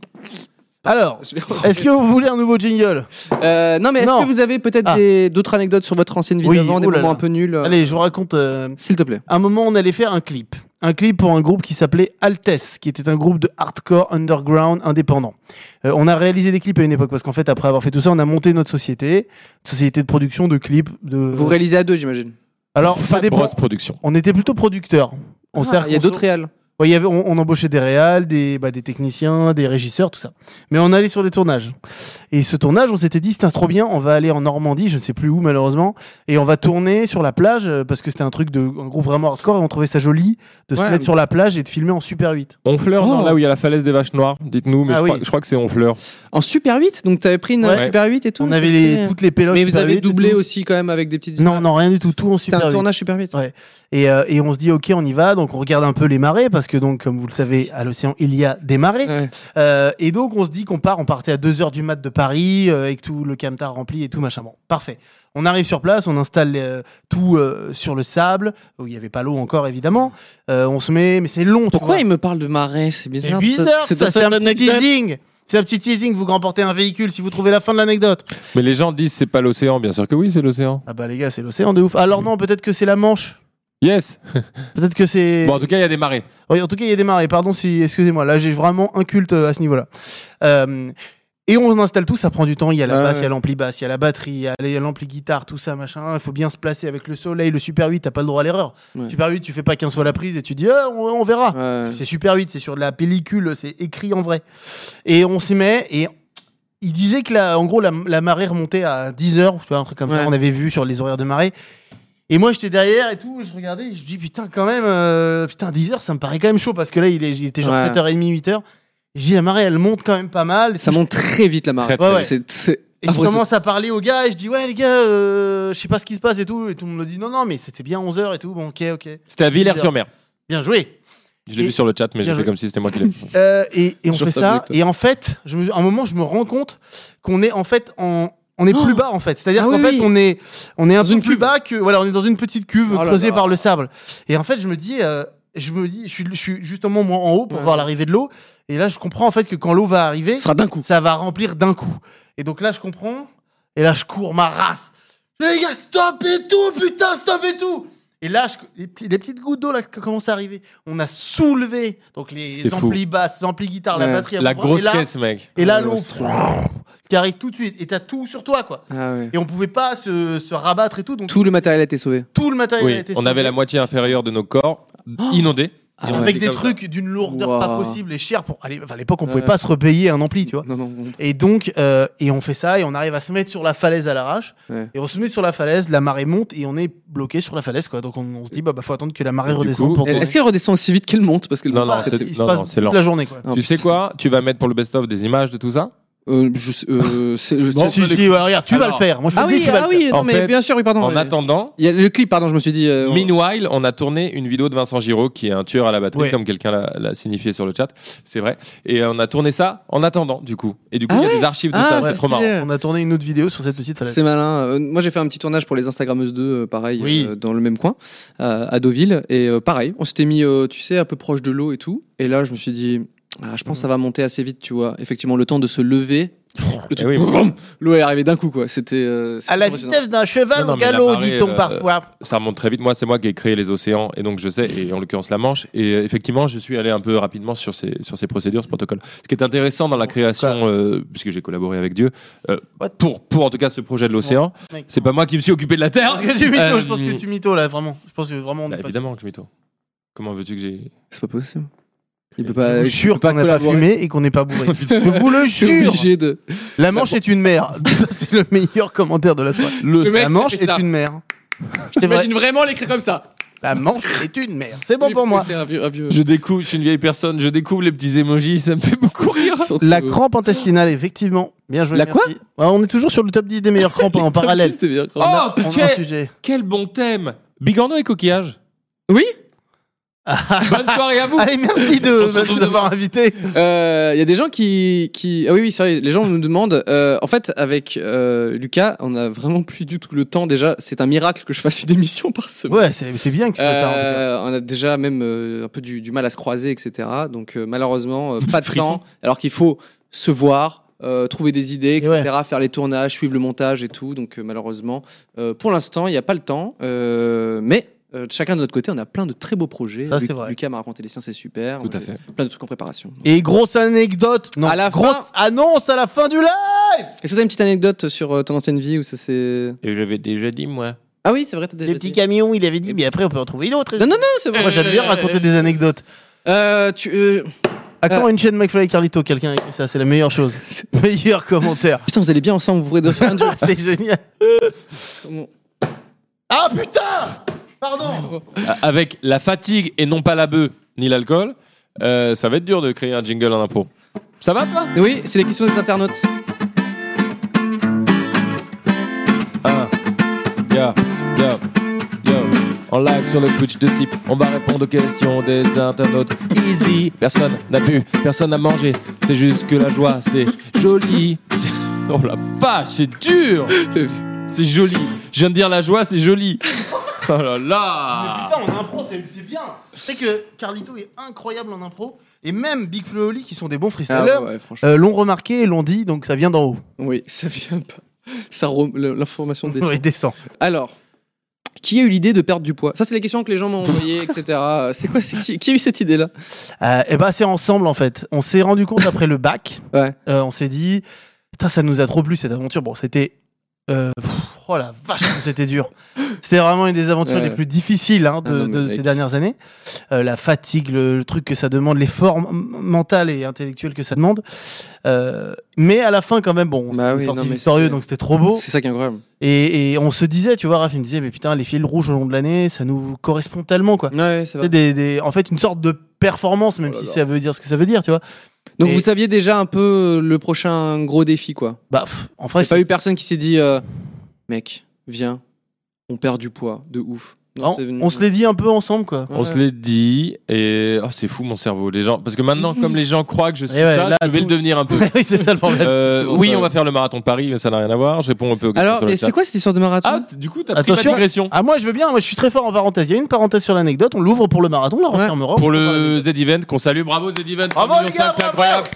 Speaker 3: Alors,
Speaker 1: Je vais-
Speaker 3: est-ce que vous voulez un nouveau jingle
Speaker 1: Euh, non, mais est-ce
Speaker 3: Non.
Speaker 1: que vous avez peut-être
Speaker 3: Ah.
Speaker 1: des- d'autres anecdotes sur votre ancienne vie
Speaker 3: Oui,
Speaker 1: d'avant, des
Speaker 3: oulala.
Speaker 1: moments un peu nuls euh,
Speaker 3: Allez, je vous raconte. euh,
Speaker 1: S'il te plaît.
Speaker 3: un moment, on allait faire un clip. Un clip pour un groupe qui s'appelait Altesse, qui était un groupe de hardcore underground indépendant. Euh, on a réalisé des clips à une époque parce qu'en fait, après avoir fait tout ça, on a monté notre société, société de production de clips. De...
Speaker 1: Vous réalisez à deux, j'imagine.
Speaker 3: Alors, ça
Speaker 7: Fab
Speaker 3: dépend.
Speaker 7: Bros Production.
Speaker 3: On était plutôt producteurs. On
Speaker 1: Ah,
Speaker 3: s'est-
Speaker 1: Il y a
Speaker 3: on
Speaker 1: d'autres
Speaker 3: s'est-
Speaker 1: réals.
Speaker 3: Ouais, il y avait, on, on embauchait des réals, des, bah, des techniciens, des régisseurs, tout ça. Mais on allait sur des tournages. Et ce tournage, on s'était dit, putain, trop bien, on va aller en Normandie, je ne sais plus où malheureusement, et on va tourner sur la plage, euh, parce que c'était un truc de un groupe vraiment hardcore, et on trouvait ça joli de
Speaker 1: Ouais,
Speaker 3: se
Speaker 1: mais-
Speaker 3: mettre sur la plage et de filmer en Super 8.
Speaker 7: On fleur
Speaker 1: Oh.
Speaker 7: là où il y a la falaise des vaches noires. Dites-nous, mais
Speaker 3: Ah
Speaker 7: je,
Speaker 3: oui.
Speaker 7: crois, je crois que c'est on fleur.
Speaker 1: En Super 8 Donc, t'avais pris une
Speaker 7: Ouais.
Speaker 1: Super 8 et tout
Speaker 3: on
Speaker 1: ça,
Speaker 3: avait
Speaker 1: c'était-
Speaker 3: les- toutes les péloches.
Speaker 1: Mais vous
Speaker 3: Super
Speaker 1: avez
Speaker 3: 8 et
Speaker 1: doublé
Speaker 3: tout.
Speaker 1: aussi quand même avec des petites.
Speaker 3: Non, non, rien du tout, tout en
Speaker 1: C'était
Speaker 3: Super
Speaker 1: un
Speaker 3: 8.
Speaker 1: tournage Super 8.
Speaker 3: Ouais. Et, euh, et on se dit, ok, on y va, donc on regarde un peu les marées, parce que donc, comme vous le savez, à l'océan, il y a des marées.
Speaker 1: Ouais.
Speaker 3: Euh, et donc, on se dit qu'on part, on partait à 2h du mat de Paris, euh, avec tout le camtar rempli et tout, machin. Bon, parfait. On arrive sur place, on installe euh, tout euh, sur le sable, où il n'y avait pas l'eau encore, évidemment. Euh, on se met, mais c'est long. tu
Speaker 1: Pourquoi
Speaker 3: vois.
Speaker 1: il me parle de marais C'est
Speaker 3: C'est
Speaker 1: bizarre.
Speaker 3: bizarre,
Speaker 1: C'est
Speaker 3: ça,
Speaker 1: un
Speaker 3: c'est un
Speaker 1: certain
Speaker 3: petit
Speaker 1: anecdote.
Speaker 3: teasing c'est un petit teasing, vous remportez un véhicule si vous trouvez la fin de l'anecdote.
Speaker 7: Mais les gens disent c'est pas l'océan. Bien sûr que oui, c'est l'océan.
Speaker 3: Ah bah les gars, c'est l'océan de ouf. Alors
Speaker 1: Mm.
Speaker 3: non, peut-être que c'est la Manche.
Speaker 7: Yes.
Speaker 3: Peut-être que c'est...
Speaker 7: Bon, en tout cas, il y a des marées.
Speaker 3: Oui, en tout cas, il y a des marées. Pardon si, excusez-moi, là j'ai vraiment un culte euh, à ce niveau-là. Euh, Et on installe tout, ça prend du temps. Il y a la
Speaker 1: Ouais,
Speaker 3: basse, il y
Speaker 1: ouais.
Speaker 3: a l'ampli basse, il y a la batterie, il y a les- l'ampli guitare, tout ça, machin. Il faut bien se placer avec le soleil. Le Super 8, t'as pas le droit à l'erreur.
Speaker 1: Ouais.
Speaker 3: Super 8, tu fais pas 15 fois la prise et tu dis, Ah, on, on verra.
Speaker 1: Ouais.
Speaker 3: C'est Super 8, c'est sur de la pellicule, c'est écrit en vrai. Et on s'y met et il disait que la, en gros, la, la marée remontait à 10 heures, tu vois, un truc comme
Speaker 1: Ouais.
Speaker 3: ça. On avait vu sur les horaires de marée. Et moi, j'étais derrière et tout, je regardais, et je dis putain, quand même, euh, putain, 10 heures, ça me paraît quand même chaud parce que là, il, est- il était genre
Speaker 1: Ouais.
Speaker 3: 7h30, 8h. Je dis, la marée, elle monte quand même pas mal.
Speaker 1: Ça monte très vite la marée.
Speaker 2: Très, très
Speaker 3: vite.
Speaker 1: C'est- c'est
Speaker 3: Et je
Speaker 1: affreux, ça.
Speaker 3: commence à parler aux gars et je dis, ouais, les gars, euh, je sais pas ce qui se passe et tout. Et tout le monde me dit, non, non, mais c'était bien 11h et tout. Bon, ok, ok.
Speaker 2: C'était à Villers-sur-Mer.
Speaker 3: Bien joué.
Speaker 2: Je l'ai
Speaker 3: Et-
Speaker 2: vu sur le chat, mais
Speaker 3: Bien
Speaker 2: j'ai fait
Speaker 3: joué.
Speaker 2: comme si c'était moi
Speaker 3: [laughs]
Speaker 2: qui l'ai
Speaker 3: Euh, et, et on
Speaker 1: Sur
Speaker 3: fait
Speaker 1: sa
Speaker 3: ça.
Speaker 1: blague, toi.
Speaker 3: Et en fait, je me, à un moment, je me rends compte qu'on est en fait en on est plus bas en fait, c'est-à-dire
Speaker 1: Ah
Speaker 3: qu'en
Speaker 1: oui,
Speaker 3: fait
Speaker 1: oui.
Speaker 3: on est on est un
Speaker 1: Dans
Speaker 3: peu
Speaker 1: une
Speaker 3: plus
Speaker 1: cuve.
Speaker 3: bas que voilà on est dans une petite cuve
Speaker 1: Oh là
Speaker 3: creusée
Speaker 1: là.
Speaker 3: par le sable. Et en fait je me dis euh, je me dis je suis, je suis justement moi en haut pour
Speaker 1: Ouais.
Speaker 3: voir l'arrivée de l'eau et là je comprends en fait que quand l'eau va arriver
Speaker 1: Ce sera d'un coup.
Speaker 3: ça va remplir d'un coup. Et donc là, je comprends. Et là, je cours ma race. Les gars, stop et tout, putain, stop et tout. Et là, je- les, petits- les petites gouttes d'eau là qui commencent à arriver. On a soulevé donc les
Speaker 2: C'est fou.
Speaker 3: amplis basses, les amplis guitare,
Speaker 1: Ouais.
Speaker 3: la batterie. à
Speaker 2: La
Speaker 3: bout de bras.
Speaker 2: grosse
Speaker 3: et là,
Speaker 2: caisse, Euh, mec.
Speaker 3: Et là,
Speaker 1: Ouais,
Speaker 3: l'eau
Speaker 1: c'est trop
Speaker 3: qui arrive tout de suite. Et t'as tout sur toi, quoi.
Speaker 1: Ah ouais.
Speaker 3: Et on pouvait pas se, se rabattre et tout. Donc tout,
Speaker 1: Tout le matériel a été sauvé.
Speaker 3: le matériel
Speaker 2: Oui,
Speaker 3: était
Speaker 2: on
Speaker 3: sauvé.
Speaker 2: avait la moitié inférieure de nos corps inondés.
Speaker 1: Ah
Speaker 2: Et on
Speaker 1: ouais.
Speaker 3: Oh. avec des
Speaker 2: était comme ça.
Speaker 3: trucs d'une lourdeur pas
Speaker 1: Waouh.
Speaker 3: possible et cher pour. Allez, enfin, à l'époque, on pouvait
Speaker 1: Ouais.
Speaker 3: pas se repayer un ampli, tu vois.
Speaker 1: Non, non, non.
Speaker 3: Et donc, euh, et on fait ça, et on arrive à se mettre sur la falaise à l'arrache.
Speaker 1: Ouais.
Speaker 3: Et on se met sur la falaise, la marée monte, et on est bloqué sur la falaise, quoi. Donc on, on se dit, bah, bah, faut attendre que la marée
Speaker 2: Et du
Speaker 3: redescende
Speaker 2: coup,
Speaker 3: pour
Speaker 2: c'est-
Speaker 3: tourner.
Speaker 1: Est-ce qu'elle redescend aussi vite qu'elle monte Parce que
Speaker 2: Non, non,
Speaker 3: Ah,
Speaker 2: c'est-
Speaker 3: il se
Speaker 2: non,
Speaker 3: passe
Speaker 2: non, c'est
Speaker 3: toute
Speaker 2: lent.
Speaker 3: la journée, quoi.
Speaker 1: Oh,
Speaker 2: tu sais
Speaker 1: putain.
Speaker 2: quoi Tu vas mettre pour le best-of des images de tout ça
Speaker 1: Euh, je sais- euh, c'est- je-
Speaker 2: Bon,
Speaker 1: c'est-
Speaker 3: Si, si, ouais, regarde, tu vas le
Speaker 2: Alors-
Speaker 3: faire. Moi, je te
Speaker 1: Ah
Speaker 3: dis,
Speaker 1: oui,
Speaker 3: tu vas
Speaker 1: ah
Speaker 3: le
Speaker 1: oui, non,
Speaker 2: En
Speaker 1: mais
Speaker 2: fait,
Speaker 1: bien sûr, oui, pardon.
Speaker 2: En
Speaker 1: ouais.
Speaker 2: attendant,
Speaker 1: Il y a le clip, pardon, je me suis dit. euh, on-
Speaker 2: meanwhile, on a tourné une vidéo de Vincent Giraud, qui est un tueur à la batterie,
Speaker 3: Ouais.
Speaker 2: comme quelqu'un l'a- l'a signifié sur le chat. C'est vrai. Et euh, on a tourné ça en attendant, du coup. Et du coup,
Speaker 1: Ah
Speaker 2: il y a des archives de
Speaker 1: Ah,
Speaker 2: ça.
Speaker 1: c'est
Speaker 2: C'est trop
Speaker 1: stylé.
Speaker 2: marrant.
Speaker 3: faire. On a tourné une autre vidéo sur cette petite falaise.
Speaker 1: C'est malin. Euh, moi, j'ai fait un petit tournage pour les Instagrammeuses 2, euh, pareil,
Speaker 3: Oui.
Speaker 1: euh, dans le même coin, euh, à Deauville. Et euh, pareil, on s'était mis, euh, tu sais, un peu proche de l'eau et tout. Et là, je me suis dit, ah, je pense que ça va monter assez vite, tu vois. Effectivement, le temps de se
Speaker 2: [laughs]
Speaker 1: lever. le truc,
Speaker 2: Eh oui. [laughs]
Speaker 1: vroom, L'eau est arrivée d'un coup, quoi. C'était. euh, c'était
Speaker 3: À la
Speaker 1: impressionnant.
Speaker 3: vitesse d'un cheval
Speaker 2: Non, non,
Speaker 3: au
Speaker 2: mais la
Speaker 3: galop,
Speaker 2: marée,
Speaker 3: dit-on
Speaker 2: euh,
Speaker 3: parfois.
Speaker 2: Ça remonte très vite. Moi, c'est moi qui ai créé les océans, et donc je sais, et en l'occurrence la Manche. Et euh, effectivement, je suis allé un peu rapidement sur ces, sur ces procédures, ce protocole. Ce qui est intéressant dans la création, euh, puisque j'ai collaboré avec Dieu, euh,
Speaker 3: What
Speaker 2: pour, pour en tout cas ce projet de l'océan,
Speaker 3: Mec.
Speaker 2: c'est pas moi qui me suis occupé de la
Speaker 3: Je
Speaker 2: Terre.
Speaker 3: pense que tu mytho, je pense
Speaker 2: Euh,
Speaker 3: que tu mytho, là, vraiment. Je pense que vraiment, on
Speaker 2: Bah,
Speaker 3: est pas-
Speaker 2: évidemment que je mytho. Comment veux-tu que j'ai.
Speaker 1: C'est pas possible. Il
Speaker 2: Et
Speaker 1: peut
Speaker 2: je
Speaker 1: pas.
Speaker 3: Je
Speaker 1: il
Speaker 3: suis sûr
Speaker 1: peut Euh, pas
Speaker 3: qu'on a pas
Speaker 1: collaborer.
Speaker 3: fumé et qu'on n'est
Speaker 1: [laughs]
Speaker 3: pas bourré. Je vous le
Speaker 1: Je suis
Speaker 3: jure.
Speaker 1: obligé de.
Speaker 3: La Manche est une mer. [laughs] Ça, c'est le meilleur commentaire de la soirée.
Speaker 1: Le
Speaker 3: La Manche est
Speaker 1: [laughs]
Speaker 3: une mer. C'est vrai.
Speaker 1: vraiment l'écrire comme ça.
Speaker 3: La Manche est une mer. C'est bon
Speaker 1: Oui, parce
Speaker 3: pour
Speaker 1: que
Speaker 3: moi.
Speaker 1: C'est un vieux. un vieux-
Speaker 2: Je découvre, je suis une vieille personne, je découvre les petits émojis, ça me fait beaucoup [laughs] rire.
Speaker 1: Surtout,
Speaker 3: La
Speaker 1: euh,
Speaker 3: crampe intestinale, effectivement. Bien joué.
Speaker 1: La
Speaker 3: merci. Ouais, On est toujours sur le top 10 des meilleures crampes hein,
Speaker 1: [laughs]
Speaker 3: en parallèle.
Speaker 1: C'était bien.
Speaker 2: Oh,
Speaker 3: On a- on a
Speaker 2: ok.
Speaker 3: un sujet.
Speaker 2: Quel bon thème Bigorneau et coquillage.
Speaker 1: Oui.
Speaker 2: Bonne soirée à vous.
Speaker 3: Allez, merci
Speaker 2: On se
Speaker 3: de
Speaker 2: retrouve
Speaker 3: d'avoir invité.
Speaker 1: Euh, Il y a des gens qui, qui... Ah oui, oui, c'est vrai, les gens nous demandent... euh, en fait, avec euh, Lucas, on a vraiment plus du tout le temps déjà. C'est un miracle que je fasse une émission par semaine.
Speaker 3: Ouais, c'est c'est bien que tu fasses ça. en tout cas.
Speaker 1: Euh, on a déjà même euh, un peu du, du mal à se croiser, etc. Donc euh, malheureusement, euh, pas de
Speaker 2: Frisson.
Speaker 1: temps. Alors qu'il faut se voir, euh, trouver des idées,
Speaker 3: Et
Speaker 1: etc. Faire les tournages, suivre le montage et tout. Donc euh, malheureusement, euh, pour l'instant, il n'y a pas le temps. Euh, mais euh, chacun de notre côté, on a plein de très beaux projets.
Speaker 3: Ça, c'est
Speaker 1: Lu-
Speaker 3: vrai.
Speaker 1: Lucas m'a raconté les siens, c'est super.
Speaker 2: Tout
Speaker 1: On
Speaker 2: à
Speaker 1: a
Speaker 2: fait.
Speaker 1: Plein de trucs en préparation. Donc,
Speaker 3: Et grosse anecdote. Non,
Speaker 1: À la
Speaker 3: grosse
Speaker 1: fin-
Speaker 3: annonce à la fin du live.
Speaker 1: Est-ce que t'as une petite anecdote sur euh, ton ancienne vie où ça c'est
Speaker 2: Et j'avais déjà dit, moi.
Speaker 1: Ah oui, c'est vrai, t'as déjà
Speaker 3: Le petit
Speaker 1: dit.
Speaker 3: camion, il avait dit, mais après, on peut en trouver une autre.
Speaker 1: Non, non, non, c'est vrai.
Speaker 3: Moi, j'aime bien raconter des anecdotes.
Speaker 1: Euh, tu, euh,
Speaker 3: À quand Ah, une chaîne McFly et Carlito Quelqu'un a écrit ça, c'est la
Speaker 1: [laughs]
Speaker 3: meilleure chose. Meilleur commentaire.
Speaker 1: Putain, vous allez bien ensemble, vous pourrez de faire un duo.
Speaker 3: Ah, c'est génial.
Speaker 1: Bon.
Speaker 3: Ah putain Pardon
Speaker 2: Avec la fatigue et non pas la bœuf ni l'alcool, euh, ça va être dur de créer un jingle en impro. Ça va toi
Speaker 1: Oui, c'est les questions des internautes.
Speaker 2: Ah. Yo, yo, yo. En live sur le Twitch de Sip, on va répondre aux questions des internautes. Easy. Personne n'a bu, personne n'a mangé. C'est juste que la joie, c'est joli. [laughs] Oh la vache, c'est dur. C'est joli. Je viens de dire la joie, c'est joli. Oh là là.
Speaker 3: Mais Ah. putain, en impro, c'est c'est bien Tu sais que Carlito est incroyable en impro, et même Big Flo et Oli, qui sont des bons
Speaker 1: Ah
Speaker 3: freestylers,
Speaker 1: ouais, franchement.
Speaker 3: euh, l'ont remarqué et l'ont dit, donc ça vient d'en haut.
Speaker 1: Oui, ça vient pas. Ça rem- le- l'information des.
Speaker 3: [laughs] Ouais, descend.
Speaker 1: Alors, qui a eu l'idée de perdre du poids Ça, c'est les questions que les gens m'ont envoyées, etc. Euh, C'est quoi c'est qui, qui a eu cette idée-là
Speaker 3: [laughs] Euh, et bah, c'est ensemble, en fait. On s'est rendu compte après le bac,
Speaker 1: Ouais.
Speaker 3: euh, on s'est dit... Putain, ça nous a trop plu cette aventure. Bon, c'était. euh, pff, oh la vache, [laughs] comme c'était dur. C'était vraiment une des aventures
Speaker 1: Ouais.
Speaker 3: les plus difficiles hein, de,
Speaker 1: Ah non, mais
Speaker 3: de
Speaker 1: mec.
Speaker 3: ces dernières années. Euh, la fatigue, le, le truc que ça demande, l'effort m- mental et intellectuel que ça demande. Euh, mais à la fin, quand même, bon, on
Speaker 1: Bah
Speaker 3: s'est
Speaker 1: oui,
Speaker 3: sorti
Speaker 1: non, mais
Speaker 3: victorieux,
Speaker 1: c'était-
Speaker 3: donc c'était trop beau.
Speaker 1: C'est ça qui est incroyable.
Speaker 3: Et, et on se disait, tu vois, Raph, il me disait, mais putain, les fils rouges au long de l'année, ça nous correspond tellement, quoi.
Speaker 1: Ouais, ouais, c'est
Speaker 3: C'est
Speaker 1: vrai.
Speaker 3: des, des- en fait une sorte de performance, même
Speaker 1: Oh là
Speaker 3: si
Speaker 1: là.
Speaker 3: ça veut dire ce que ça veut dire, tu vois.
Speaker 1: Donc
Speaker 3: Et-
Speaker 1: vous saviez déjà un peu le prochain gros défi, quoi.
Speaker 3: Bah, pff, en
Speaker 1: Il
Speaker 3: vrai,
Speaker 1: a pas
Speaker 3: c'est-
Speaker 1: eu personne qui s'est dit, euh, mec, viens, on perd du poids, de ouf.
Speaker 3: non, on se l'est dit un peu
Speaker 1: [laughs]
Speaker 3: ensemble, quoi.
Speaker 2: On se l'est dit et oh, c'est fou mon cerveau les gens parce que maintenant comme les gens croient que je suis
Speaker 1: Eh
Speaker 3: Et ouais,
Speaker 2: ça
Speaker 3: là,
Speaker 2: je vais
Speaker 3: tout-
Speaker 2: le devenir
Speaker 1: [laughs]
Speaker 2: un peu
Speaker 3: oui, c'est ça le problème.
Speaker 2: Euh,
Speaker 1: C'est sûr,
Speaker 2: oui
Speaker 1: ça.
Speaker 2: on va faire le marathon de Paris mais ça n'a rien à voir je réponds un peu aux questions
Speaker 1: Alors,
Speaker 2: sur le
Speaker 1: mais c'est
Speaker 2: chat.
Speaker 1: quoi cette histoire de
Speaker 2: ah
Speaker 1: marathon
Speaker 2: t- du coup t'as pris ma
Speaker 3: Attention.
Speaker 2: digression
Speaker 3: Ah moi je veux bien, moi je suis très fort en parenthèse. Il y a une parenthèse sur l'anecdote, on l'ouvre pour le marathon, on la
Speaker 1: Ouais.
Speaker 3: refermera.
Speaker 2: pour le Z-Event qu'on salue bravo Z-Event 3 millions cinq, c'est incroyable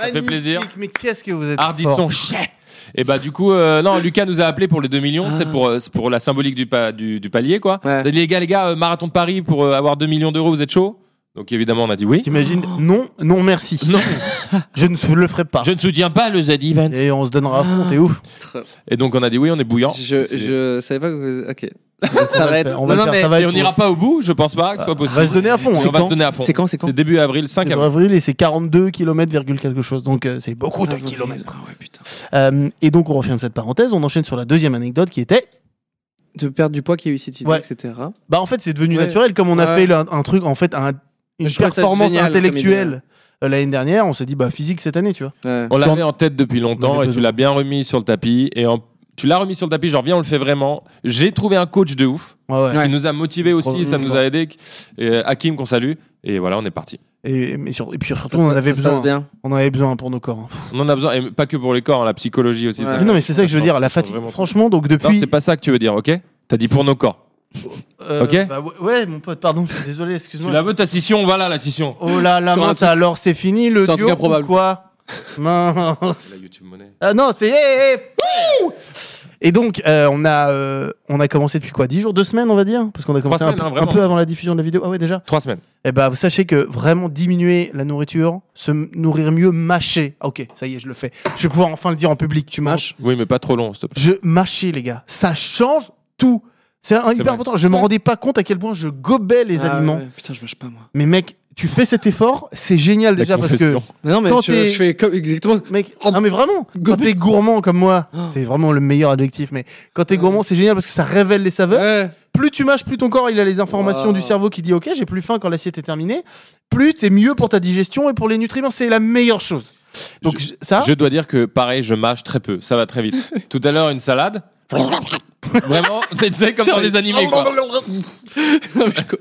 Speaker 3: Ça
Speaker 2: fait plaisir.
Speaker 3: Mais qu'est-ce que vous êtes
Speaker 2: Ardisson
Speaker 3: fort.
Speaker 2: chais et bah du coup euh, non Lucas nous a appelé pour les 2 millions
Speaker 1: Ah.
Speaker 2: c'est pour euh, c'est pour la symbolique du pa- du, du palier quoi
Speaker 1: Ouais.
Speaker 2: Il a dit, les gars les gars euh, marathon de Paris pour euh, avoir 2 millions d'euros vous êtes chaud donc évidemment on a dit oui
Speaker 3: T'imagines
Speaker 1: Oh.
Speaker 3: Non, non merci.
Speaker 2: [laughs] non
Speaker 3: Je ne sou- le ferai pas.
Speaker 2: je ne soutiens pas le Z-Event
Speaker 3: Et on se donnera à
Speaker 1: Ah.
Speaker 3: fond, t'es ouf.
Speaker 2: et donc on a dit oui on est bouillant
Speaker 1: je,
Speaker 2: C'est-
Speaker 1: je savais pas que vous... Ok. [laughs] ça va être...
Speaker 3: On va
Speaker 1: non,
Speaker 3: le
Speaker 1: non,
Speaker 3: faire,
Speaker 1: mais-
Speaker 3: ça va
Speaker 2: Et
Speaker 3: être
Speaker 2: on n'ira pas au bout, je pense pas que ce soit
Speaker 3: Ah, On
Speaker 2: possible.
Speaker 3: va se donner à fond.
Speaker 2: Et
Speaker 1: C'est
Speaker 2: on va
Speaker 1: quand
Speaker 2: se donner à fond.
Speaker 1: C'est quand, c'est quand
Speaker 2: C'est début avril, 5
Speaker 3: C'est
Speaker 2: avril.
Speaker 3: avril et c'est 42 km virgule quelque chose. Donc euh, c'est beaucoup de
Speaker 1: Ah, ouais,
Speaker 3: kilomètres.
Speaker 1: ouais, putain.
Speaker 3: Euh, et donc on referme cette parenthèse, on enchaîne sur la deuxième anecdote qui était
Speaker 1: De perdre du poids qui a eu cette idée,
Speaker 3: Ouais.
Speaker 1: etc.
Speaker 3: Bah en fait, c'est devenu
Speaker 1: Ouais.
Speaker 3: naturel comme on a
Speaker 1: Ouais.
Speaker 3: fait là, un truc en fait un- une
Speaker 1: Je trouve ça
Speaker 3: performance
Speaker 1: génial comme
Speaker 3: intellectuelle euh, l'année dernière, on s'est dit bah physique cette année, tu vois.
Speaker 1: Ouais.
Speaker 2: On l'avait en tête depuis
Speaker 3: On
Speaker 2: longtemps
Speaker 3: avait
Speaker 2: et tu
Speaker 3: besoin.
Speaker 2: l'as bien remis sur le tapis. Et en- tu l'as remis sur le tapis, genre viens, on le fait vraiment. J'ai trouvé un coach de ouf
Speaker 3: Ouais, ouais.
Speaker 2: qui nous a motivés aussi,
Speaker 3: Trop-
Speaker 2: ça
Speaker 3: mmh,
Speaker 2: nous
Speaker 3: bon.
Speaker 2: a aidé. Et, euh, Hakim qu'on salue. Et voilà, on est parti.
Speaker 3: Et, mais sur- et puis surtout
Speaker 1: Ça se
Speaker 3: on en
Speaker 1: passe-
Speaker 3: avait
Speaker 1: ça se
Speaker 3: besoin.
Speaker 1: passe bien.
Speaker 3: On en avait besoin pour nos corps. hein.
Speaker 2: On en a besoin, et pas que pour les corps, hein, la psychologie aussi.
Speaker 1: Ouais.
Speaker 2: ça-
Speaker 1: Ah,
Speaker 3: non mais c'est ça que je veux
Speaker 2: change-
Speaker 3: dire, la
Speaker 2: change
Speaker 3: fatigue.
Speaker 2: vraiment.
Speaker 3: Franchement, donc
Speaker 2: Non,
Speaker 3: depuis.
Speaker 2: c'est pas ça que tu veux dire, ok T'as dit pour nos corps.
Speaker 3: euh,
Speaker 2: ok.
Speaker 3: bah, ouais, ouais, mon pote, pardon, je suis désolé,
Speaker 2: Tu
Speaker 3: excuse-moi.
Speaker 2: la veux ta session Voilà la session.
Speaker 3: Oh là la
Speaker 1: Sur un
Speaker 3: mince,
Speaker 1: truc-
Speaker 3: alors c'est fini le
Speaker 1: C'est un
Speaker 3: duo
Speaker 1: truc improbable.
Speaker 3: ou quoi Mince.
Speaker 2: La YouTube monnaie.
Speaker 3: Ah non, c'est. hey, hey, wouh et donc, euh, on, a, euh, on a commencé depuis quoi 10 jours 2 semaines, on va dire Parce qu'on a commencé un
Speaker 2: semaines,
Speaker 3: peu-
Speaker 2: hein,
Speaker 3: un
Speaker 2: vraiment.
Speaker 3: peu avant la diffusion de la vidéo. Ah ouais, déjà
Speaker 2: Trois semaines.
Speaker 3: Eh ben, vous sachez que vraiment diminuer la nourriture, se m- nourrir mieux, mâcher. Ah, ok, ça y est, je le fais. Je vais pouvoir enfin le dire en public. Tu mâches.
Speaker 2: Oui, mais pas trop long, s'il te plaît.
Speaker 3: Je mâchais, les gars. Ça change tout. C'est un- hyper
Speaker 2: vrai.
Speaker 3: important. Je me rendais pas compte à quel point je gobais les
Speaker 1: Ah,
Speaker 3: aliments.
Speaker 1: ouais, ouais. Putain, je mange pas, moi.
Speaker 3: Mais mec, tu fais cet effort, c'est génial [laughs]
Speaker 2: La
Speaker 3: déjà parce que.
Speaker 2: confession.
Speaker 1: Mais Non, mais
Speaker 3: Quand
Speaker 1: je,
Speaker 3: t'es-
Speaker 1: je fais comme- exactement...
Speaker 3: Mec,
Speaker 1: Oh,
Speaker 3: non mais vraiment, quand
Speaker 1: gober.
Speaker 3: t'es gourmand comme moi,
Speaker 1: Ah.
Speaker 3: c'est vraiment le meilleur adjectif, mais quand t'es
Speaker 1: Ouais.
Speaker 3: gourmand, c'est génial parce que ça révèle les saveurs.
Speaker 1: Ouais.
Speaker 3: Plus tu mâches, plus ton corps il a les informations
Speaker 1: Wow.
Speaker 3: du cerveau qui dit ok j'ai plus faim quand l'assiette est terminée. Plus t'es mieux pour ta digestion et pour les nutriments, c'est la meilleure chose. Donc je- ça,
Speaker 2: Je dois dire que pareil, je mâche très peu. Ça va très vite. Tout à l'heure, une salade. Vraiment, [laughs] mais tu sais, comme dans les animés,
Speaker 1: [laughs]
Speaker 2: quoi.
Speaker 1: Non, mais je co-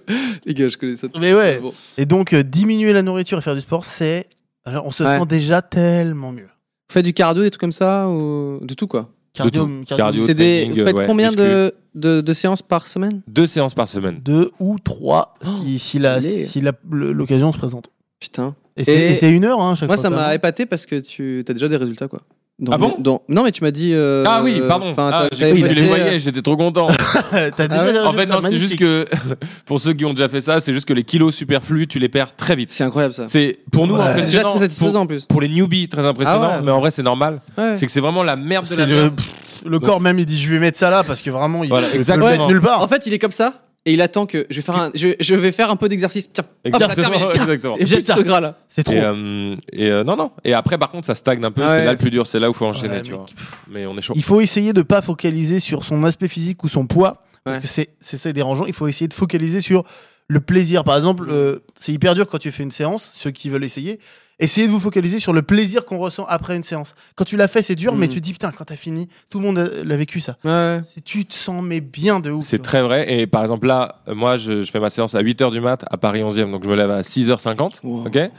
Speaker 1: Les gars, je connais ça.
Speaker 3: mais ouais.
Speaker 1: Bon.
Speaker 3: Et donc euh, diminuer la nourriture et faire du sport, c'est alors on se
Speaker 1: Ouais.
Speaker 3: sent déjà tellement mieux.
Speaker 1: Vous faites du cardio, des trucs comme ça ou... De tout, quoi.
Speaker 3: Cardio,
Speaker 2: tout.
Speaker 3: cardio,
Speaker 2: Cardio.
Speaker 1: C'est des...
Speaker 2: training,
Speaker 1: Vous faites
Speaker 2: ouais,
Speaker 1: combien
Speaker 2: muscu.
Speaker 1: de, de, de séances par semaine
Speaker 2: Deux séances par semaine.
Speaker 3: deux ou trois
Speaker 1: Oh,
Speaker 3: si, si la
Speaker 1: allez.
Speaker 3: si la- le- l'occasion se présente.
Speaker 1: Putain.
Speaker 3: Et c'est
Speaker 1: Et-
Speaker 3: et c'est une heure hein, à chaque
Speaker 1: Moi,
Speaker 3: fois,
Speaker 1: ça
Speaker 3: quand
Speaker 1: m'a
Speaker 3: [laughs] même.
Speaker 1: épaté parce que tu as déjà des résultats, quoi. Dans-
Speaker 2: Ah bon
Speaker 1: dans- Non, mais tu m'as dit. euh,
Speaker 2: Ah oui, pardon.
Speaker 1: enfin,
Speaker 2: Ah,
Speaker 1: t'as- euh,
Speaker 2: j'ai
Speaker 1: t'avais
Speaker 2: cru que tu les
Speaker 1: posté,
Speaker 2: voyais, j'étais trop content.
Speaker 3: T'as déjà
Speaker 1: Ah ouais.
Speaker 3: des
Speaker 2: en fait, non,
Speaker 3: résultats
Speaker 2: c'est juste
Speaker 3: magnifiques.
Speaker 2: que [laughs] pour ceux qui ont déjà fait ça, c'est juste que les kilos superflus, tu les perds très
Speaker 1: euh,
Speaker 2: vite.
Speaker 1: C'est incroyable ça.
Speaker 2: C'est pour nous,
Speaker 3: Ouais.
Speaker 2: en
Speaker 1: C'est
Speaker 2: fait,
Speaker 1: déjà
Speaker 2: non,
Speaker 1: très satisfaisant
Speaker 2: Pour,
Speaker 1: en plus.
Speaker 2: pour les newbies, très impressionnant,
Speaker 1: Ah ouais.
Speaker 2: mais en vrai, c'est normal.
Speaker 1: Ouais. Oh,
Speaker 2: C'est que c'est vraiment la merde de
Speaker 3: C'est
Speaker 2: la
Speaker 3: le,
Speaker 2: merde.
Speaker 3: pff, le corps même, il dit je vais mettre ça là parce que vraiment il
Speaker 2: Voilà,
Speaker 3: je peux
Speaker 2: exactement.
Speaker 3: le mettre nulle part.
Speaker 1: En fait, il est comme ça et il attend que je vais faire un, je, je vais faire un peu d'exercice. Tiens, hop, la
Speaker 2: Exactement,
Speaker 1: termine. bah, [laughs] Tiens,
Speaker 2: exactement.
Speaker 1: Et
Speaker 3: Jette
Speaker 1: jette ce
Speaker 3: ça.
Speaker 1: gras là.
Speaker 3: C'est trop.
Speaker 2: Et, euh, et, euh, non, non. Et après, par contre, ça stagne un peu.
Speaker 1: Ah ouais.
Speaker 2: C'est là le plus dur. C'est là où faut enchaîner,
Speaker 3: Ouais,
Speaker 2: tu
Speaker 3: mec.
Speaker 2: vois. Mais on est chaud.
Speaker 3: Il faut essayer de pas focaliser sur son aspect physique ou son poids parce
Speaker 1: Ouais.
Speaker 3: que c'est c'est ça dérangeant. Il faut essayer de focaliser sur le plaisir. Par exemple, euh, c'est hyper dur quand tu fais une séance. Ceux qui veulent essayer, essayez de vous focaliser sur le plaisir qu'on ressent après une séance. Quand tu l'as fait, c'est dur,
Speaker 1: Mhm.
Speaker 3: mais tu te dis putain quand t'as fini, tout le monde a- l'a vécu ça.
Speaker 1: Ouais.
Speaker 3: C'est- Tu te sens mais bien de ouf.
Speaker 2: C'est
Speaker 3: quoi.
Speaker 2: très vrai. Et par exemple, là, euh, moi, je, je fais ma séance à 8h du mat à Paris 11e. Donc, je me lève à 6h50.
Speaker 1: Wow.
Speaker 2: OK Et
Speaker 1: Ah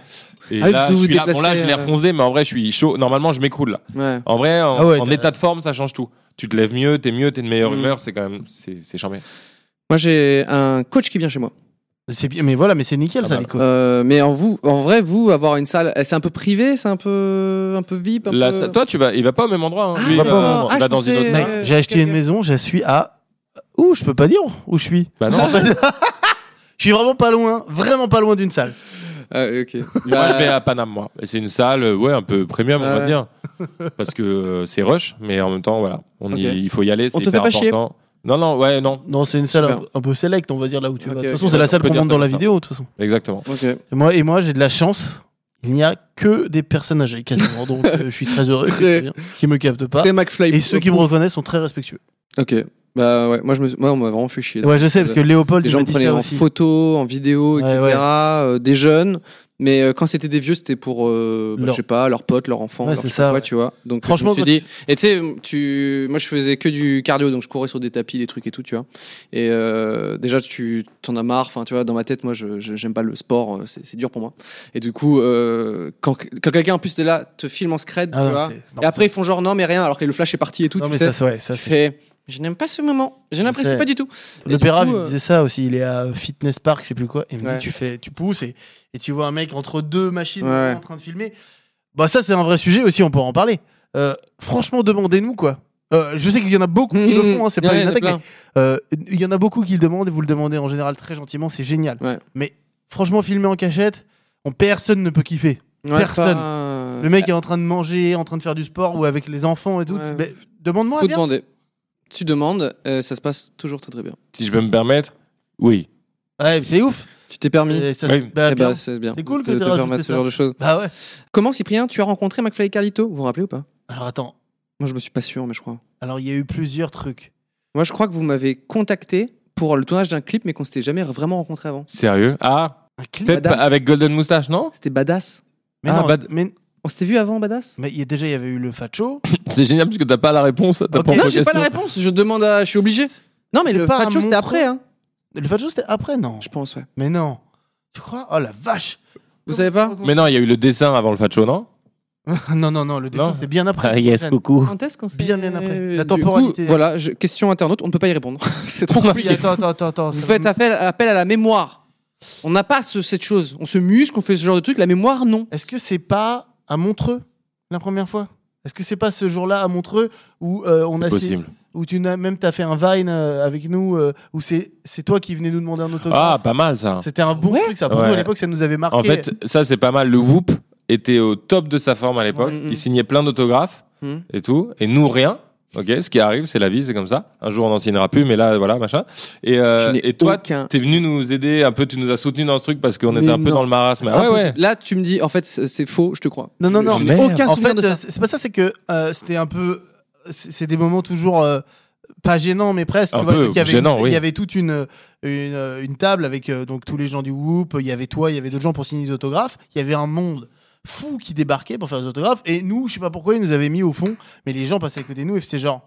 Speaker 1: oui, parce
Speaker 2: là,
Speaker 1: que
Speaker 2: je
Speaker 1: vous
Speaker 2: suis là, bon, là,
Speaker 1: déplacez,
Speaker 2: j'ai l'air
Speaker 1: euh,
Speaker 2: foncé, mais en vrai, je suis chaud. Normalement, je m'écoule, là.
Speaker 1: Ouais.
Speaker 2: En vrai, en,
Speaker 3: Ah ouais,
Speaker 2: en
Speaker 3: t'as-
Speaker 2: état de forme, ça change tout. Tu te lèves mieux, t'es mieux, t'es de meilleure
Speaker 1: Mm.
Speaker 2: humeur. C'est quand même, c'est c'est charmé.
Speaker 1: Moi, j'ai un coach qui vient chez moi.
Speaker 3: C'est bien, mais voilà, mais c'est nickel
Speaker 2: Ah
Speaker 3: ça
Speaker 2: bah,
Speaker 3: les coachs.
Speaker 1: Euh, mais en vous, en vrai, vous avoir une salle, eh, c'est un peu privé, c'est un peu, un peu VIP, un
Speaker 2: Là,
Speaker 1: peu.
Speaker 2: ça- toi, tu vas, il va pas au même endroit. hein. Lui, il
Speaker 3: va
Speaker 2: va,
Speaker 3: pas au même
Speaker 2: il
Speaker 1: endroit.
Speaker 2: va
Speaker 1: Ah, je
Speaker 2: dans une autre
Speaker 1: pensais-
Speaker 2: salle.
Speaker 3: Mec,
Speaker 1: euh,
Speaker 3: j'ai acheté
Speaker 1: ok,
Speaker 3: une
Speaker 1: ok.
Speaker 3: maison, je suis à. Ouh, je peux pas dire où je suis.
Speaker 2: Bah non.
Speaker 3: En fait, je suis vraiment pas loin, vraiment pas loin d'une salle.
Speaker 1: Ah, ok. [laughs]
Speaker 2: Moi, je vais à Paname, moi. Et c'est une salle, euh, ouais, un peu premium, on
Speaker 1: Ouais.
Speaker 2: va dire. parce que euh, c'est rush, mais en même temps, voilà, on y-
Speaker 1: Ok.
Speaker 2: il faut y aller, c'est
Speaker 1: te fait
Speaker 2: hyper
Speaker 1: pas chier
Speaker 2: important. Non, non, ouais, non,
Speaker 3: Non, c'est une salle
Speaker 1: Super.
Speaker 3: un, un peu select, on va dire, là où tu
Speaker 1: Ok,
Speaker 3: vas. De toute
Speaker 1: ok,
Speaker 3: façon, c'est la
Speaker 2: d'accord,
Speaker 3: salle
Speaker 2: on peut
Speaker 3: qu'on
Speaker 2: dire
Speaker 3: monte
Speaker 2: ça
Speaker 3: dans la
Speaker 2: comme ça.
Speaker 3: vidéo, de toute façon.
Speaker 2: exactement.
Speaker 1: Ok.
Speaker 3: Et moi, et moi j'ai de la chance. Il n'y a que des personnes âgées,
Speaker 1: [laughs]
Speaker 3: quasiment. Donc, euh, je suis très heureux
Speaker 1: Très-
Speaker 3: qui me captent pas.
Speaker 1: Très McFly.
Speaker 3: Bah, Et ceux qui me reconnaissent sont très respectueux.
Speaker 1: Ok. Bah ouais, moi, je me... suis- moi on m'a vraiment fait chier.
Speaker 3: Ouais, je sais, parce que Léopold,
Speaker 1: euh, Les
Speaker 3: il
Speaker 1: gens
Speaker 3: m'a
Speaker 1: me
Speaker 3: dit
Speaker 1: prenaient
Speaker 3: ça
Speaker 1: en
Speaker 3: aussi.
Speaker 1: photo, en vidéo,
Speaker 3: Ouais,
Speaker 1: etc.
Speaker 3: ouais.
Speaker 1: euh, des jeunes. Mais euh, quand c'était des vieux, c'était pour, euh, bah,
Speaker 3: Leur-
Speaker 1: je sais pas, leurs potes, leurs enfants,
Speaker 3: Ouais,
Speaker 1: leur
Speaker 3: c'est
Speaker 1: je sais pas
Speaker 3: ça,
Speaker 1: quoi,
Speaker 3: ouais.
Speaker 1: tu vois. Donc
Speaker 3: Franchement,
Speaker 1: franchement, je me suis dit. Et tu sais, tu, moi je faisais que du cardio, donc je courais sur des tapis, des trucs et tout, tu vois. Et euh, déjà, tu t'en as marre, enfin, tu vois, dans ma tête, moi, je je- j'aime pas le sport, euh, c'est c'est dur pour moi. Et du coup, euh, quand, quand quelqu'un en plus t'es là, te filme en scred,
Speaker 3: Ah
Speaker 1: tu
Speaker 3: non,
Speaker 1: vois.
Speaker 3: c'est- non,
Speaker 1: Et après,
Speaker 3: ça-
Speaker 1: ils font genre non, mais rien, alors que le flash est parti et tout.
Speaker 3: Non,
Speaker 1: tu
Speaker 3: mais
Speaker 1: sais.
Speaker 3: ça, c'est- ouais, ça,
Speaker 1: Tu
Speaker 3: c'est-
Speaker 1: fais, je n'aime pas ce moment, je n'apprécie
Speaker 3: sais.
Speaker 1: pas du tout. Et du
Speaker 3: Le Pérave,
Speaker 1: coup,
Speaker 3: il me
Speaker 1: euh,
Speaker 3: disait ça aussi. Il est à Fitness Park, je sais plus quoi. Et il me
Speaker 1: Ouais.
Speaker 3: dit tu, fais, tu pousses et, et tu vois un mec entre deux machines
Speaker 1: Ouais.
Speaker 3: en train de filmer. Bah, ça, c'est un vrai sujet aussi, on peut en parler. Euh, franchement, demandez-nous quoi. Euh, je sais qu'il y en a beaucoup
Speaker 1: [laughs]
Speaker 3: qui le font, hein, c'est
Speaker 1: Ouais,
Speaker 3: pas
Speaker 1: il y en
Speaker 3: une
Speaker 1: a
Speaker 3: attaque,
Speaker 1: plein.
Speaker 3: mais euh, il y en a beaucoup qui le demandent et vous le demandez en général très gentiment, c'est génial.
Speaker 1: Ouais.
Speaker 3: Mais franchement, filmer en cachette, on, personne ne peut kiffer.
Speaker 1: Ouais, c'est
Speaker 3: Personne.
Speaker 1: pas-
Speaker 3: Le mec est en train de manger, en train de faire du sport ou avec les enfants et tout.
Speaker 1: Ouais.
Speaker 3: Mais Demande-moi.
Speaker 1: Faut
Speaker 3: viens.
Speaker 1: demander. Tu demandes, euh, ça se passe toujours très très bien.
Speaker 2: Si je peux me permettre, oui.
Speaker 3: Ouais, c'est ouf.
Speaker 1: Tu t'es permis.
Speaker 3: Et ça,
Speaker 2: Oui.
Speaker 3: bah,
Speaker 1: Eh
Speaker 3: bien.
Speaker 1: ben, c'est bien.
Speaker 3: C'est cool
Speaker 1: de
Speaker 3: que
Speaker 1: te
Speaker 3: t'aies
Speaker 1: permettre
Speaker 3: rajouté
Speaker 1: ce
Speaker 3: ça.
Speaker 1: genre de choses.
Speaker 3: bah ouais.
Speaker 1: Comment Cyprien, tu as rencontré McFly et Carlito Vous vous rappelez ou pas
Speaker 3: Alors attends.
Speaker 1: Moi je me suis pas sûr, mais je crois.
Speaker 3: Alors il y a eu plusieurs trucs.
Speaker 1: Moi je crois que vous m'avez contacté pour le tournage d'un clip, mais qu'on s'était jamais vraiment rencontré avant.
Speaker 2: Sérieux Ah,
Speaker 3: Un
Speaker 1: Mmh.
Speaker 3: clip.
Speaker 2: peut-être pas
Speaker 1: Badass.
Speaker 2: avec Golden Moustache, non
Speaker 1: C'était Badass.
Speaker 3: Mais
Speaker 2: Ah,
Speaker 3: non,
Speaker 2: bad-
Speaker 3: mais,
Speaker 1: On s'était vu avant Badass
Speaker 3: mais il y a déjà il y avait eu le Fat Show.
Speaker 2: C'est génial parce que t'as pas la réponse, t'as
Speaker 3: Ok.
Speaker 2: pas
Speaker 3: Non,
Speaker 1: Non,
Speaker 2: encore
Speaker 1: j'ai pas la
Speaker 2: question.
Speaker 1: réponse. Je demande à, je suis obligé. Non, mais
Speaker 3: C'est
Speaker 1: le
Speaker 3: pas
Speaker 1: Fat
Speaker 3: un
Speaker 1: Show, c'était
Speaker 3: montreux.
Speaker 1: après, hein.
Speaker 3: Le Fat Show c'était après non.
Speaker 1: Je pense, ouais.
Speaker 3: Mais non. Tu crois Oh la vache.
Speaker 1: Vous savez pas
Speaker 2: Mais non, il y a eu le dessin avant le Fat Show, non
Speaker 3: [laughs] non non non, le dessin
Speaker 2: Non.
Speaker 3: c'était bien après.
Speaker 2: Ah, beaucoup.
Speaker 1: Quand est-ce qu'on s'est- Euh,
Speaker 3: Bien, bien après. La
Speaker 1: Du
Speaker 3: temporalité.
Speaker 1: coup, voilà, je- question internaute, on ne peut pas y répondre. [laughs] c'est trop
Speaker 3: Oui,
Speaker 1: compliqué.
Speaker 3: attends attends attends. attends,
Speaker 1: Vous
Speaker 3: ça-
Speaker 1: faites appel, appel à la mémoire. On n'a pas ce- cette chose. On se muscle, on fait ce genre de truc. La mémoire, non.
Speaker 3: Est-ce que c'est pas à Montreux la première fois Est-ce que c'est pas ce jour-là à Montreux où euh, on a
Speaker 2: C'est possible.
Speaker 3: où tu n'as même t'as fait un vine euh, avec nous euh, où c'est c'est toi qui venais nous demander un autographe.
Speaker 2: Ah, pas mal ça.
Speaker 3: C'était un bon
Speaker 1: Ouais.
Speaker 3: truc ça. Pour
Speaker 2: Ouais.
Speaker 3: nous à l'époque ça nous avait marqué.
Speaker 2: En fait, ça c'est pas mal. Le Whoop était au top de sa forme à l'époque.
Speaker 1: Mm, mm.
Speaker 2: Il signait plein d'autographes
Speaker 1: Mm.
Speaker 2: et tout. Et nous, rien. Ok, ce qui arrive, c'est la vie, c'est comme ça. Un jour, on n'en signera plus, mais là, voilà, machin. Et, euh,
Speaker 1: Je n'ai
Speaker 2: et toi,
Speaker 1: aucun-
Speaker 2: t'es venu nous aider un peu, tu nous as soutenu dans ce truc parce qu'on
Speaker 1: Mais
Speaker 2: était un peu
Speaker 1: non.
Speaker 2: dans le marasme.
Speaker 1: Ah,
Speaker 2: Bah Ouais, ouais.
Speaker 1: Là, tu me dis, en fait, c'est c'est faux, je te crois.
Speaker 3: non non non.
Speaker 1: je
Speaker 2: mais
Speaker 1: n'ai
Speaker 2: merde.
Speaker 1: aucun
Speaker 3: En
Speaker 1: souvenir
Speaker 3: fait,
Speaker 1: de
Speaker 3: euh,
Speaker 1: ça.
Speaker 3: c'est c'est pas ça, c'est que euh, c'était un peu. C'est c'est des moments toujours euh, pas gênants, mais presque.
Speaker 2: Un
Speaker 3: tu vois,
Speaker 2: peu
Speaker 3: donc il y avait
Speaker 2: gênant,
Speaker 3: une-
Speaker 2: oui.
Speaker 3: Il y avait toute une, une, euh, une table avec euh, donc tous les gens du Whoop, il y avait toi, il y avait d'autres gens pour signer des autographes. Il y avait un monde fou qui débarquait pour faire des autographes. Et nous, je sais pas pourquoi, ils nous avaient mis au fond, mais les gens passaient à côté de nous et c'est genre.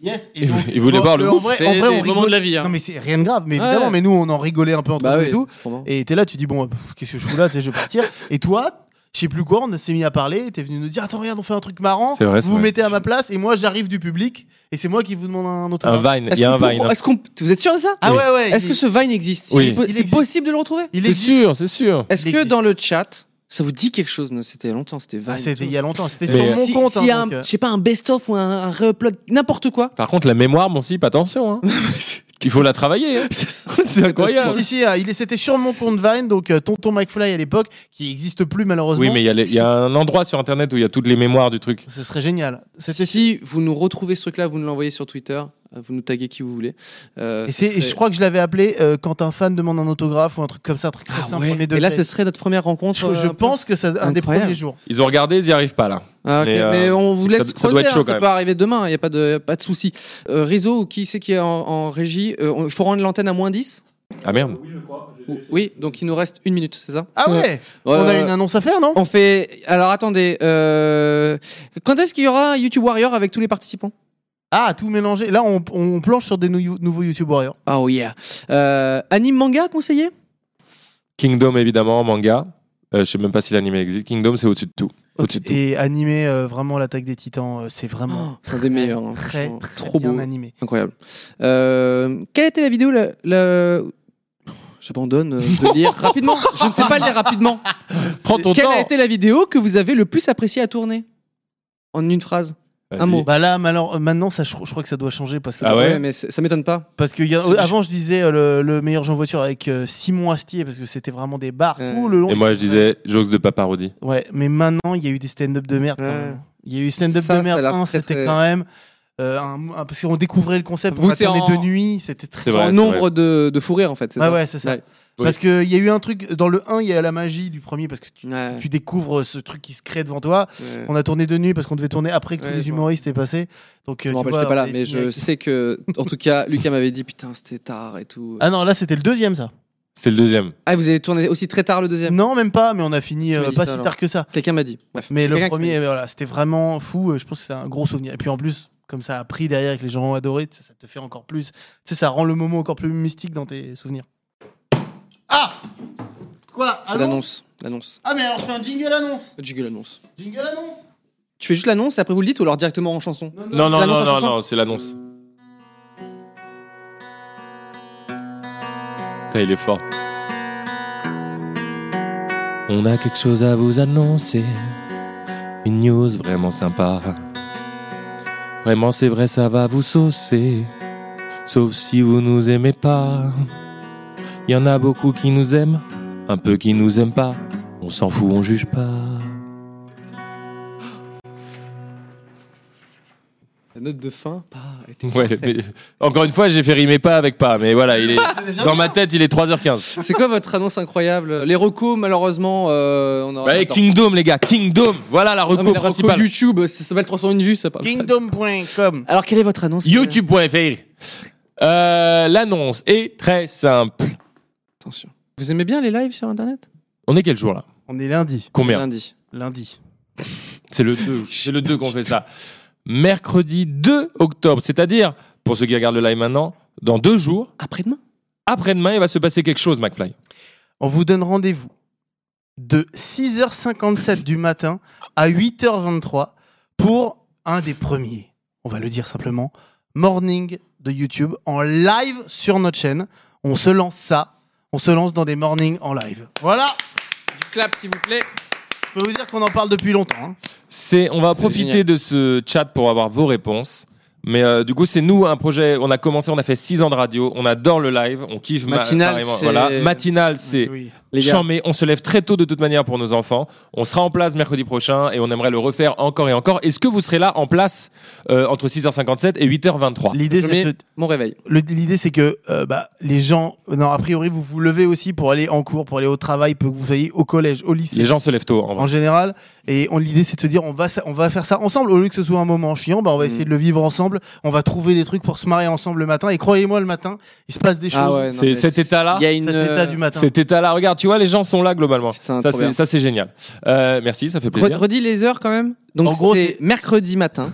Speaker 3: Yes, et
Speaker 2: Ils
Speaker 3: donc,
Speaker 2: vou- ils voulaient
Speaker 3: bon,
Speaker 2: voir le
Speaker 3: euh, En
Speaker 2: Whoop.
Speaker 3: vrai, en vrai, on rigolait.
Speaker 1: la vie.
Speaker 2: hein.
Speaker 3: Non, mais c'est rien de grave, mais
Speaker 1: Ouais.
Speaker 3: évidemment, mais nous, on en rigolait un peu
Speaker 2: Bah
Speaker 3: entre nous et euh, tout.
Speaker 1: tout.
Speaker 3: Et t'es là, tu dis, bon, pff, qu'est-ce que je fous là, tu sais, je vais partir. Et toi, je sais plus quoi, on s'est mis à parler, t'es venu nous dire, attends, regarde, on fait un truc marrant,
Speaker 2: C'est vrai, c'est
Speaker 3: vous vous
Speaker 2: vrai.
Speaker 3: mettez à ma place, et moi, j'arrive du public, et c'est moi qui vous demande un
Speaker 2: Un
Speaker 3: autographe.
Speaker 2: vine, il
Speaker 1: Est-ce
Speaker 2: y a un
Speaker 1: qu'on-
Speaker 2: vine.
Speaker 1: est-ce qu'on- vous êtes sûr de ça
Speaker 3: Ah
Speaker 2: Oui.
Speaker 3: ouais, ouais.
Speaker 1: Est-ce
Speaker 3: il-
Speaker 1: que ce Vine existe
Speaker 2: Oui.
Speaker 1: C'est po-
Speaker 3: Il
Speaker 1: C'est
Speaker 3: existe.
Speaker 1: possible de le retrouver
Speaker 3: il
Speaker 2: C'est
Speaker 3: existe.
Speaker 2: sûr, c'est sûr.
Speaker 1: Est-ce
Speaker 3: Il
Speaker 1: que
Speaker 3: existe.
Speaker 1: dans le chat, ça vous dit quelque chose Non, C'était longtemps, c'était Vine.
Speaker 3: Ah,
Speaker 1: et
Speaker 3: C'était
Speaker 1: tout.
Speaker 3: il y a longtemps, c'était
Speaker 2: Mais-
Speaker 3: sur mon
Speaker 1: Si-
Speaker 3: compte.
Speaker 1: S'il y a
Speaker 3: hein,
Speaker 1: un,
Speaker 3: donc, euh,
Speaker 1: je sais pas, un best-of ou un, un re-upload, n'importe quoi.
Speaker 2: Par contre, la mémoire, mon slip,
Speaker 1: [laughs]
Speaker 2: attention. hein. Il faut la travailler. hein.
Speaker 1: c'est
Speaker 2: incroyable.
Speaker 3: Si, si, ah, il est- c'était sur mon compte Vine, donc euh, Tonton McFly à l'époque, qui existe plus malheureusement.
Speaker 2: Oui, mais il y, a les- il y a un endroit sur internet où il y a toutes les mémoires du truc.
Speaker 3: Ce serait génial. C'était
Speaker 1: Si vous nous retrouvez ce truc-là, vous nous l'envoyez sur Twitter, euh, vous nous taguez qui vous voulez. Euh,
Speaker 3: Et,
Speaker 1: ce
Speaker 3: c'est- et je
Speaker 1: serait-
Speaker 3: crois que je l'avais appelé euh, quand un fan demande un autographe ou un truc comme ça, un truc très
Speaker 1: Ah
Speaker 3: simple.
Speaker 1: ouais.
Speaker 3: premier
Speaker 1: Et là,
Speaker 3: degré.
Speaker 1: ce serait notre première rencontre.
Speaker 3: je, je
Speaker 1: euh, un peu.
Speaker 3: pense que c'est un des
Speaker 1: Incroyable.
Speaker 3: premiers jours.
Speaker 2: Ils ont regardé, ils n'y arrivent pas là.
Speaker 1: Ah, ok. mais,
Speaker 2: mais, euh,
Speaker 1: on vous laisse
Speaker 2: ça- ça
Speaker 1: creuser,
Speaker 2: doit être
Speaker 1: hein,
Speaker 2: chaud, quand
Speaker 1: ça
Speaker 2: même.
Speaker 1: peut arriver demain, il n'y a pas de, pas de souci. Euh, Rizzo, ou qui c'est qui est en, en régie Euh, on- Il faut rendre l'antenne à moins 10
Speaker 2: Ah merde.
Speaker 1: Oui, donc il nous reste une minute, c'est ça
Speaker 3: Ah ouais,
Speaker 1: Ouais,
Speaker 3: On a
Speaker 1: ouais.
Speaker 3: une annonce à faire, non
Speaker 1: On fait. Alors attendez, euh, quand est-ce qu'il y aura un YouTube Warrior avec tous les participants
Speaker 3: Ah, tout mélangé. Là, on, on planche sur des nou- nouveaux hein. YouTube Warriors.
Speaker 1: Oh yeah. Euh, anime manga conseillé
Speaker 2: Kingdom, évidemment, manga. Euh, je sais même pas si l'anime existe. Kingdom, c'est au-dessus de tout. Au-dessus de tout.
Speaker 3: Et animé, euh, vraiment, l'attaque des titans, euh, c'est vraiment
Speaker 1: Oh, C'est un des meilleurs. hein,
Speaker 3: très,
Speaker 1: franchement.
Speaker 3: très
Speaker 1: trop
Speaker 3: bien
Speaker 1: beau.
Speaker 3: animé.
Speaker 1: Incroyable. Euh, quelle était la vidéo la, la- J'abandonne euh, de [laughs] lire rapidement. Je ne sais pas lire [laughs] rapidement.
Speaker 2: Prends ton
Speaker 1: Quelle
Speaker 2: temps.
Speaker 1: a été la vidéo que vous avez le plus appréciée à tourner En une phrase.
Speaker 2: Vas-y.
Speaker 1: un mot.
Speaker 3: Bah là, malheur- euh, maintenant, ça, je, je crois que ça doit changer parce que,
Speaker 2: Ah ouais
Speaker 1: mais c'est- ça m'étonne pas.
Speaker 3: parce que y a-
Speaker 1: Je-
Speaker 3: avant, je disais euh, le, le meilleur jeu en voiture avec euh, Simon Astier parce que c'était vraiment des bars
Speaker 1: Ouais.
Speaker 3: tout le long.
Speaker 2: Et moi, je disais, jokes de paparoudi.
Speaker 3: Ouais, mais maintenant, il y a eu des stand-up de merde. quand
Speaker 1: Ouais.
Speaker 3: même. Il Il y a eu stand-up
Speaker 1: Ça,
Speaker 3: de merde
Speaker 1: ça l'a
Speaker 3: 1,
Speaker 1: très,
Speaker 3: c'était
Speaker 1: très-
Speaker 3: quand même. euh, un- un- parce qu'on découvrait le concept, on
Speaker 1: Vous, c'est
Speaker 3: attendait
Speaker 1: en-
Speaker 3: de nuit, c'était très.
Speaker 2: C'est
Speaker 1: C'est
Speaker 2: vrai,
Speaker 1: en
Speaker 2: c'est
Speaker 1: nombre de, de fous rires en fait. c'est
Speaker 3: Ah Ouais,
Speaker 1: ça
Speaker 3: ouais, c'est ça.
Speaker 1: Ouais.
Speaker 2: Oui.
Speaker 3: Parce qu'il y a eu un truc, dans le 1, il y a la magie du premier, parce que tu,
Speaker 1: Ouais.
Speaker 3: tu découvres ce truc qui se crée devant toi.
Speaker 1: Ouais.
Speaker 3: On a tourné de nuit parce qu'on devait tourner après que
Speaker 1: Ouais,
Speaker 3: tous les
Speaker 1: je vois.
Speaker 3: humoristes étaient passés. Donc,
Speaker 1: Je
Speaker 3: euh,
Speaker 1: me
Speaker 3: tu
Speaker 1: rappelle,
Speaker 3: vois,
Speaker 1: j'étais pas
Speaker 3: on
Speaker 1: là,
Speaker 3: avait
Speaker 1: mais
Speaker 3: fini
Speaker 1: je
Speaker 3: avec-
Speaker 1: sais que, en tout cas, Lucas m'avait dit putain, c'était tard et tout.
Speaker 3: Ah non, là c'était le deuxième ça.
Speaker 2: C'est le deuxième.
Speaker 1: Ah, vous avez tourné aussi très tard le deuxième
Speaker 3: Non, même pas, mais on a fini
Speaker 1: Tu m'as
Speaker 3: euh,
Speaker 1: dit
Speaker 3: pas
Speaker 1: ça,
Speaker 3: si
Speaker 1: alors.
Speaker 3: tard que ça.
Speaker 1: Quelqu'un m'a dit. Bref.
Speaker 3: Mais le
Speaker 1: Quelqu'un qui
Speaker 3: premier,
Speaker 1: m'a dit.
Speaker 3: euh, voilà, c'était vraiment fou. euh, Je pense que c'est un gros souvenir. Et puis en plus, comme ça a pris derrière et que les gens ont adoré, ça ça te fait encore plus. Tu sais, ça rend le moment encore plus mystique dans tes souvenirs. Ah Quoi
Speaker 1: C'est l'annonce. L'annonce.
Speaker 3: Ah, mais alors je fais un jingle annonce
Speaker 1: Jiggle l'annonce.
Speaker 3: Jingle annonce
Speaker 1: Tu fais juste l'annonce et après vous le dites ou alors directement en chanson
Speaker 2: Non, non,
Speaker 1: C'est
Speaker 2: non,
Speaker 1: l'annonce en
Speaker 2: non,
Speaker 1: chanson
Speaker 2: non, c'est l'annonce. Putain, il est fort.
Speaker 9: On a quelque chose à vous annoncer. Une news vraiment sympa. Vraiment, c'est vrai, ça va vous saucer. Sauf si vous nous aimez pas. Il y en a beaucoup qui nous aiment, un peu qui nous aiment pas. On s'en fout, on juge pas.
Speaker 1: La note de fin pas était
Speaker 2: Ouais,
Speaker 1: parfaite.
Speaker 2: mais- Encore une fois, j'ai fait rimer pas avec pas, mais voilà, il est... dans ma tête, il est 3h15.
Speaker 1: C'est quoi votre annonce incroyable Les recos, malheureusement, euh, on aura.
Speaker 2: Bah, allez,
Speaker 1: attends.
Speaker 2: Kingdom, les gars, Kingdom. Voilà la
Speaker 1: Non, mais
Speaker 2: reco
Speaker 1: la reco
Speaker 2: principale.
Speaker 1: YouTube, ça s'appelle 301 vues, ça parle. pas.
Speaker 3: Kingdom.com
Speaker 1: Alors, quelle est votre annonce
Speaker 2: YouTube.fr. Euh, L'annonce est très simple.
Speaker 1: euh, Attention. Vous aimez bien les lives sur internet
Speaker 2: On est quel jour là
Speaker 3: On est lundi.
Speaker 2: Combien
Speaker 1: Lundi.
Speaker 3: Lundi.
Speaker 2: C'est le 2. C'est le 2 qu'on fait ça. Mercredi 2 octobre, c'est-à-dire, pour ceux qui regardent le live maintenant, dans deux jours,
Speaker 1: Après-demain
Speaker 2: après-demain, il va se passer quelque chose, McFly.
Speaker 3: On vous donne rendez-vous de 6h57 du matin à 8h23 pour un des premiers, on va le dire simplement, morning de YouTube en live sur notre chaîne. On se lance ça. On se lance dans des mornings en live. Voilà,
Speaker 1: Du clap, s'il vous plaît.
Speaker 3: je peux vous dire qu'on en parle depuis longtemps. hein.
Speaker 2: C'est, on va
Speaker 1: C'est
Speaker 2: profiter
Speaker 1: génial.
Speaker 2: de ce chat pour avoir vos réponses. Mais euh, du coup, c'est nous un projet. On a commencé, on a fait 6 ans de radio. On adore le live. On kiffe ma-
Speaker 1: Matinal,
Speaker 2: carrément.
Speaker 1: c'est-
Speaker 2: Voilà. Matinal, c'est
Speaker 3: Oui.
Speaker 1: Les gars,
Speaker 2: chambé. On se lève très tôt de toute manière pour nos enfants. On sera en place mercredi prochain et on aimerait le refaire encore et encore. Est-ce que vous serez là en place euh, entre 6h57 et 8h23
Speaker 3: L'idée,
Speaker 1: je
Speaker 3: c'est
Speaker 1: mets
Speaker 3: de-
Speaker 1: mon réveil.
Speaker 3: le- l'idée, c'est que euh, bah, les gens, non, a priori, vous vous levez aussi pour aller en cours, pour aller au travail, pour que vous soyez au collège, au lycée.
Speaker 2: Les gens se lèvent tôt. En vrai.
Speaker 3: en général. Et on- l'idée, c'est de se dire, on va, sa- on va faire ça ensemble. Au lieu que ce soit un moment chiant,
Speaker 2: Mm.
Speaker 3: bah, on va essayer de le vivre ensemble. On va trouver des trucs pour se marrer ensemble le matin. Et croyez-moi, le matin, il se passe des choses.
Speaker 1: Ah non,
Speaker 2: C'est-
Speaker 1: mais
Speaker 2: cet
Speaker 1: c'est-
Speaker 2: état-là,
Speaker 1: Il y a une.
Speaker 3: Cet état du
Speaker 1: euh,
Speaker 3: matin.
Speaker 2: Cet état-là, regarde, tu vois, les gens sont là globalement.
Speaker 1: Putain,
Speaker 2: ça
Speaker 1: trop bien.
Speaker 2: c'est ça, c'est génial. Euh, merci, ça fait
Speaker 1: Re-
Speaker 2: plaisir.
Speaker 1: Redis les heures quand même.
Speaker 3: En
Speaker 1: Donc,
Speaker 3: gros,
Speaker 1: c'est
Speaker 3: c'est-
Speaker 1: mercredi matin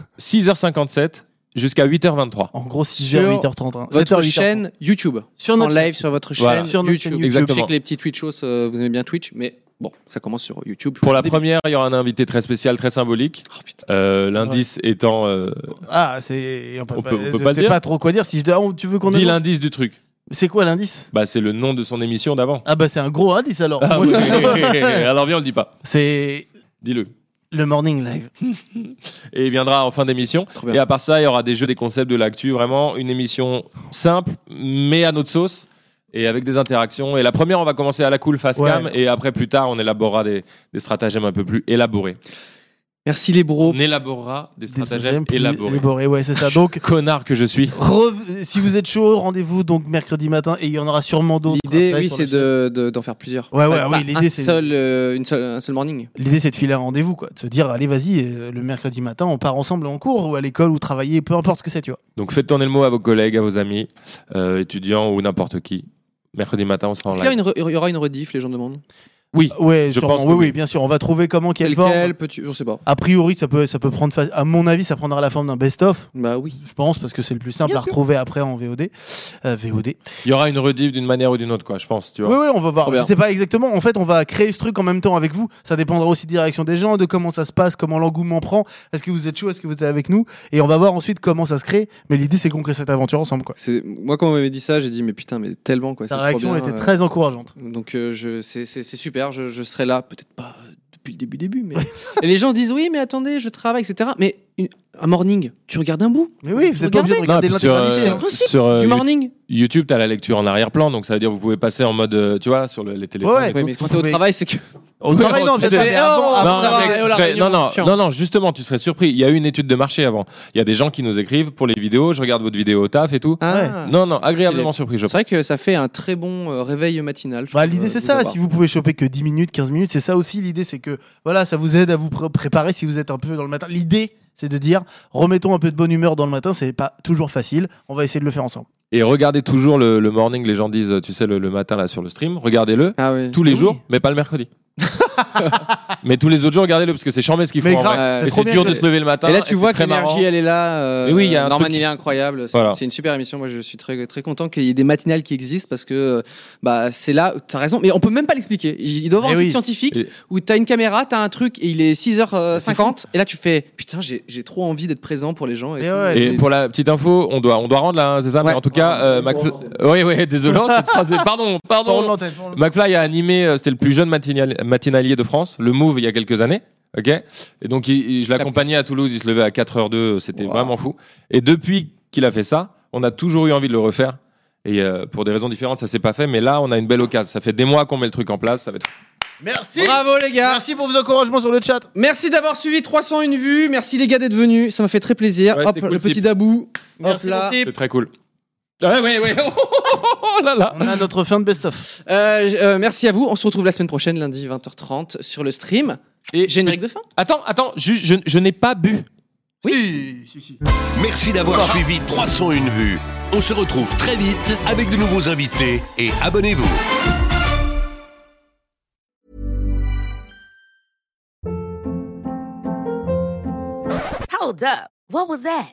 Speaker 2: 6h57 jusqu'à 8h23.
Speaker 3: En gros, 6h,
Speaker 1: Sur
Speaker 3: 8h30. hein.
Speaker 1: votre
Speaker 3: 7h, 8h30.
Speaker 1: chaîne YouTube.
Speaker 3: Sur
Speaker 1: en
Speaker 3: notre
Speaker 1: live sur votre chaîne
Speaker 2: Voilà.
Speaker 3: Sur notre
Speaker 1: YouTube.
Speaker 3: chaîne YouTube.
Speaker 1: Je sais
Speaker 2: Exactement.
Speaker 1: que les petits Twitch shows, euh, vous aimez bien Twitch, mais bon, ça commence sur YouTube.
Speaker 2: Pour la première, il y aura un invité très spécial, très symbolique.
Speaker 1: Oh, putain.
Speaker 2: Euh, L'indice étant. euh,
Speaker 3: Ah, c'est, on peut,
Speaker 2: On
Speaker 3: pas,
Speaker 2: peut- on peut
Speaker 3: je
Speaker 2: pas
Speaker 3: sais
Speaker 2: dire.
Speaker 3: pas trop quoi dire. Si je dis, ah, on- tu veux qu'on
Speaker 2: dis
Speaker 3: annonce-
Speaker 2: l'indice du truc.
Speaker 3: C'est quoi l'indice?
Speaker 2: Bah, c'est le nom de son émission d'avant.
Speaker 3: Ah, bah, c'est un gros indice alors.
Speaker 2: Ah,
Speaker 3: Moi, je- [laughs]
Speaker 2: Alors viens, on le dit pas.
Speaker 3: c'est
Speaker 2: Dis-le.
Speaker 3: le morning live.
Speaker 2: Et il viendra en fin d'émission.
Speaker 1: Trop bien.
Speaker 2: Et à part ça, il y aura des jeux, des concepts, de l'actu. Vraiment une émission simple, mais à notre sauce. Et avec des interactions. Et la première, on va commencer à la cool face
Speaker 3: Ouais.
Speaker 2: cam. Et après, plus tard, on élaborera des, des stratagèmes un peu plus élaborés.
Speaker 1: Merci les bros.
Speaker 2: On élaborera des
Speaker 3: Des
Speaker 2: stratagèmes
Speaker 3: plus
Speaker 2: élaborés.
Speaker 3: élaborés, Ouais, c'est ça. Donc,
Speaker 2: Connard que je suis.
Speaker 3: re- si vous êtes chaud, rendez-vous donc mercredi matin et il y en aura sûrement d'autres.
Speaker 1: L'idée,
Speaker 3: après
Speaker 1: oui,
Speaker 3: sur
Speaker 1: c'est
Speaker 3: la chaîne.
Speaker 1: de, de- d'en faire plusieurs.
Speaker 3: Ouais, ouais,
Speaker 1: Bah, Pas-
Speaker 3: oui,
Speaker 1: pas
Speaker 3: l'idée,
Speaker 1: un
Speaker 3: c'est-
Speaker 1: seul, euh, une seule, un seul morning.
Speaker 3: L'idée, c'est de filer un rendez-vous, quoi. De se dire, allez, vas-y, euh, le mercredi matin, on part ensemble en cours ou à l'école ou travailler, peu importe ce que c'est, tu vois.
Speaker 2: Donc faites tourner le mot à vos collègues, à vos amis, euh, étudiants ou n'importe qui. Mercredi matin, on sera en
Speaker 1: Est-ce qu'il y, a
Speaker 2: live.
Speaker 1: une re- il y aura une rediff, les gens demandent
Speaker 3: Ouais,
Speaker 2: Je
Speaker 3: sûrement.
Speaker 2: pense que
Speaker 3: oui, oui,
Speaker 2: oui.
Speaker 3: bien sûr. On va trouver comment, quelle
Speaker 1: Quel,
Speaker 3: forme.
Speaker 1: quel petit. Je sais pas.
Speaker 3: A priori, ça peut, ça peut prendre, fa- à mon avis, ça prendra la forme d'un best-of,
Speaker 1: Bah oui.
Speaker 3: je pense, parce que c'est le plus simple
Speaker 1: Bien
Speaker 3: à
Speaker 1: sûr.
Speaker 3: retrouver après en VOD. Euh, VOD.
Speaker 2: Il y aura une rediff d'une manière ou d'une autre, quoi, je pense, tu vois.
Speaker 3: Oui, oui, on va voir.
Speaker 1: Trop
Speaker 3: Je
Speaker 1: bien.
Speaker 3: sais pas exactement. En fait, on va créer ce truc en même temps avec vous. Ça dépendra aussi de la direction des gens, de comment ça se passe, comment l'engouement prend. Est-ce que vous êtes chaud, est-ce que vous êtes avec nous Et on va voir ensuite comment ça se crée. Mais l'idée, c'est qu'on crée cette aventure ensemble, quoi.
Speaker 1: C'est... Moi, quand on m'avait dit ça, j'ai dit, mais putain, mais tellement quoi. c'est
Speaker 3: Ta
Speaker 1: trop
Speaker 3: réaction
Speaker 1: bien,
Speaker 3: était
Speaker 1: euh.
Speaker 3: très encourageante.
Speaker 1: Donc euh, je, c'est, c'est- c'est super, je, je serai là, peut-être pas euh, depuis le début début, mais [laughs] et les gens disent oui, mais attendez, je travaille, etc. Mais une- un morning, tu regardes un bout
Speaker 3: Mais oui, vous êtes pas
Speaker 1: Regardez.
Speaker 3: obligé de
Speaker 2: Non,
Speaker 3: regarder
Speaker 2: puis sur,
Speaker 3: l'intégralité. hein.
Speaker 1: c'est
Speaker 2: euh,
Speaker 1: le principe
Speaker 2: sur, euh,
Speaker 1: du
Speaker 2: You-
Speaker 1: morning.
Speaker 2: YouTube, t'as la lecture en arrière-plan, donc ça veut dire vous pouvez passer en mode, euh, tu vois, sur le- les téléphones.
Speaker 3: Ouais, ouais.
Speaker 2: et tout.
Speaker 1: Oui, mais quand t'es au
Speaker 3: Mais-
Speaker 1: travail, c'est que Eh,
Speaker 2: Oh,
Speaker 3: Pareil,
Speaker 2: non,
Speaker 3: non,
Speaker 2: tu
Speaker 3: mais
Speaker 2: sais-
Speaker 1: [laughs]
Speaker 3: c'est- avant-
Speaker 2: non,
Speaker 3: avant
Speaker 2: non,
Speaker 3: ça,
Speaker 2: mais
Speaker 3: ouais,
Speaker 2: tu
Speaker 3: voilà,
Speaker 2: serais-
Speaker 1: réunion,
Speaker 2: non, non,
Speaker 1: eh, oh chiant.
Speaker 2: non, non, justement, tu serais surpris. Il y a eu une étude de marché avant. Il y a des gens qui nous écrivent pour les vidéos. Je regarde votre vidéo au taf et tout.
Speaker 1: Ah.
Speaker 2: Non, non, agréablement surpris, je
Speaker 1: C'est vrai que ça fait un très bon euh, réveil matinal. je
Speaker 3: Bah,
Speaker 1: trouve,
Speaker 3: l'idée
Speaker 1: euh,
Speaker 3: c'est
Speaker 1: de
Speaker 3: ça,
Speaker 1: savoir.
Speaker 3: si vous pouvez choper que 10 minutes, 15 minutes, c'est ça aussi l'idée, c'est que voilà, ça vous aide à vous pr- préparer si vous êtes un peu dans le matin. L'idée, c'est de dire remettons un peu de bonne humeur dans le matin, c'est pas toujours facile, on va essayer de le faire ensemble.
Speaker 2: Et regardez toujours le, le morning, les gens disent, euh, tu sais, le, le matin là sur le stream, regardez-le
Speaker 1: Ah oui.
Speaker 2: tous les
Speaker 3: Oui.
Speaker 2: jours, mais pas
Speaker 1: [laughs]
Speaker 2: le mercredi. mais tous les autres jours, regardez-le parce que c'est charmé ce qu'ils font.
Speaker 3: Mais
Speaker 2: en
Speaker 3: grave,
Speaker 2: vrai.
Speaker 1: c'est
Speaker 2: Et
Speaker 1: trop bien
Speaker 2: c'est dur
Speaker 1: que-
Speaker 2: de se lever le matin.
Speaker 1: Et là, tu
Speaker 2: et
Speaker 1: vois
Speaker 2: Ah,
Speaker 1: que
Speaker 2: c'est très marrant.
Speaker 1: l'énergie, elle est là. euh,
Speaker 2: Mais oui, il y a un
Speaker 1: Norman,
Speaker 2: truc-
Speaker 1: il est incroyable. C'est
Speaker 2: Voilà.
Speaker 1: c'est une super émission. Moi, je suis très, très content qu'il y ait des matinales qui existent parce que euh, bah, c'est là, t'as raison. Mais on peut même pas l'expliquer. Il il doit y avoir
Speaker 3: Eh
Speaker 1: un truc
Speaker 3: oui.
Speaker 1: scientifique
Speaker 2: Et- Ah,
Speaker 1: où t'as une caméra, t'as un truc et il est 6h50. Et là, tu fais putain, j'ai j'ai trop envie d'être présent pour les gens.
Speaker 3: Et
Speaker 1: tout.
Speaker 3: ouais.
Speaker 2: Et pour la petite info, on doit, on doit rendre là, hein, c'est ça.
Speaker 1: Ouais.
Speaker 2: Mais en tout cas, euh, McFly... oui, oui, [laughs] désolé, cette phrase est- Pardon,
Speaker 3: Pour
Speaker 2: pardon.
Speaker 3: l'antenne, pour l'antenne.
Speaker 2: McFly a animé, euh, c'était le plus jeune matinal- matinalier de France, le Move, il y a quelques années. Ok. Et donc, il- il- je l'accompagnais à Toulouse, il se levait à 4h02, c'était
Speaker 1: Wow.
Speaker 2: vraiment fou. Et depuis qu'il a fait ça, on a toujours eu envie de le refaire. Et euh, pour des raisons différentes, ça s'est pas fait, mais là, on a une belle occasion. Ça fait des mois qu'on met le truc en place, ça va être.
Speaker 3: Merci
Speaker 1: Bravo les gars.
Speaker 3: Merci pour vos encouragements sur le chat.
Speaker 1: Merci d'avoir suivi 301 vues. Merci les gars d'être venus. Ça m'a fait très plaisir.
Speaker 2: Ouais,
Speaker 1: Hop,
Speaker 2: c'était cool,
Speaker 1: le petit
Speaker 2: Sip.
Speaker 1: dabou.
Speaker 3: Merci
Speaker 1: Hop là.
Speaker 3: mon Sip.
Speaker 2: C'est très cool. Ah ouais, ouais, [laughs] ouais. Oh là là.
Speaker 3: On a notre fin de best-of.
Speaker 1: Euh, j- euh, merci à vous. On se retrouve la semaine prochaine, lundi 20h30 sur le stream.
Speaker 2: Et
Speaker 1: Générique de fin.
Speaker 2: Attends, attends, ju- je, je n'ai pas bu.
Speaker 5: Merci d'avoir suivi 301 vues. On se retrouve très vite avec de nouveaux invités et abonnez-vous.
Speaker 6: Hold up. What was that?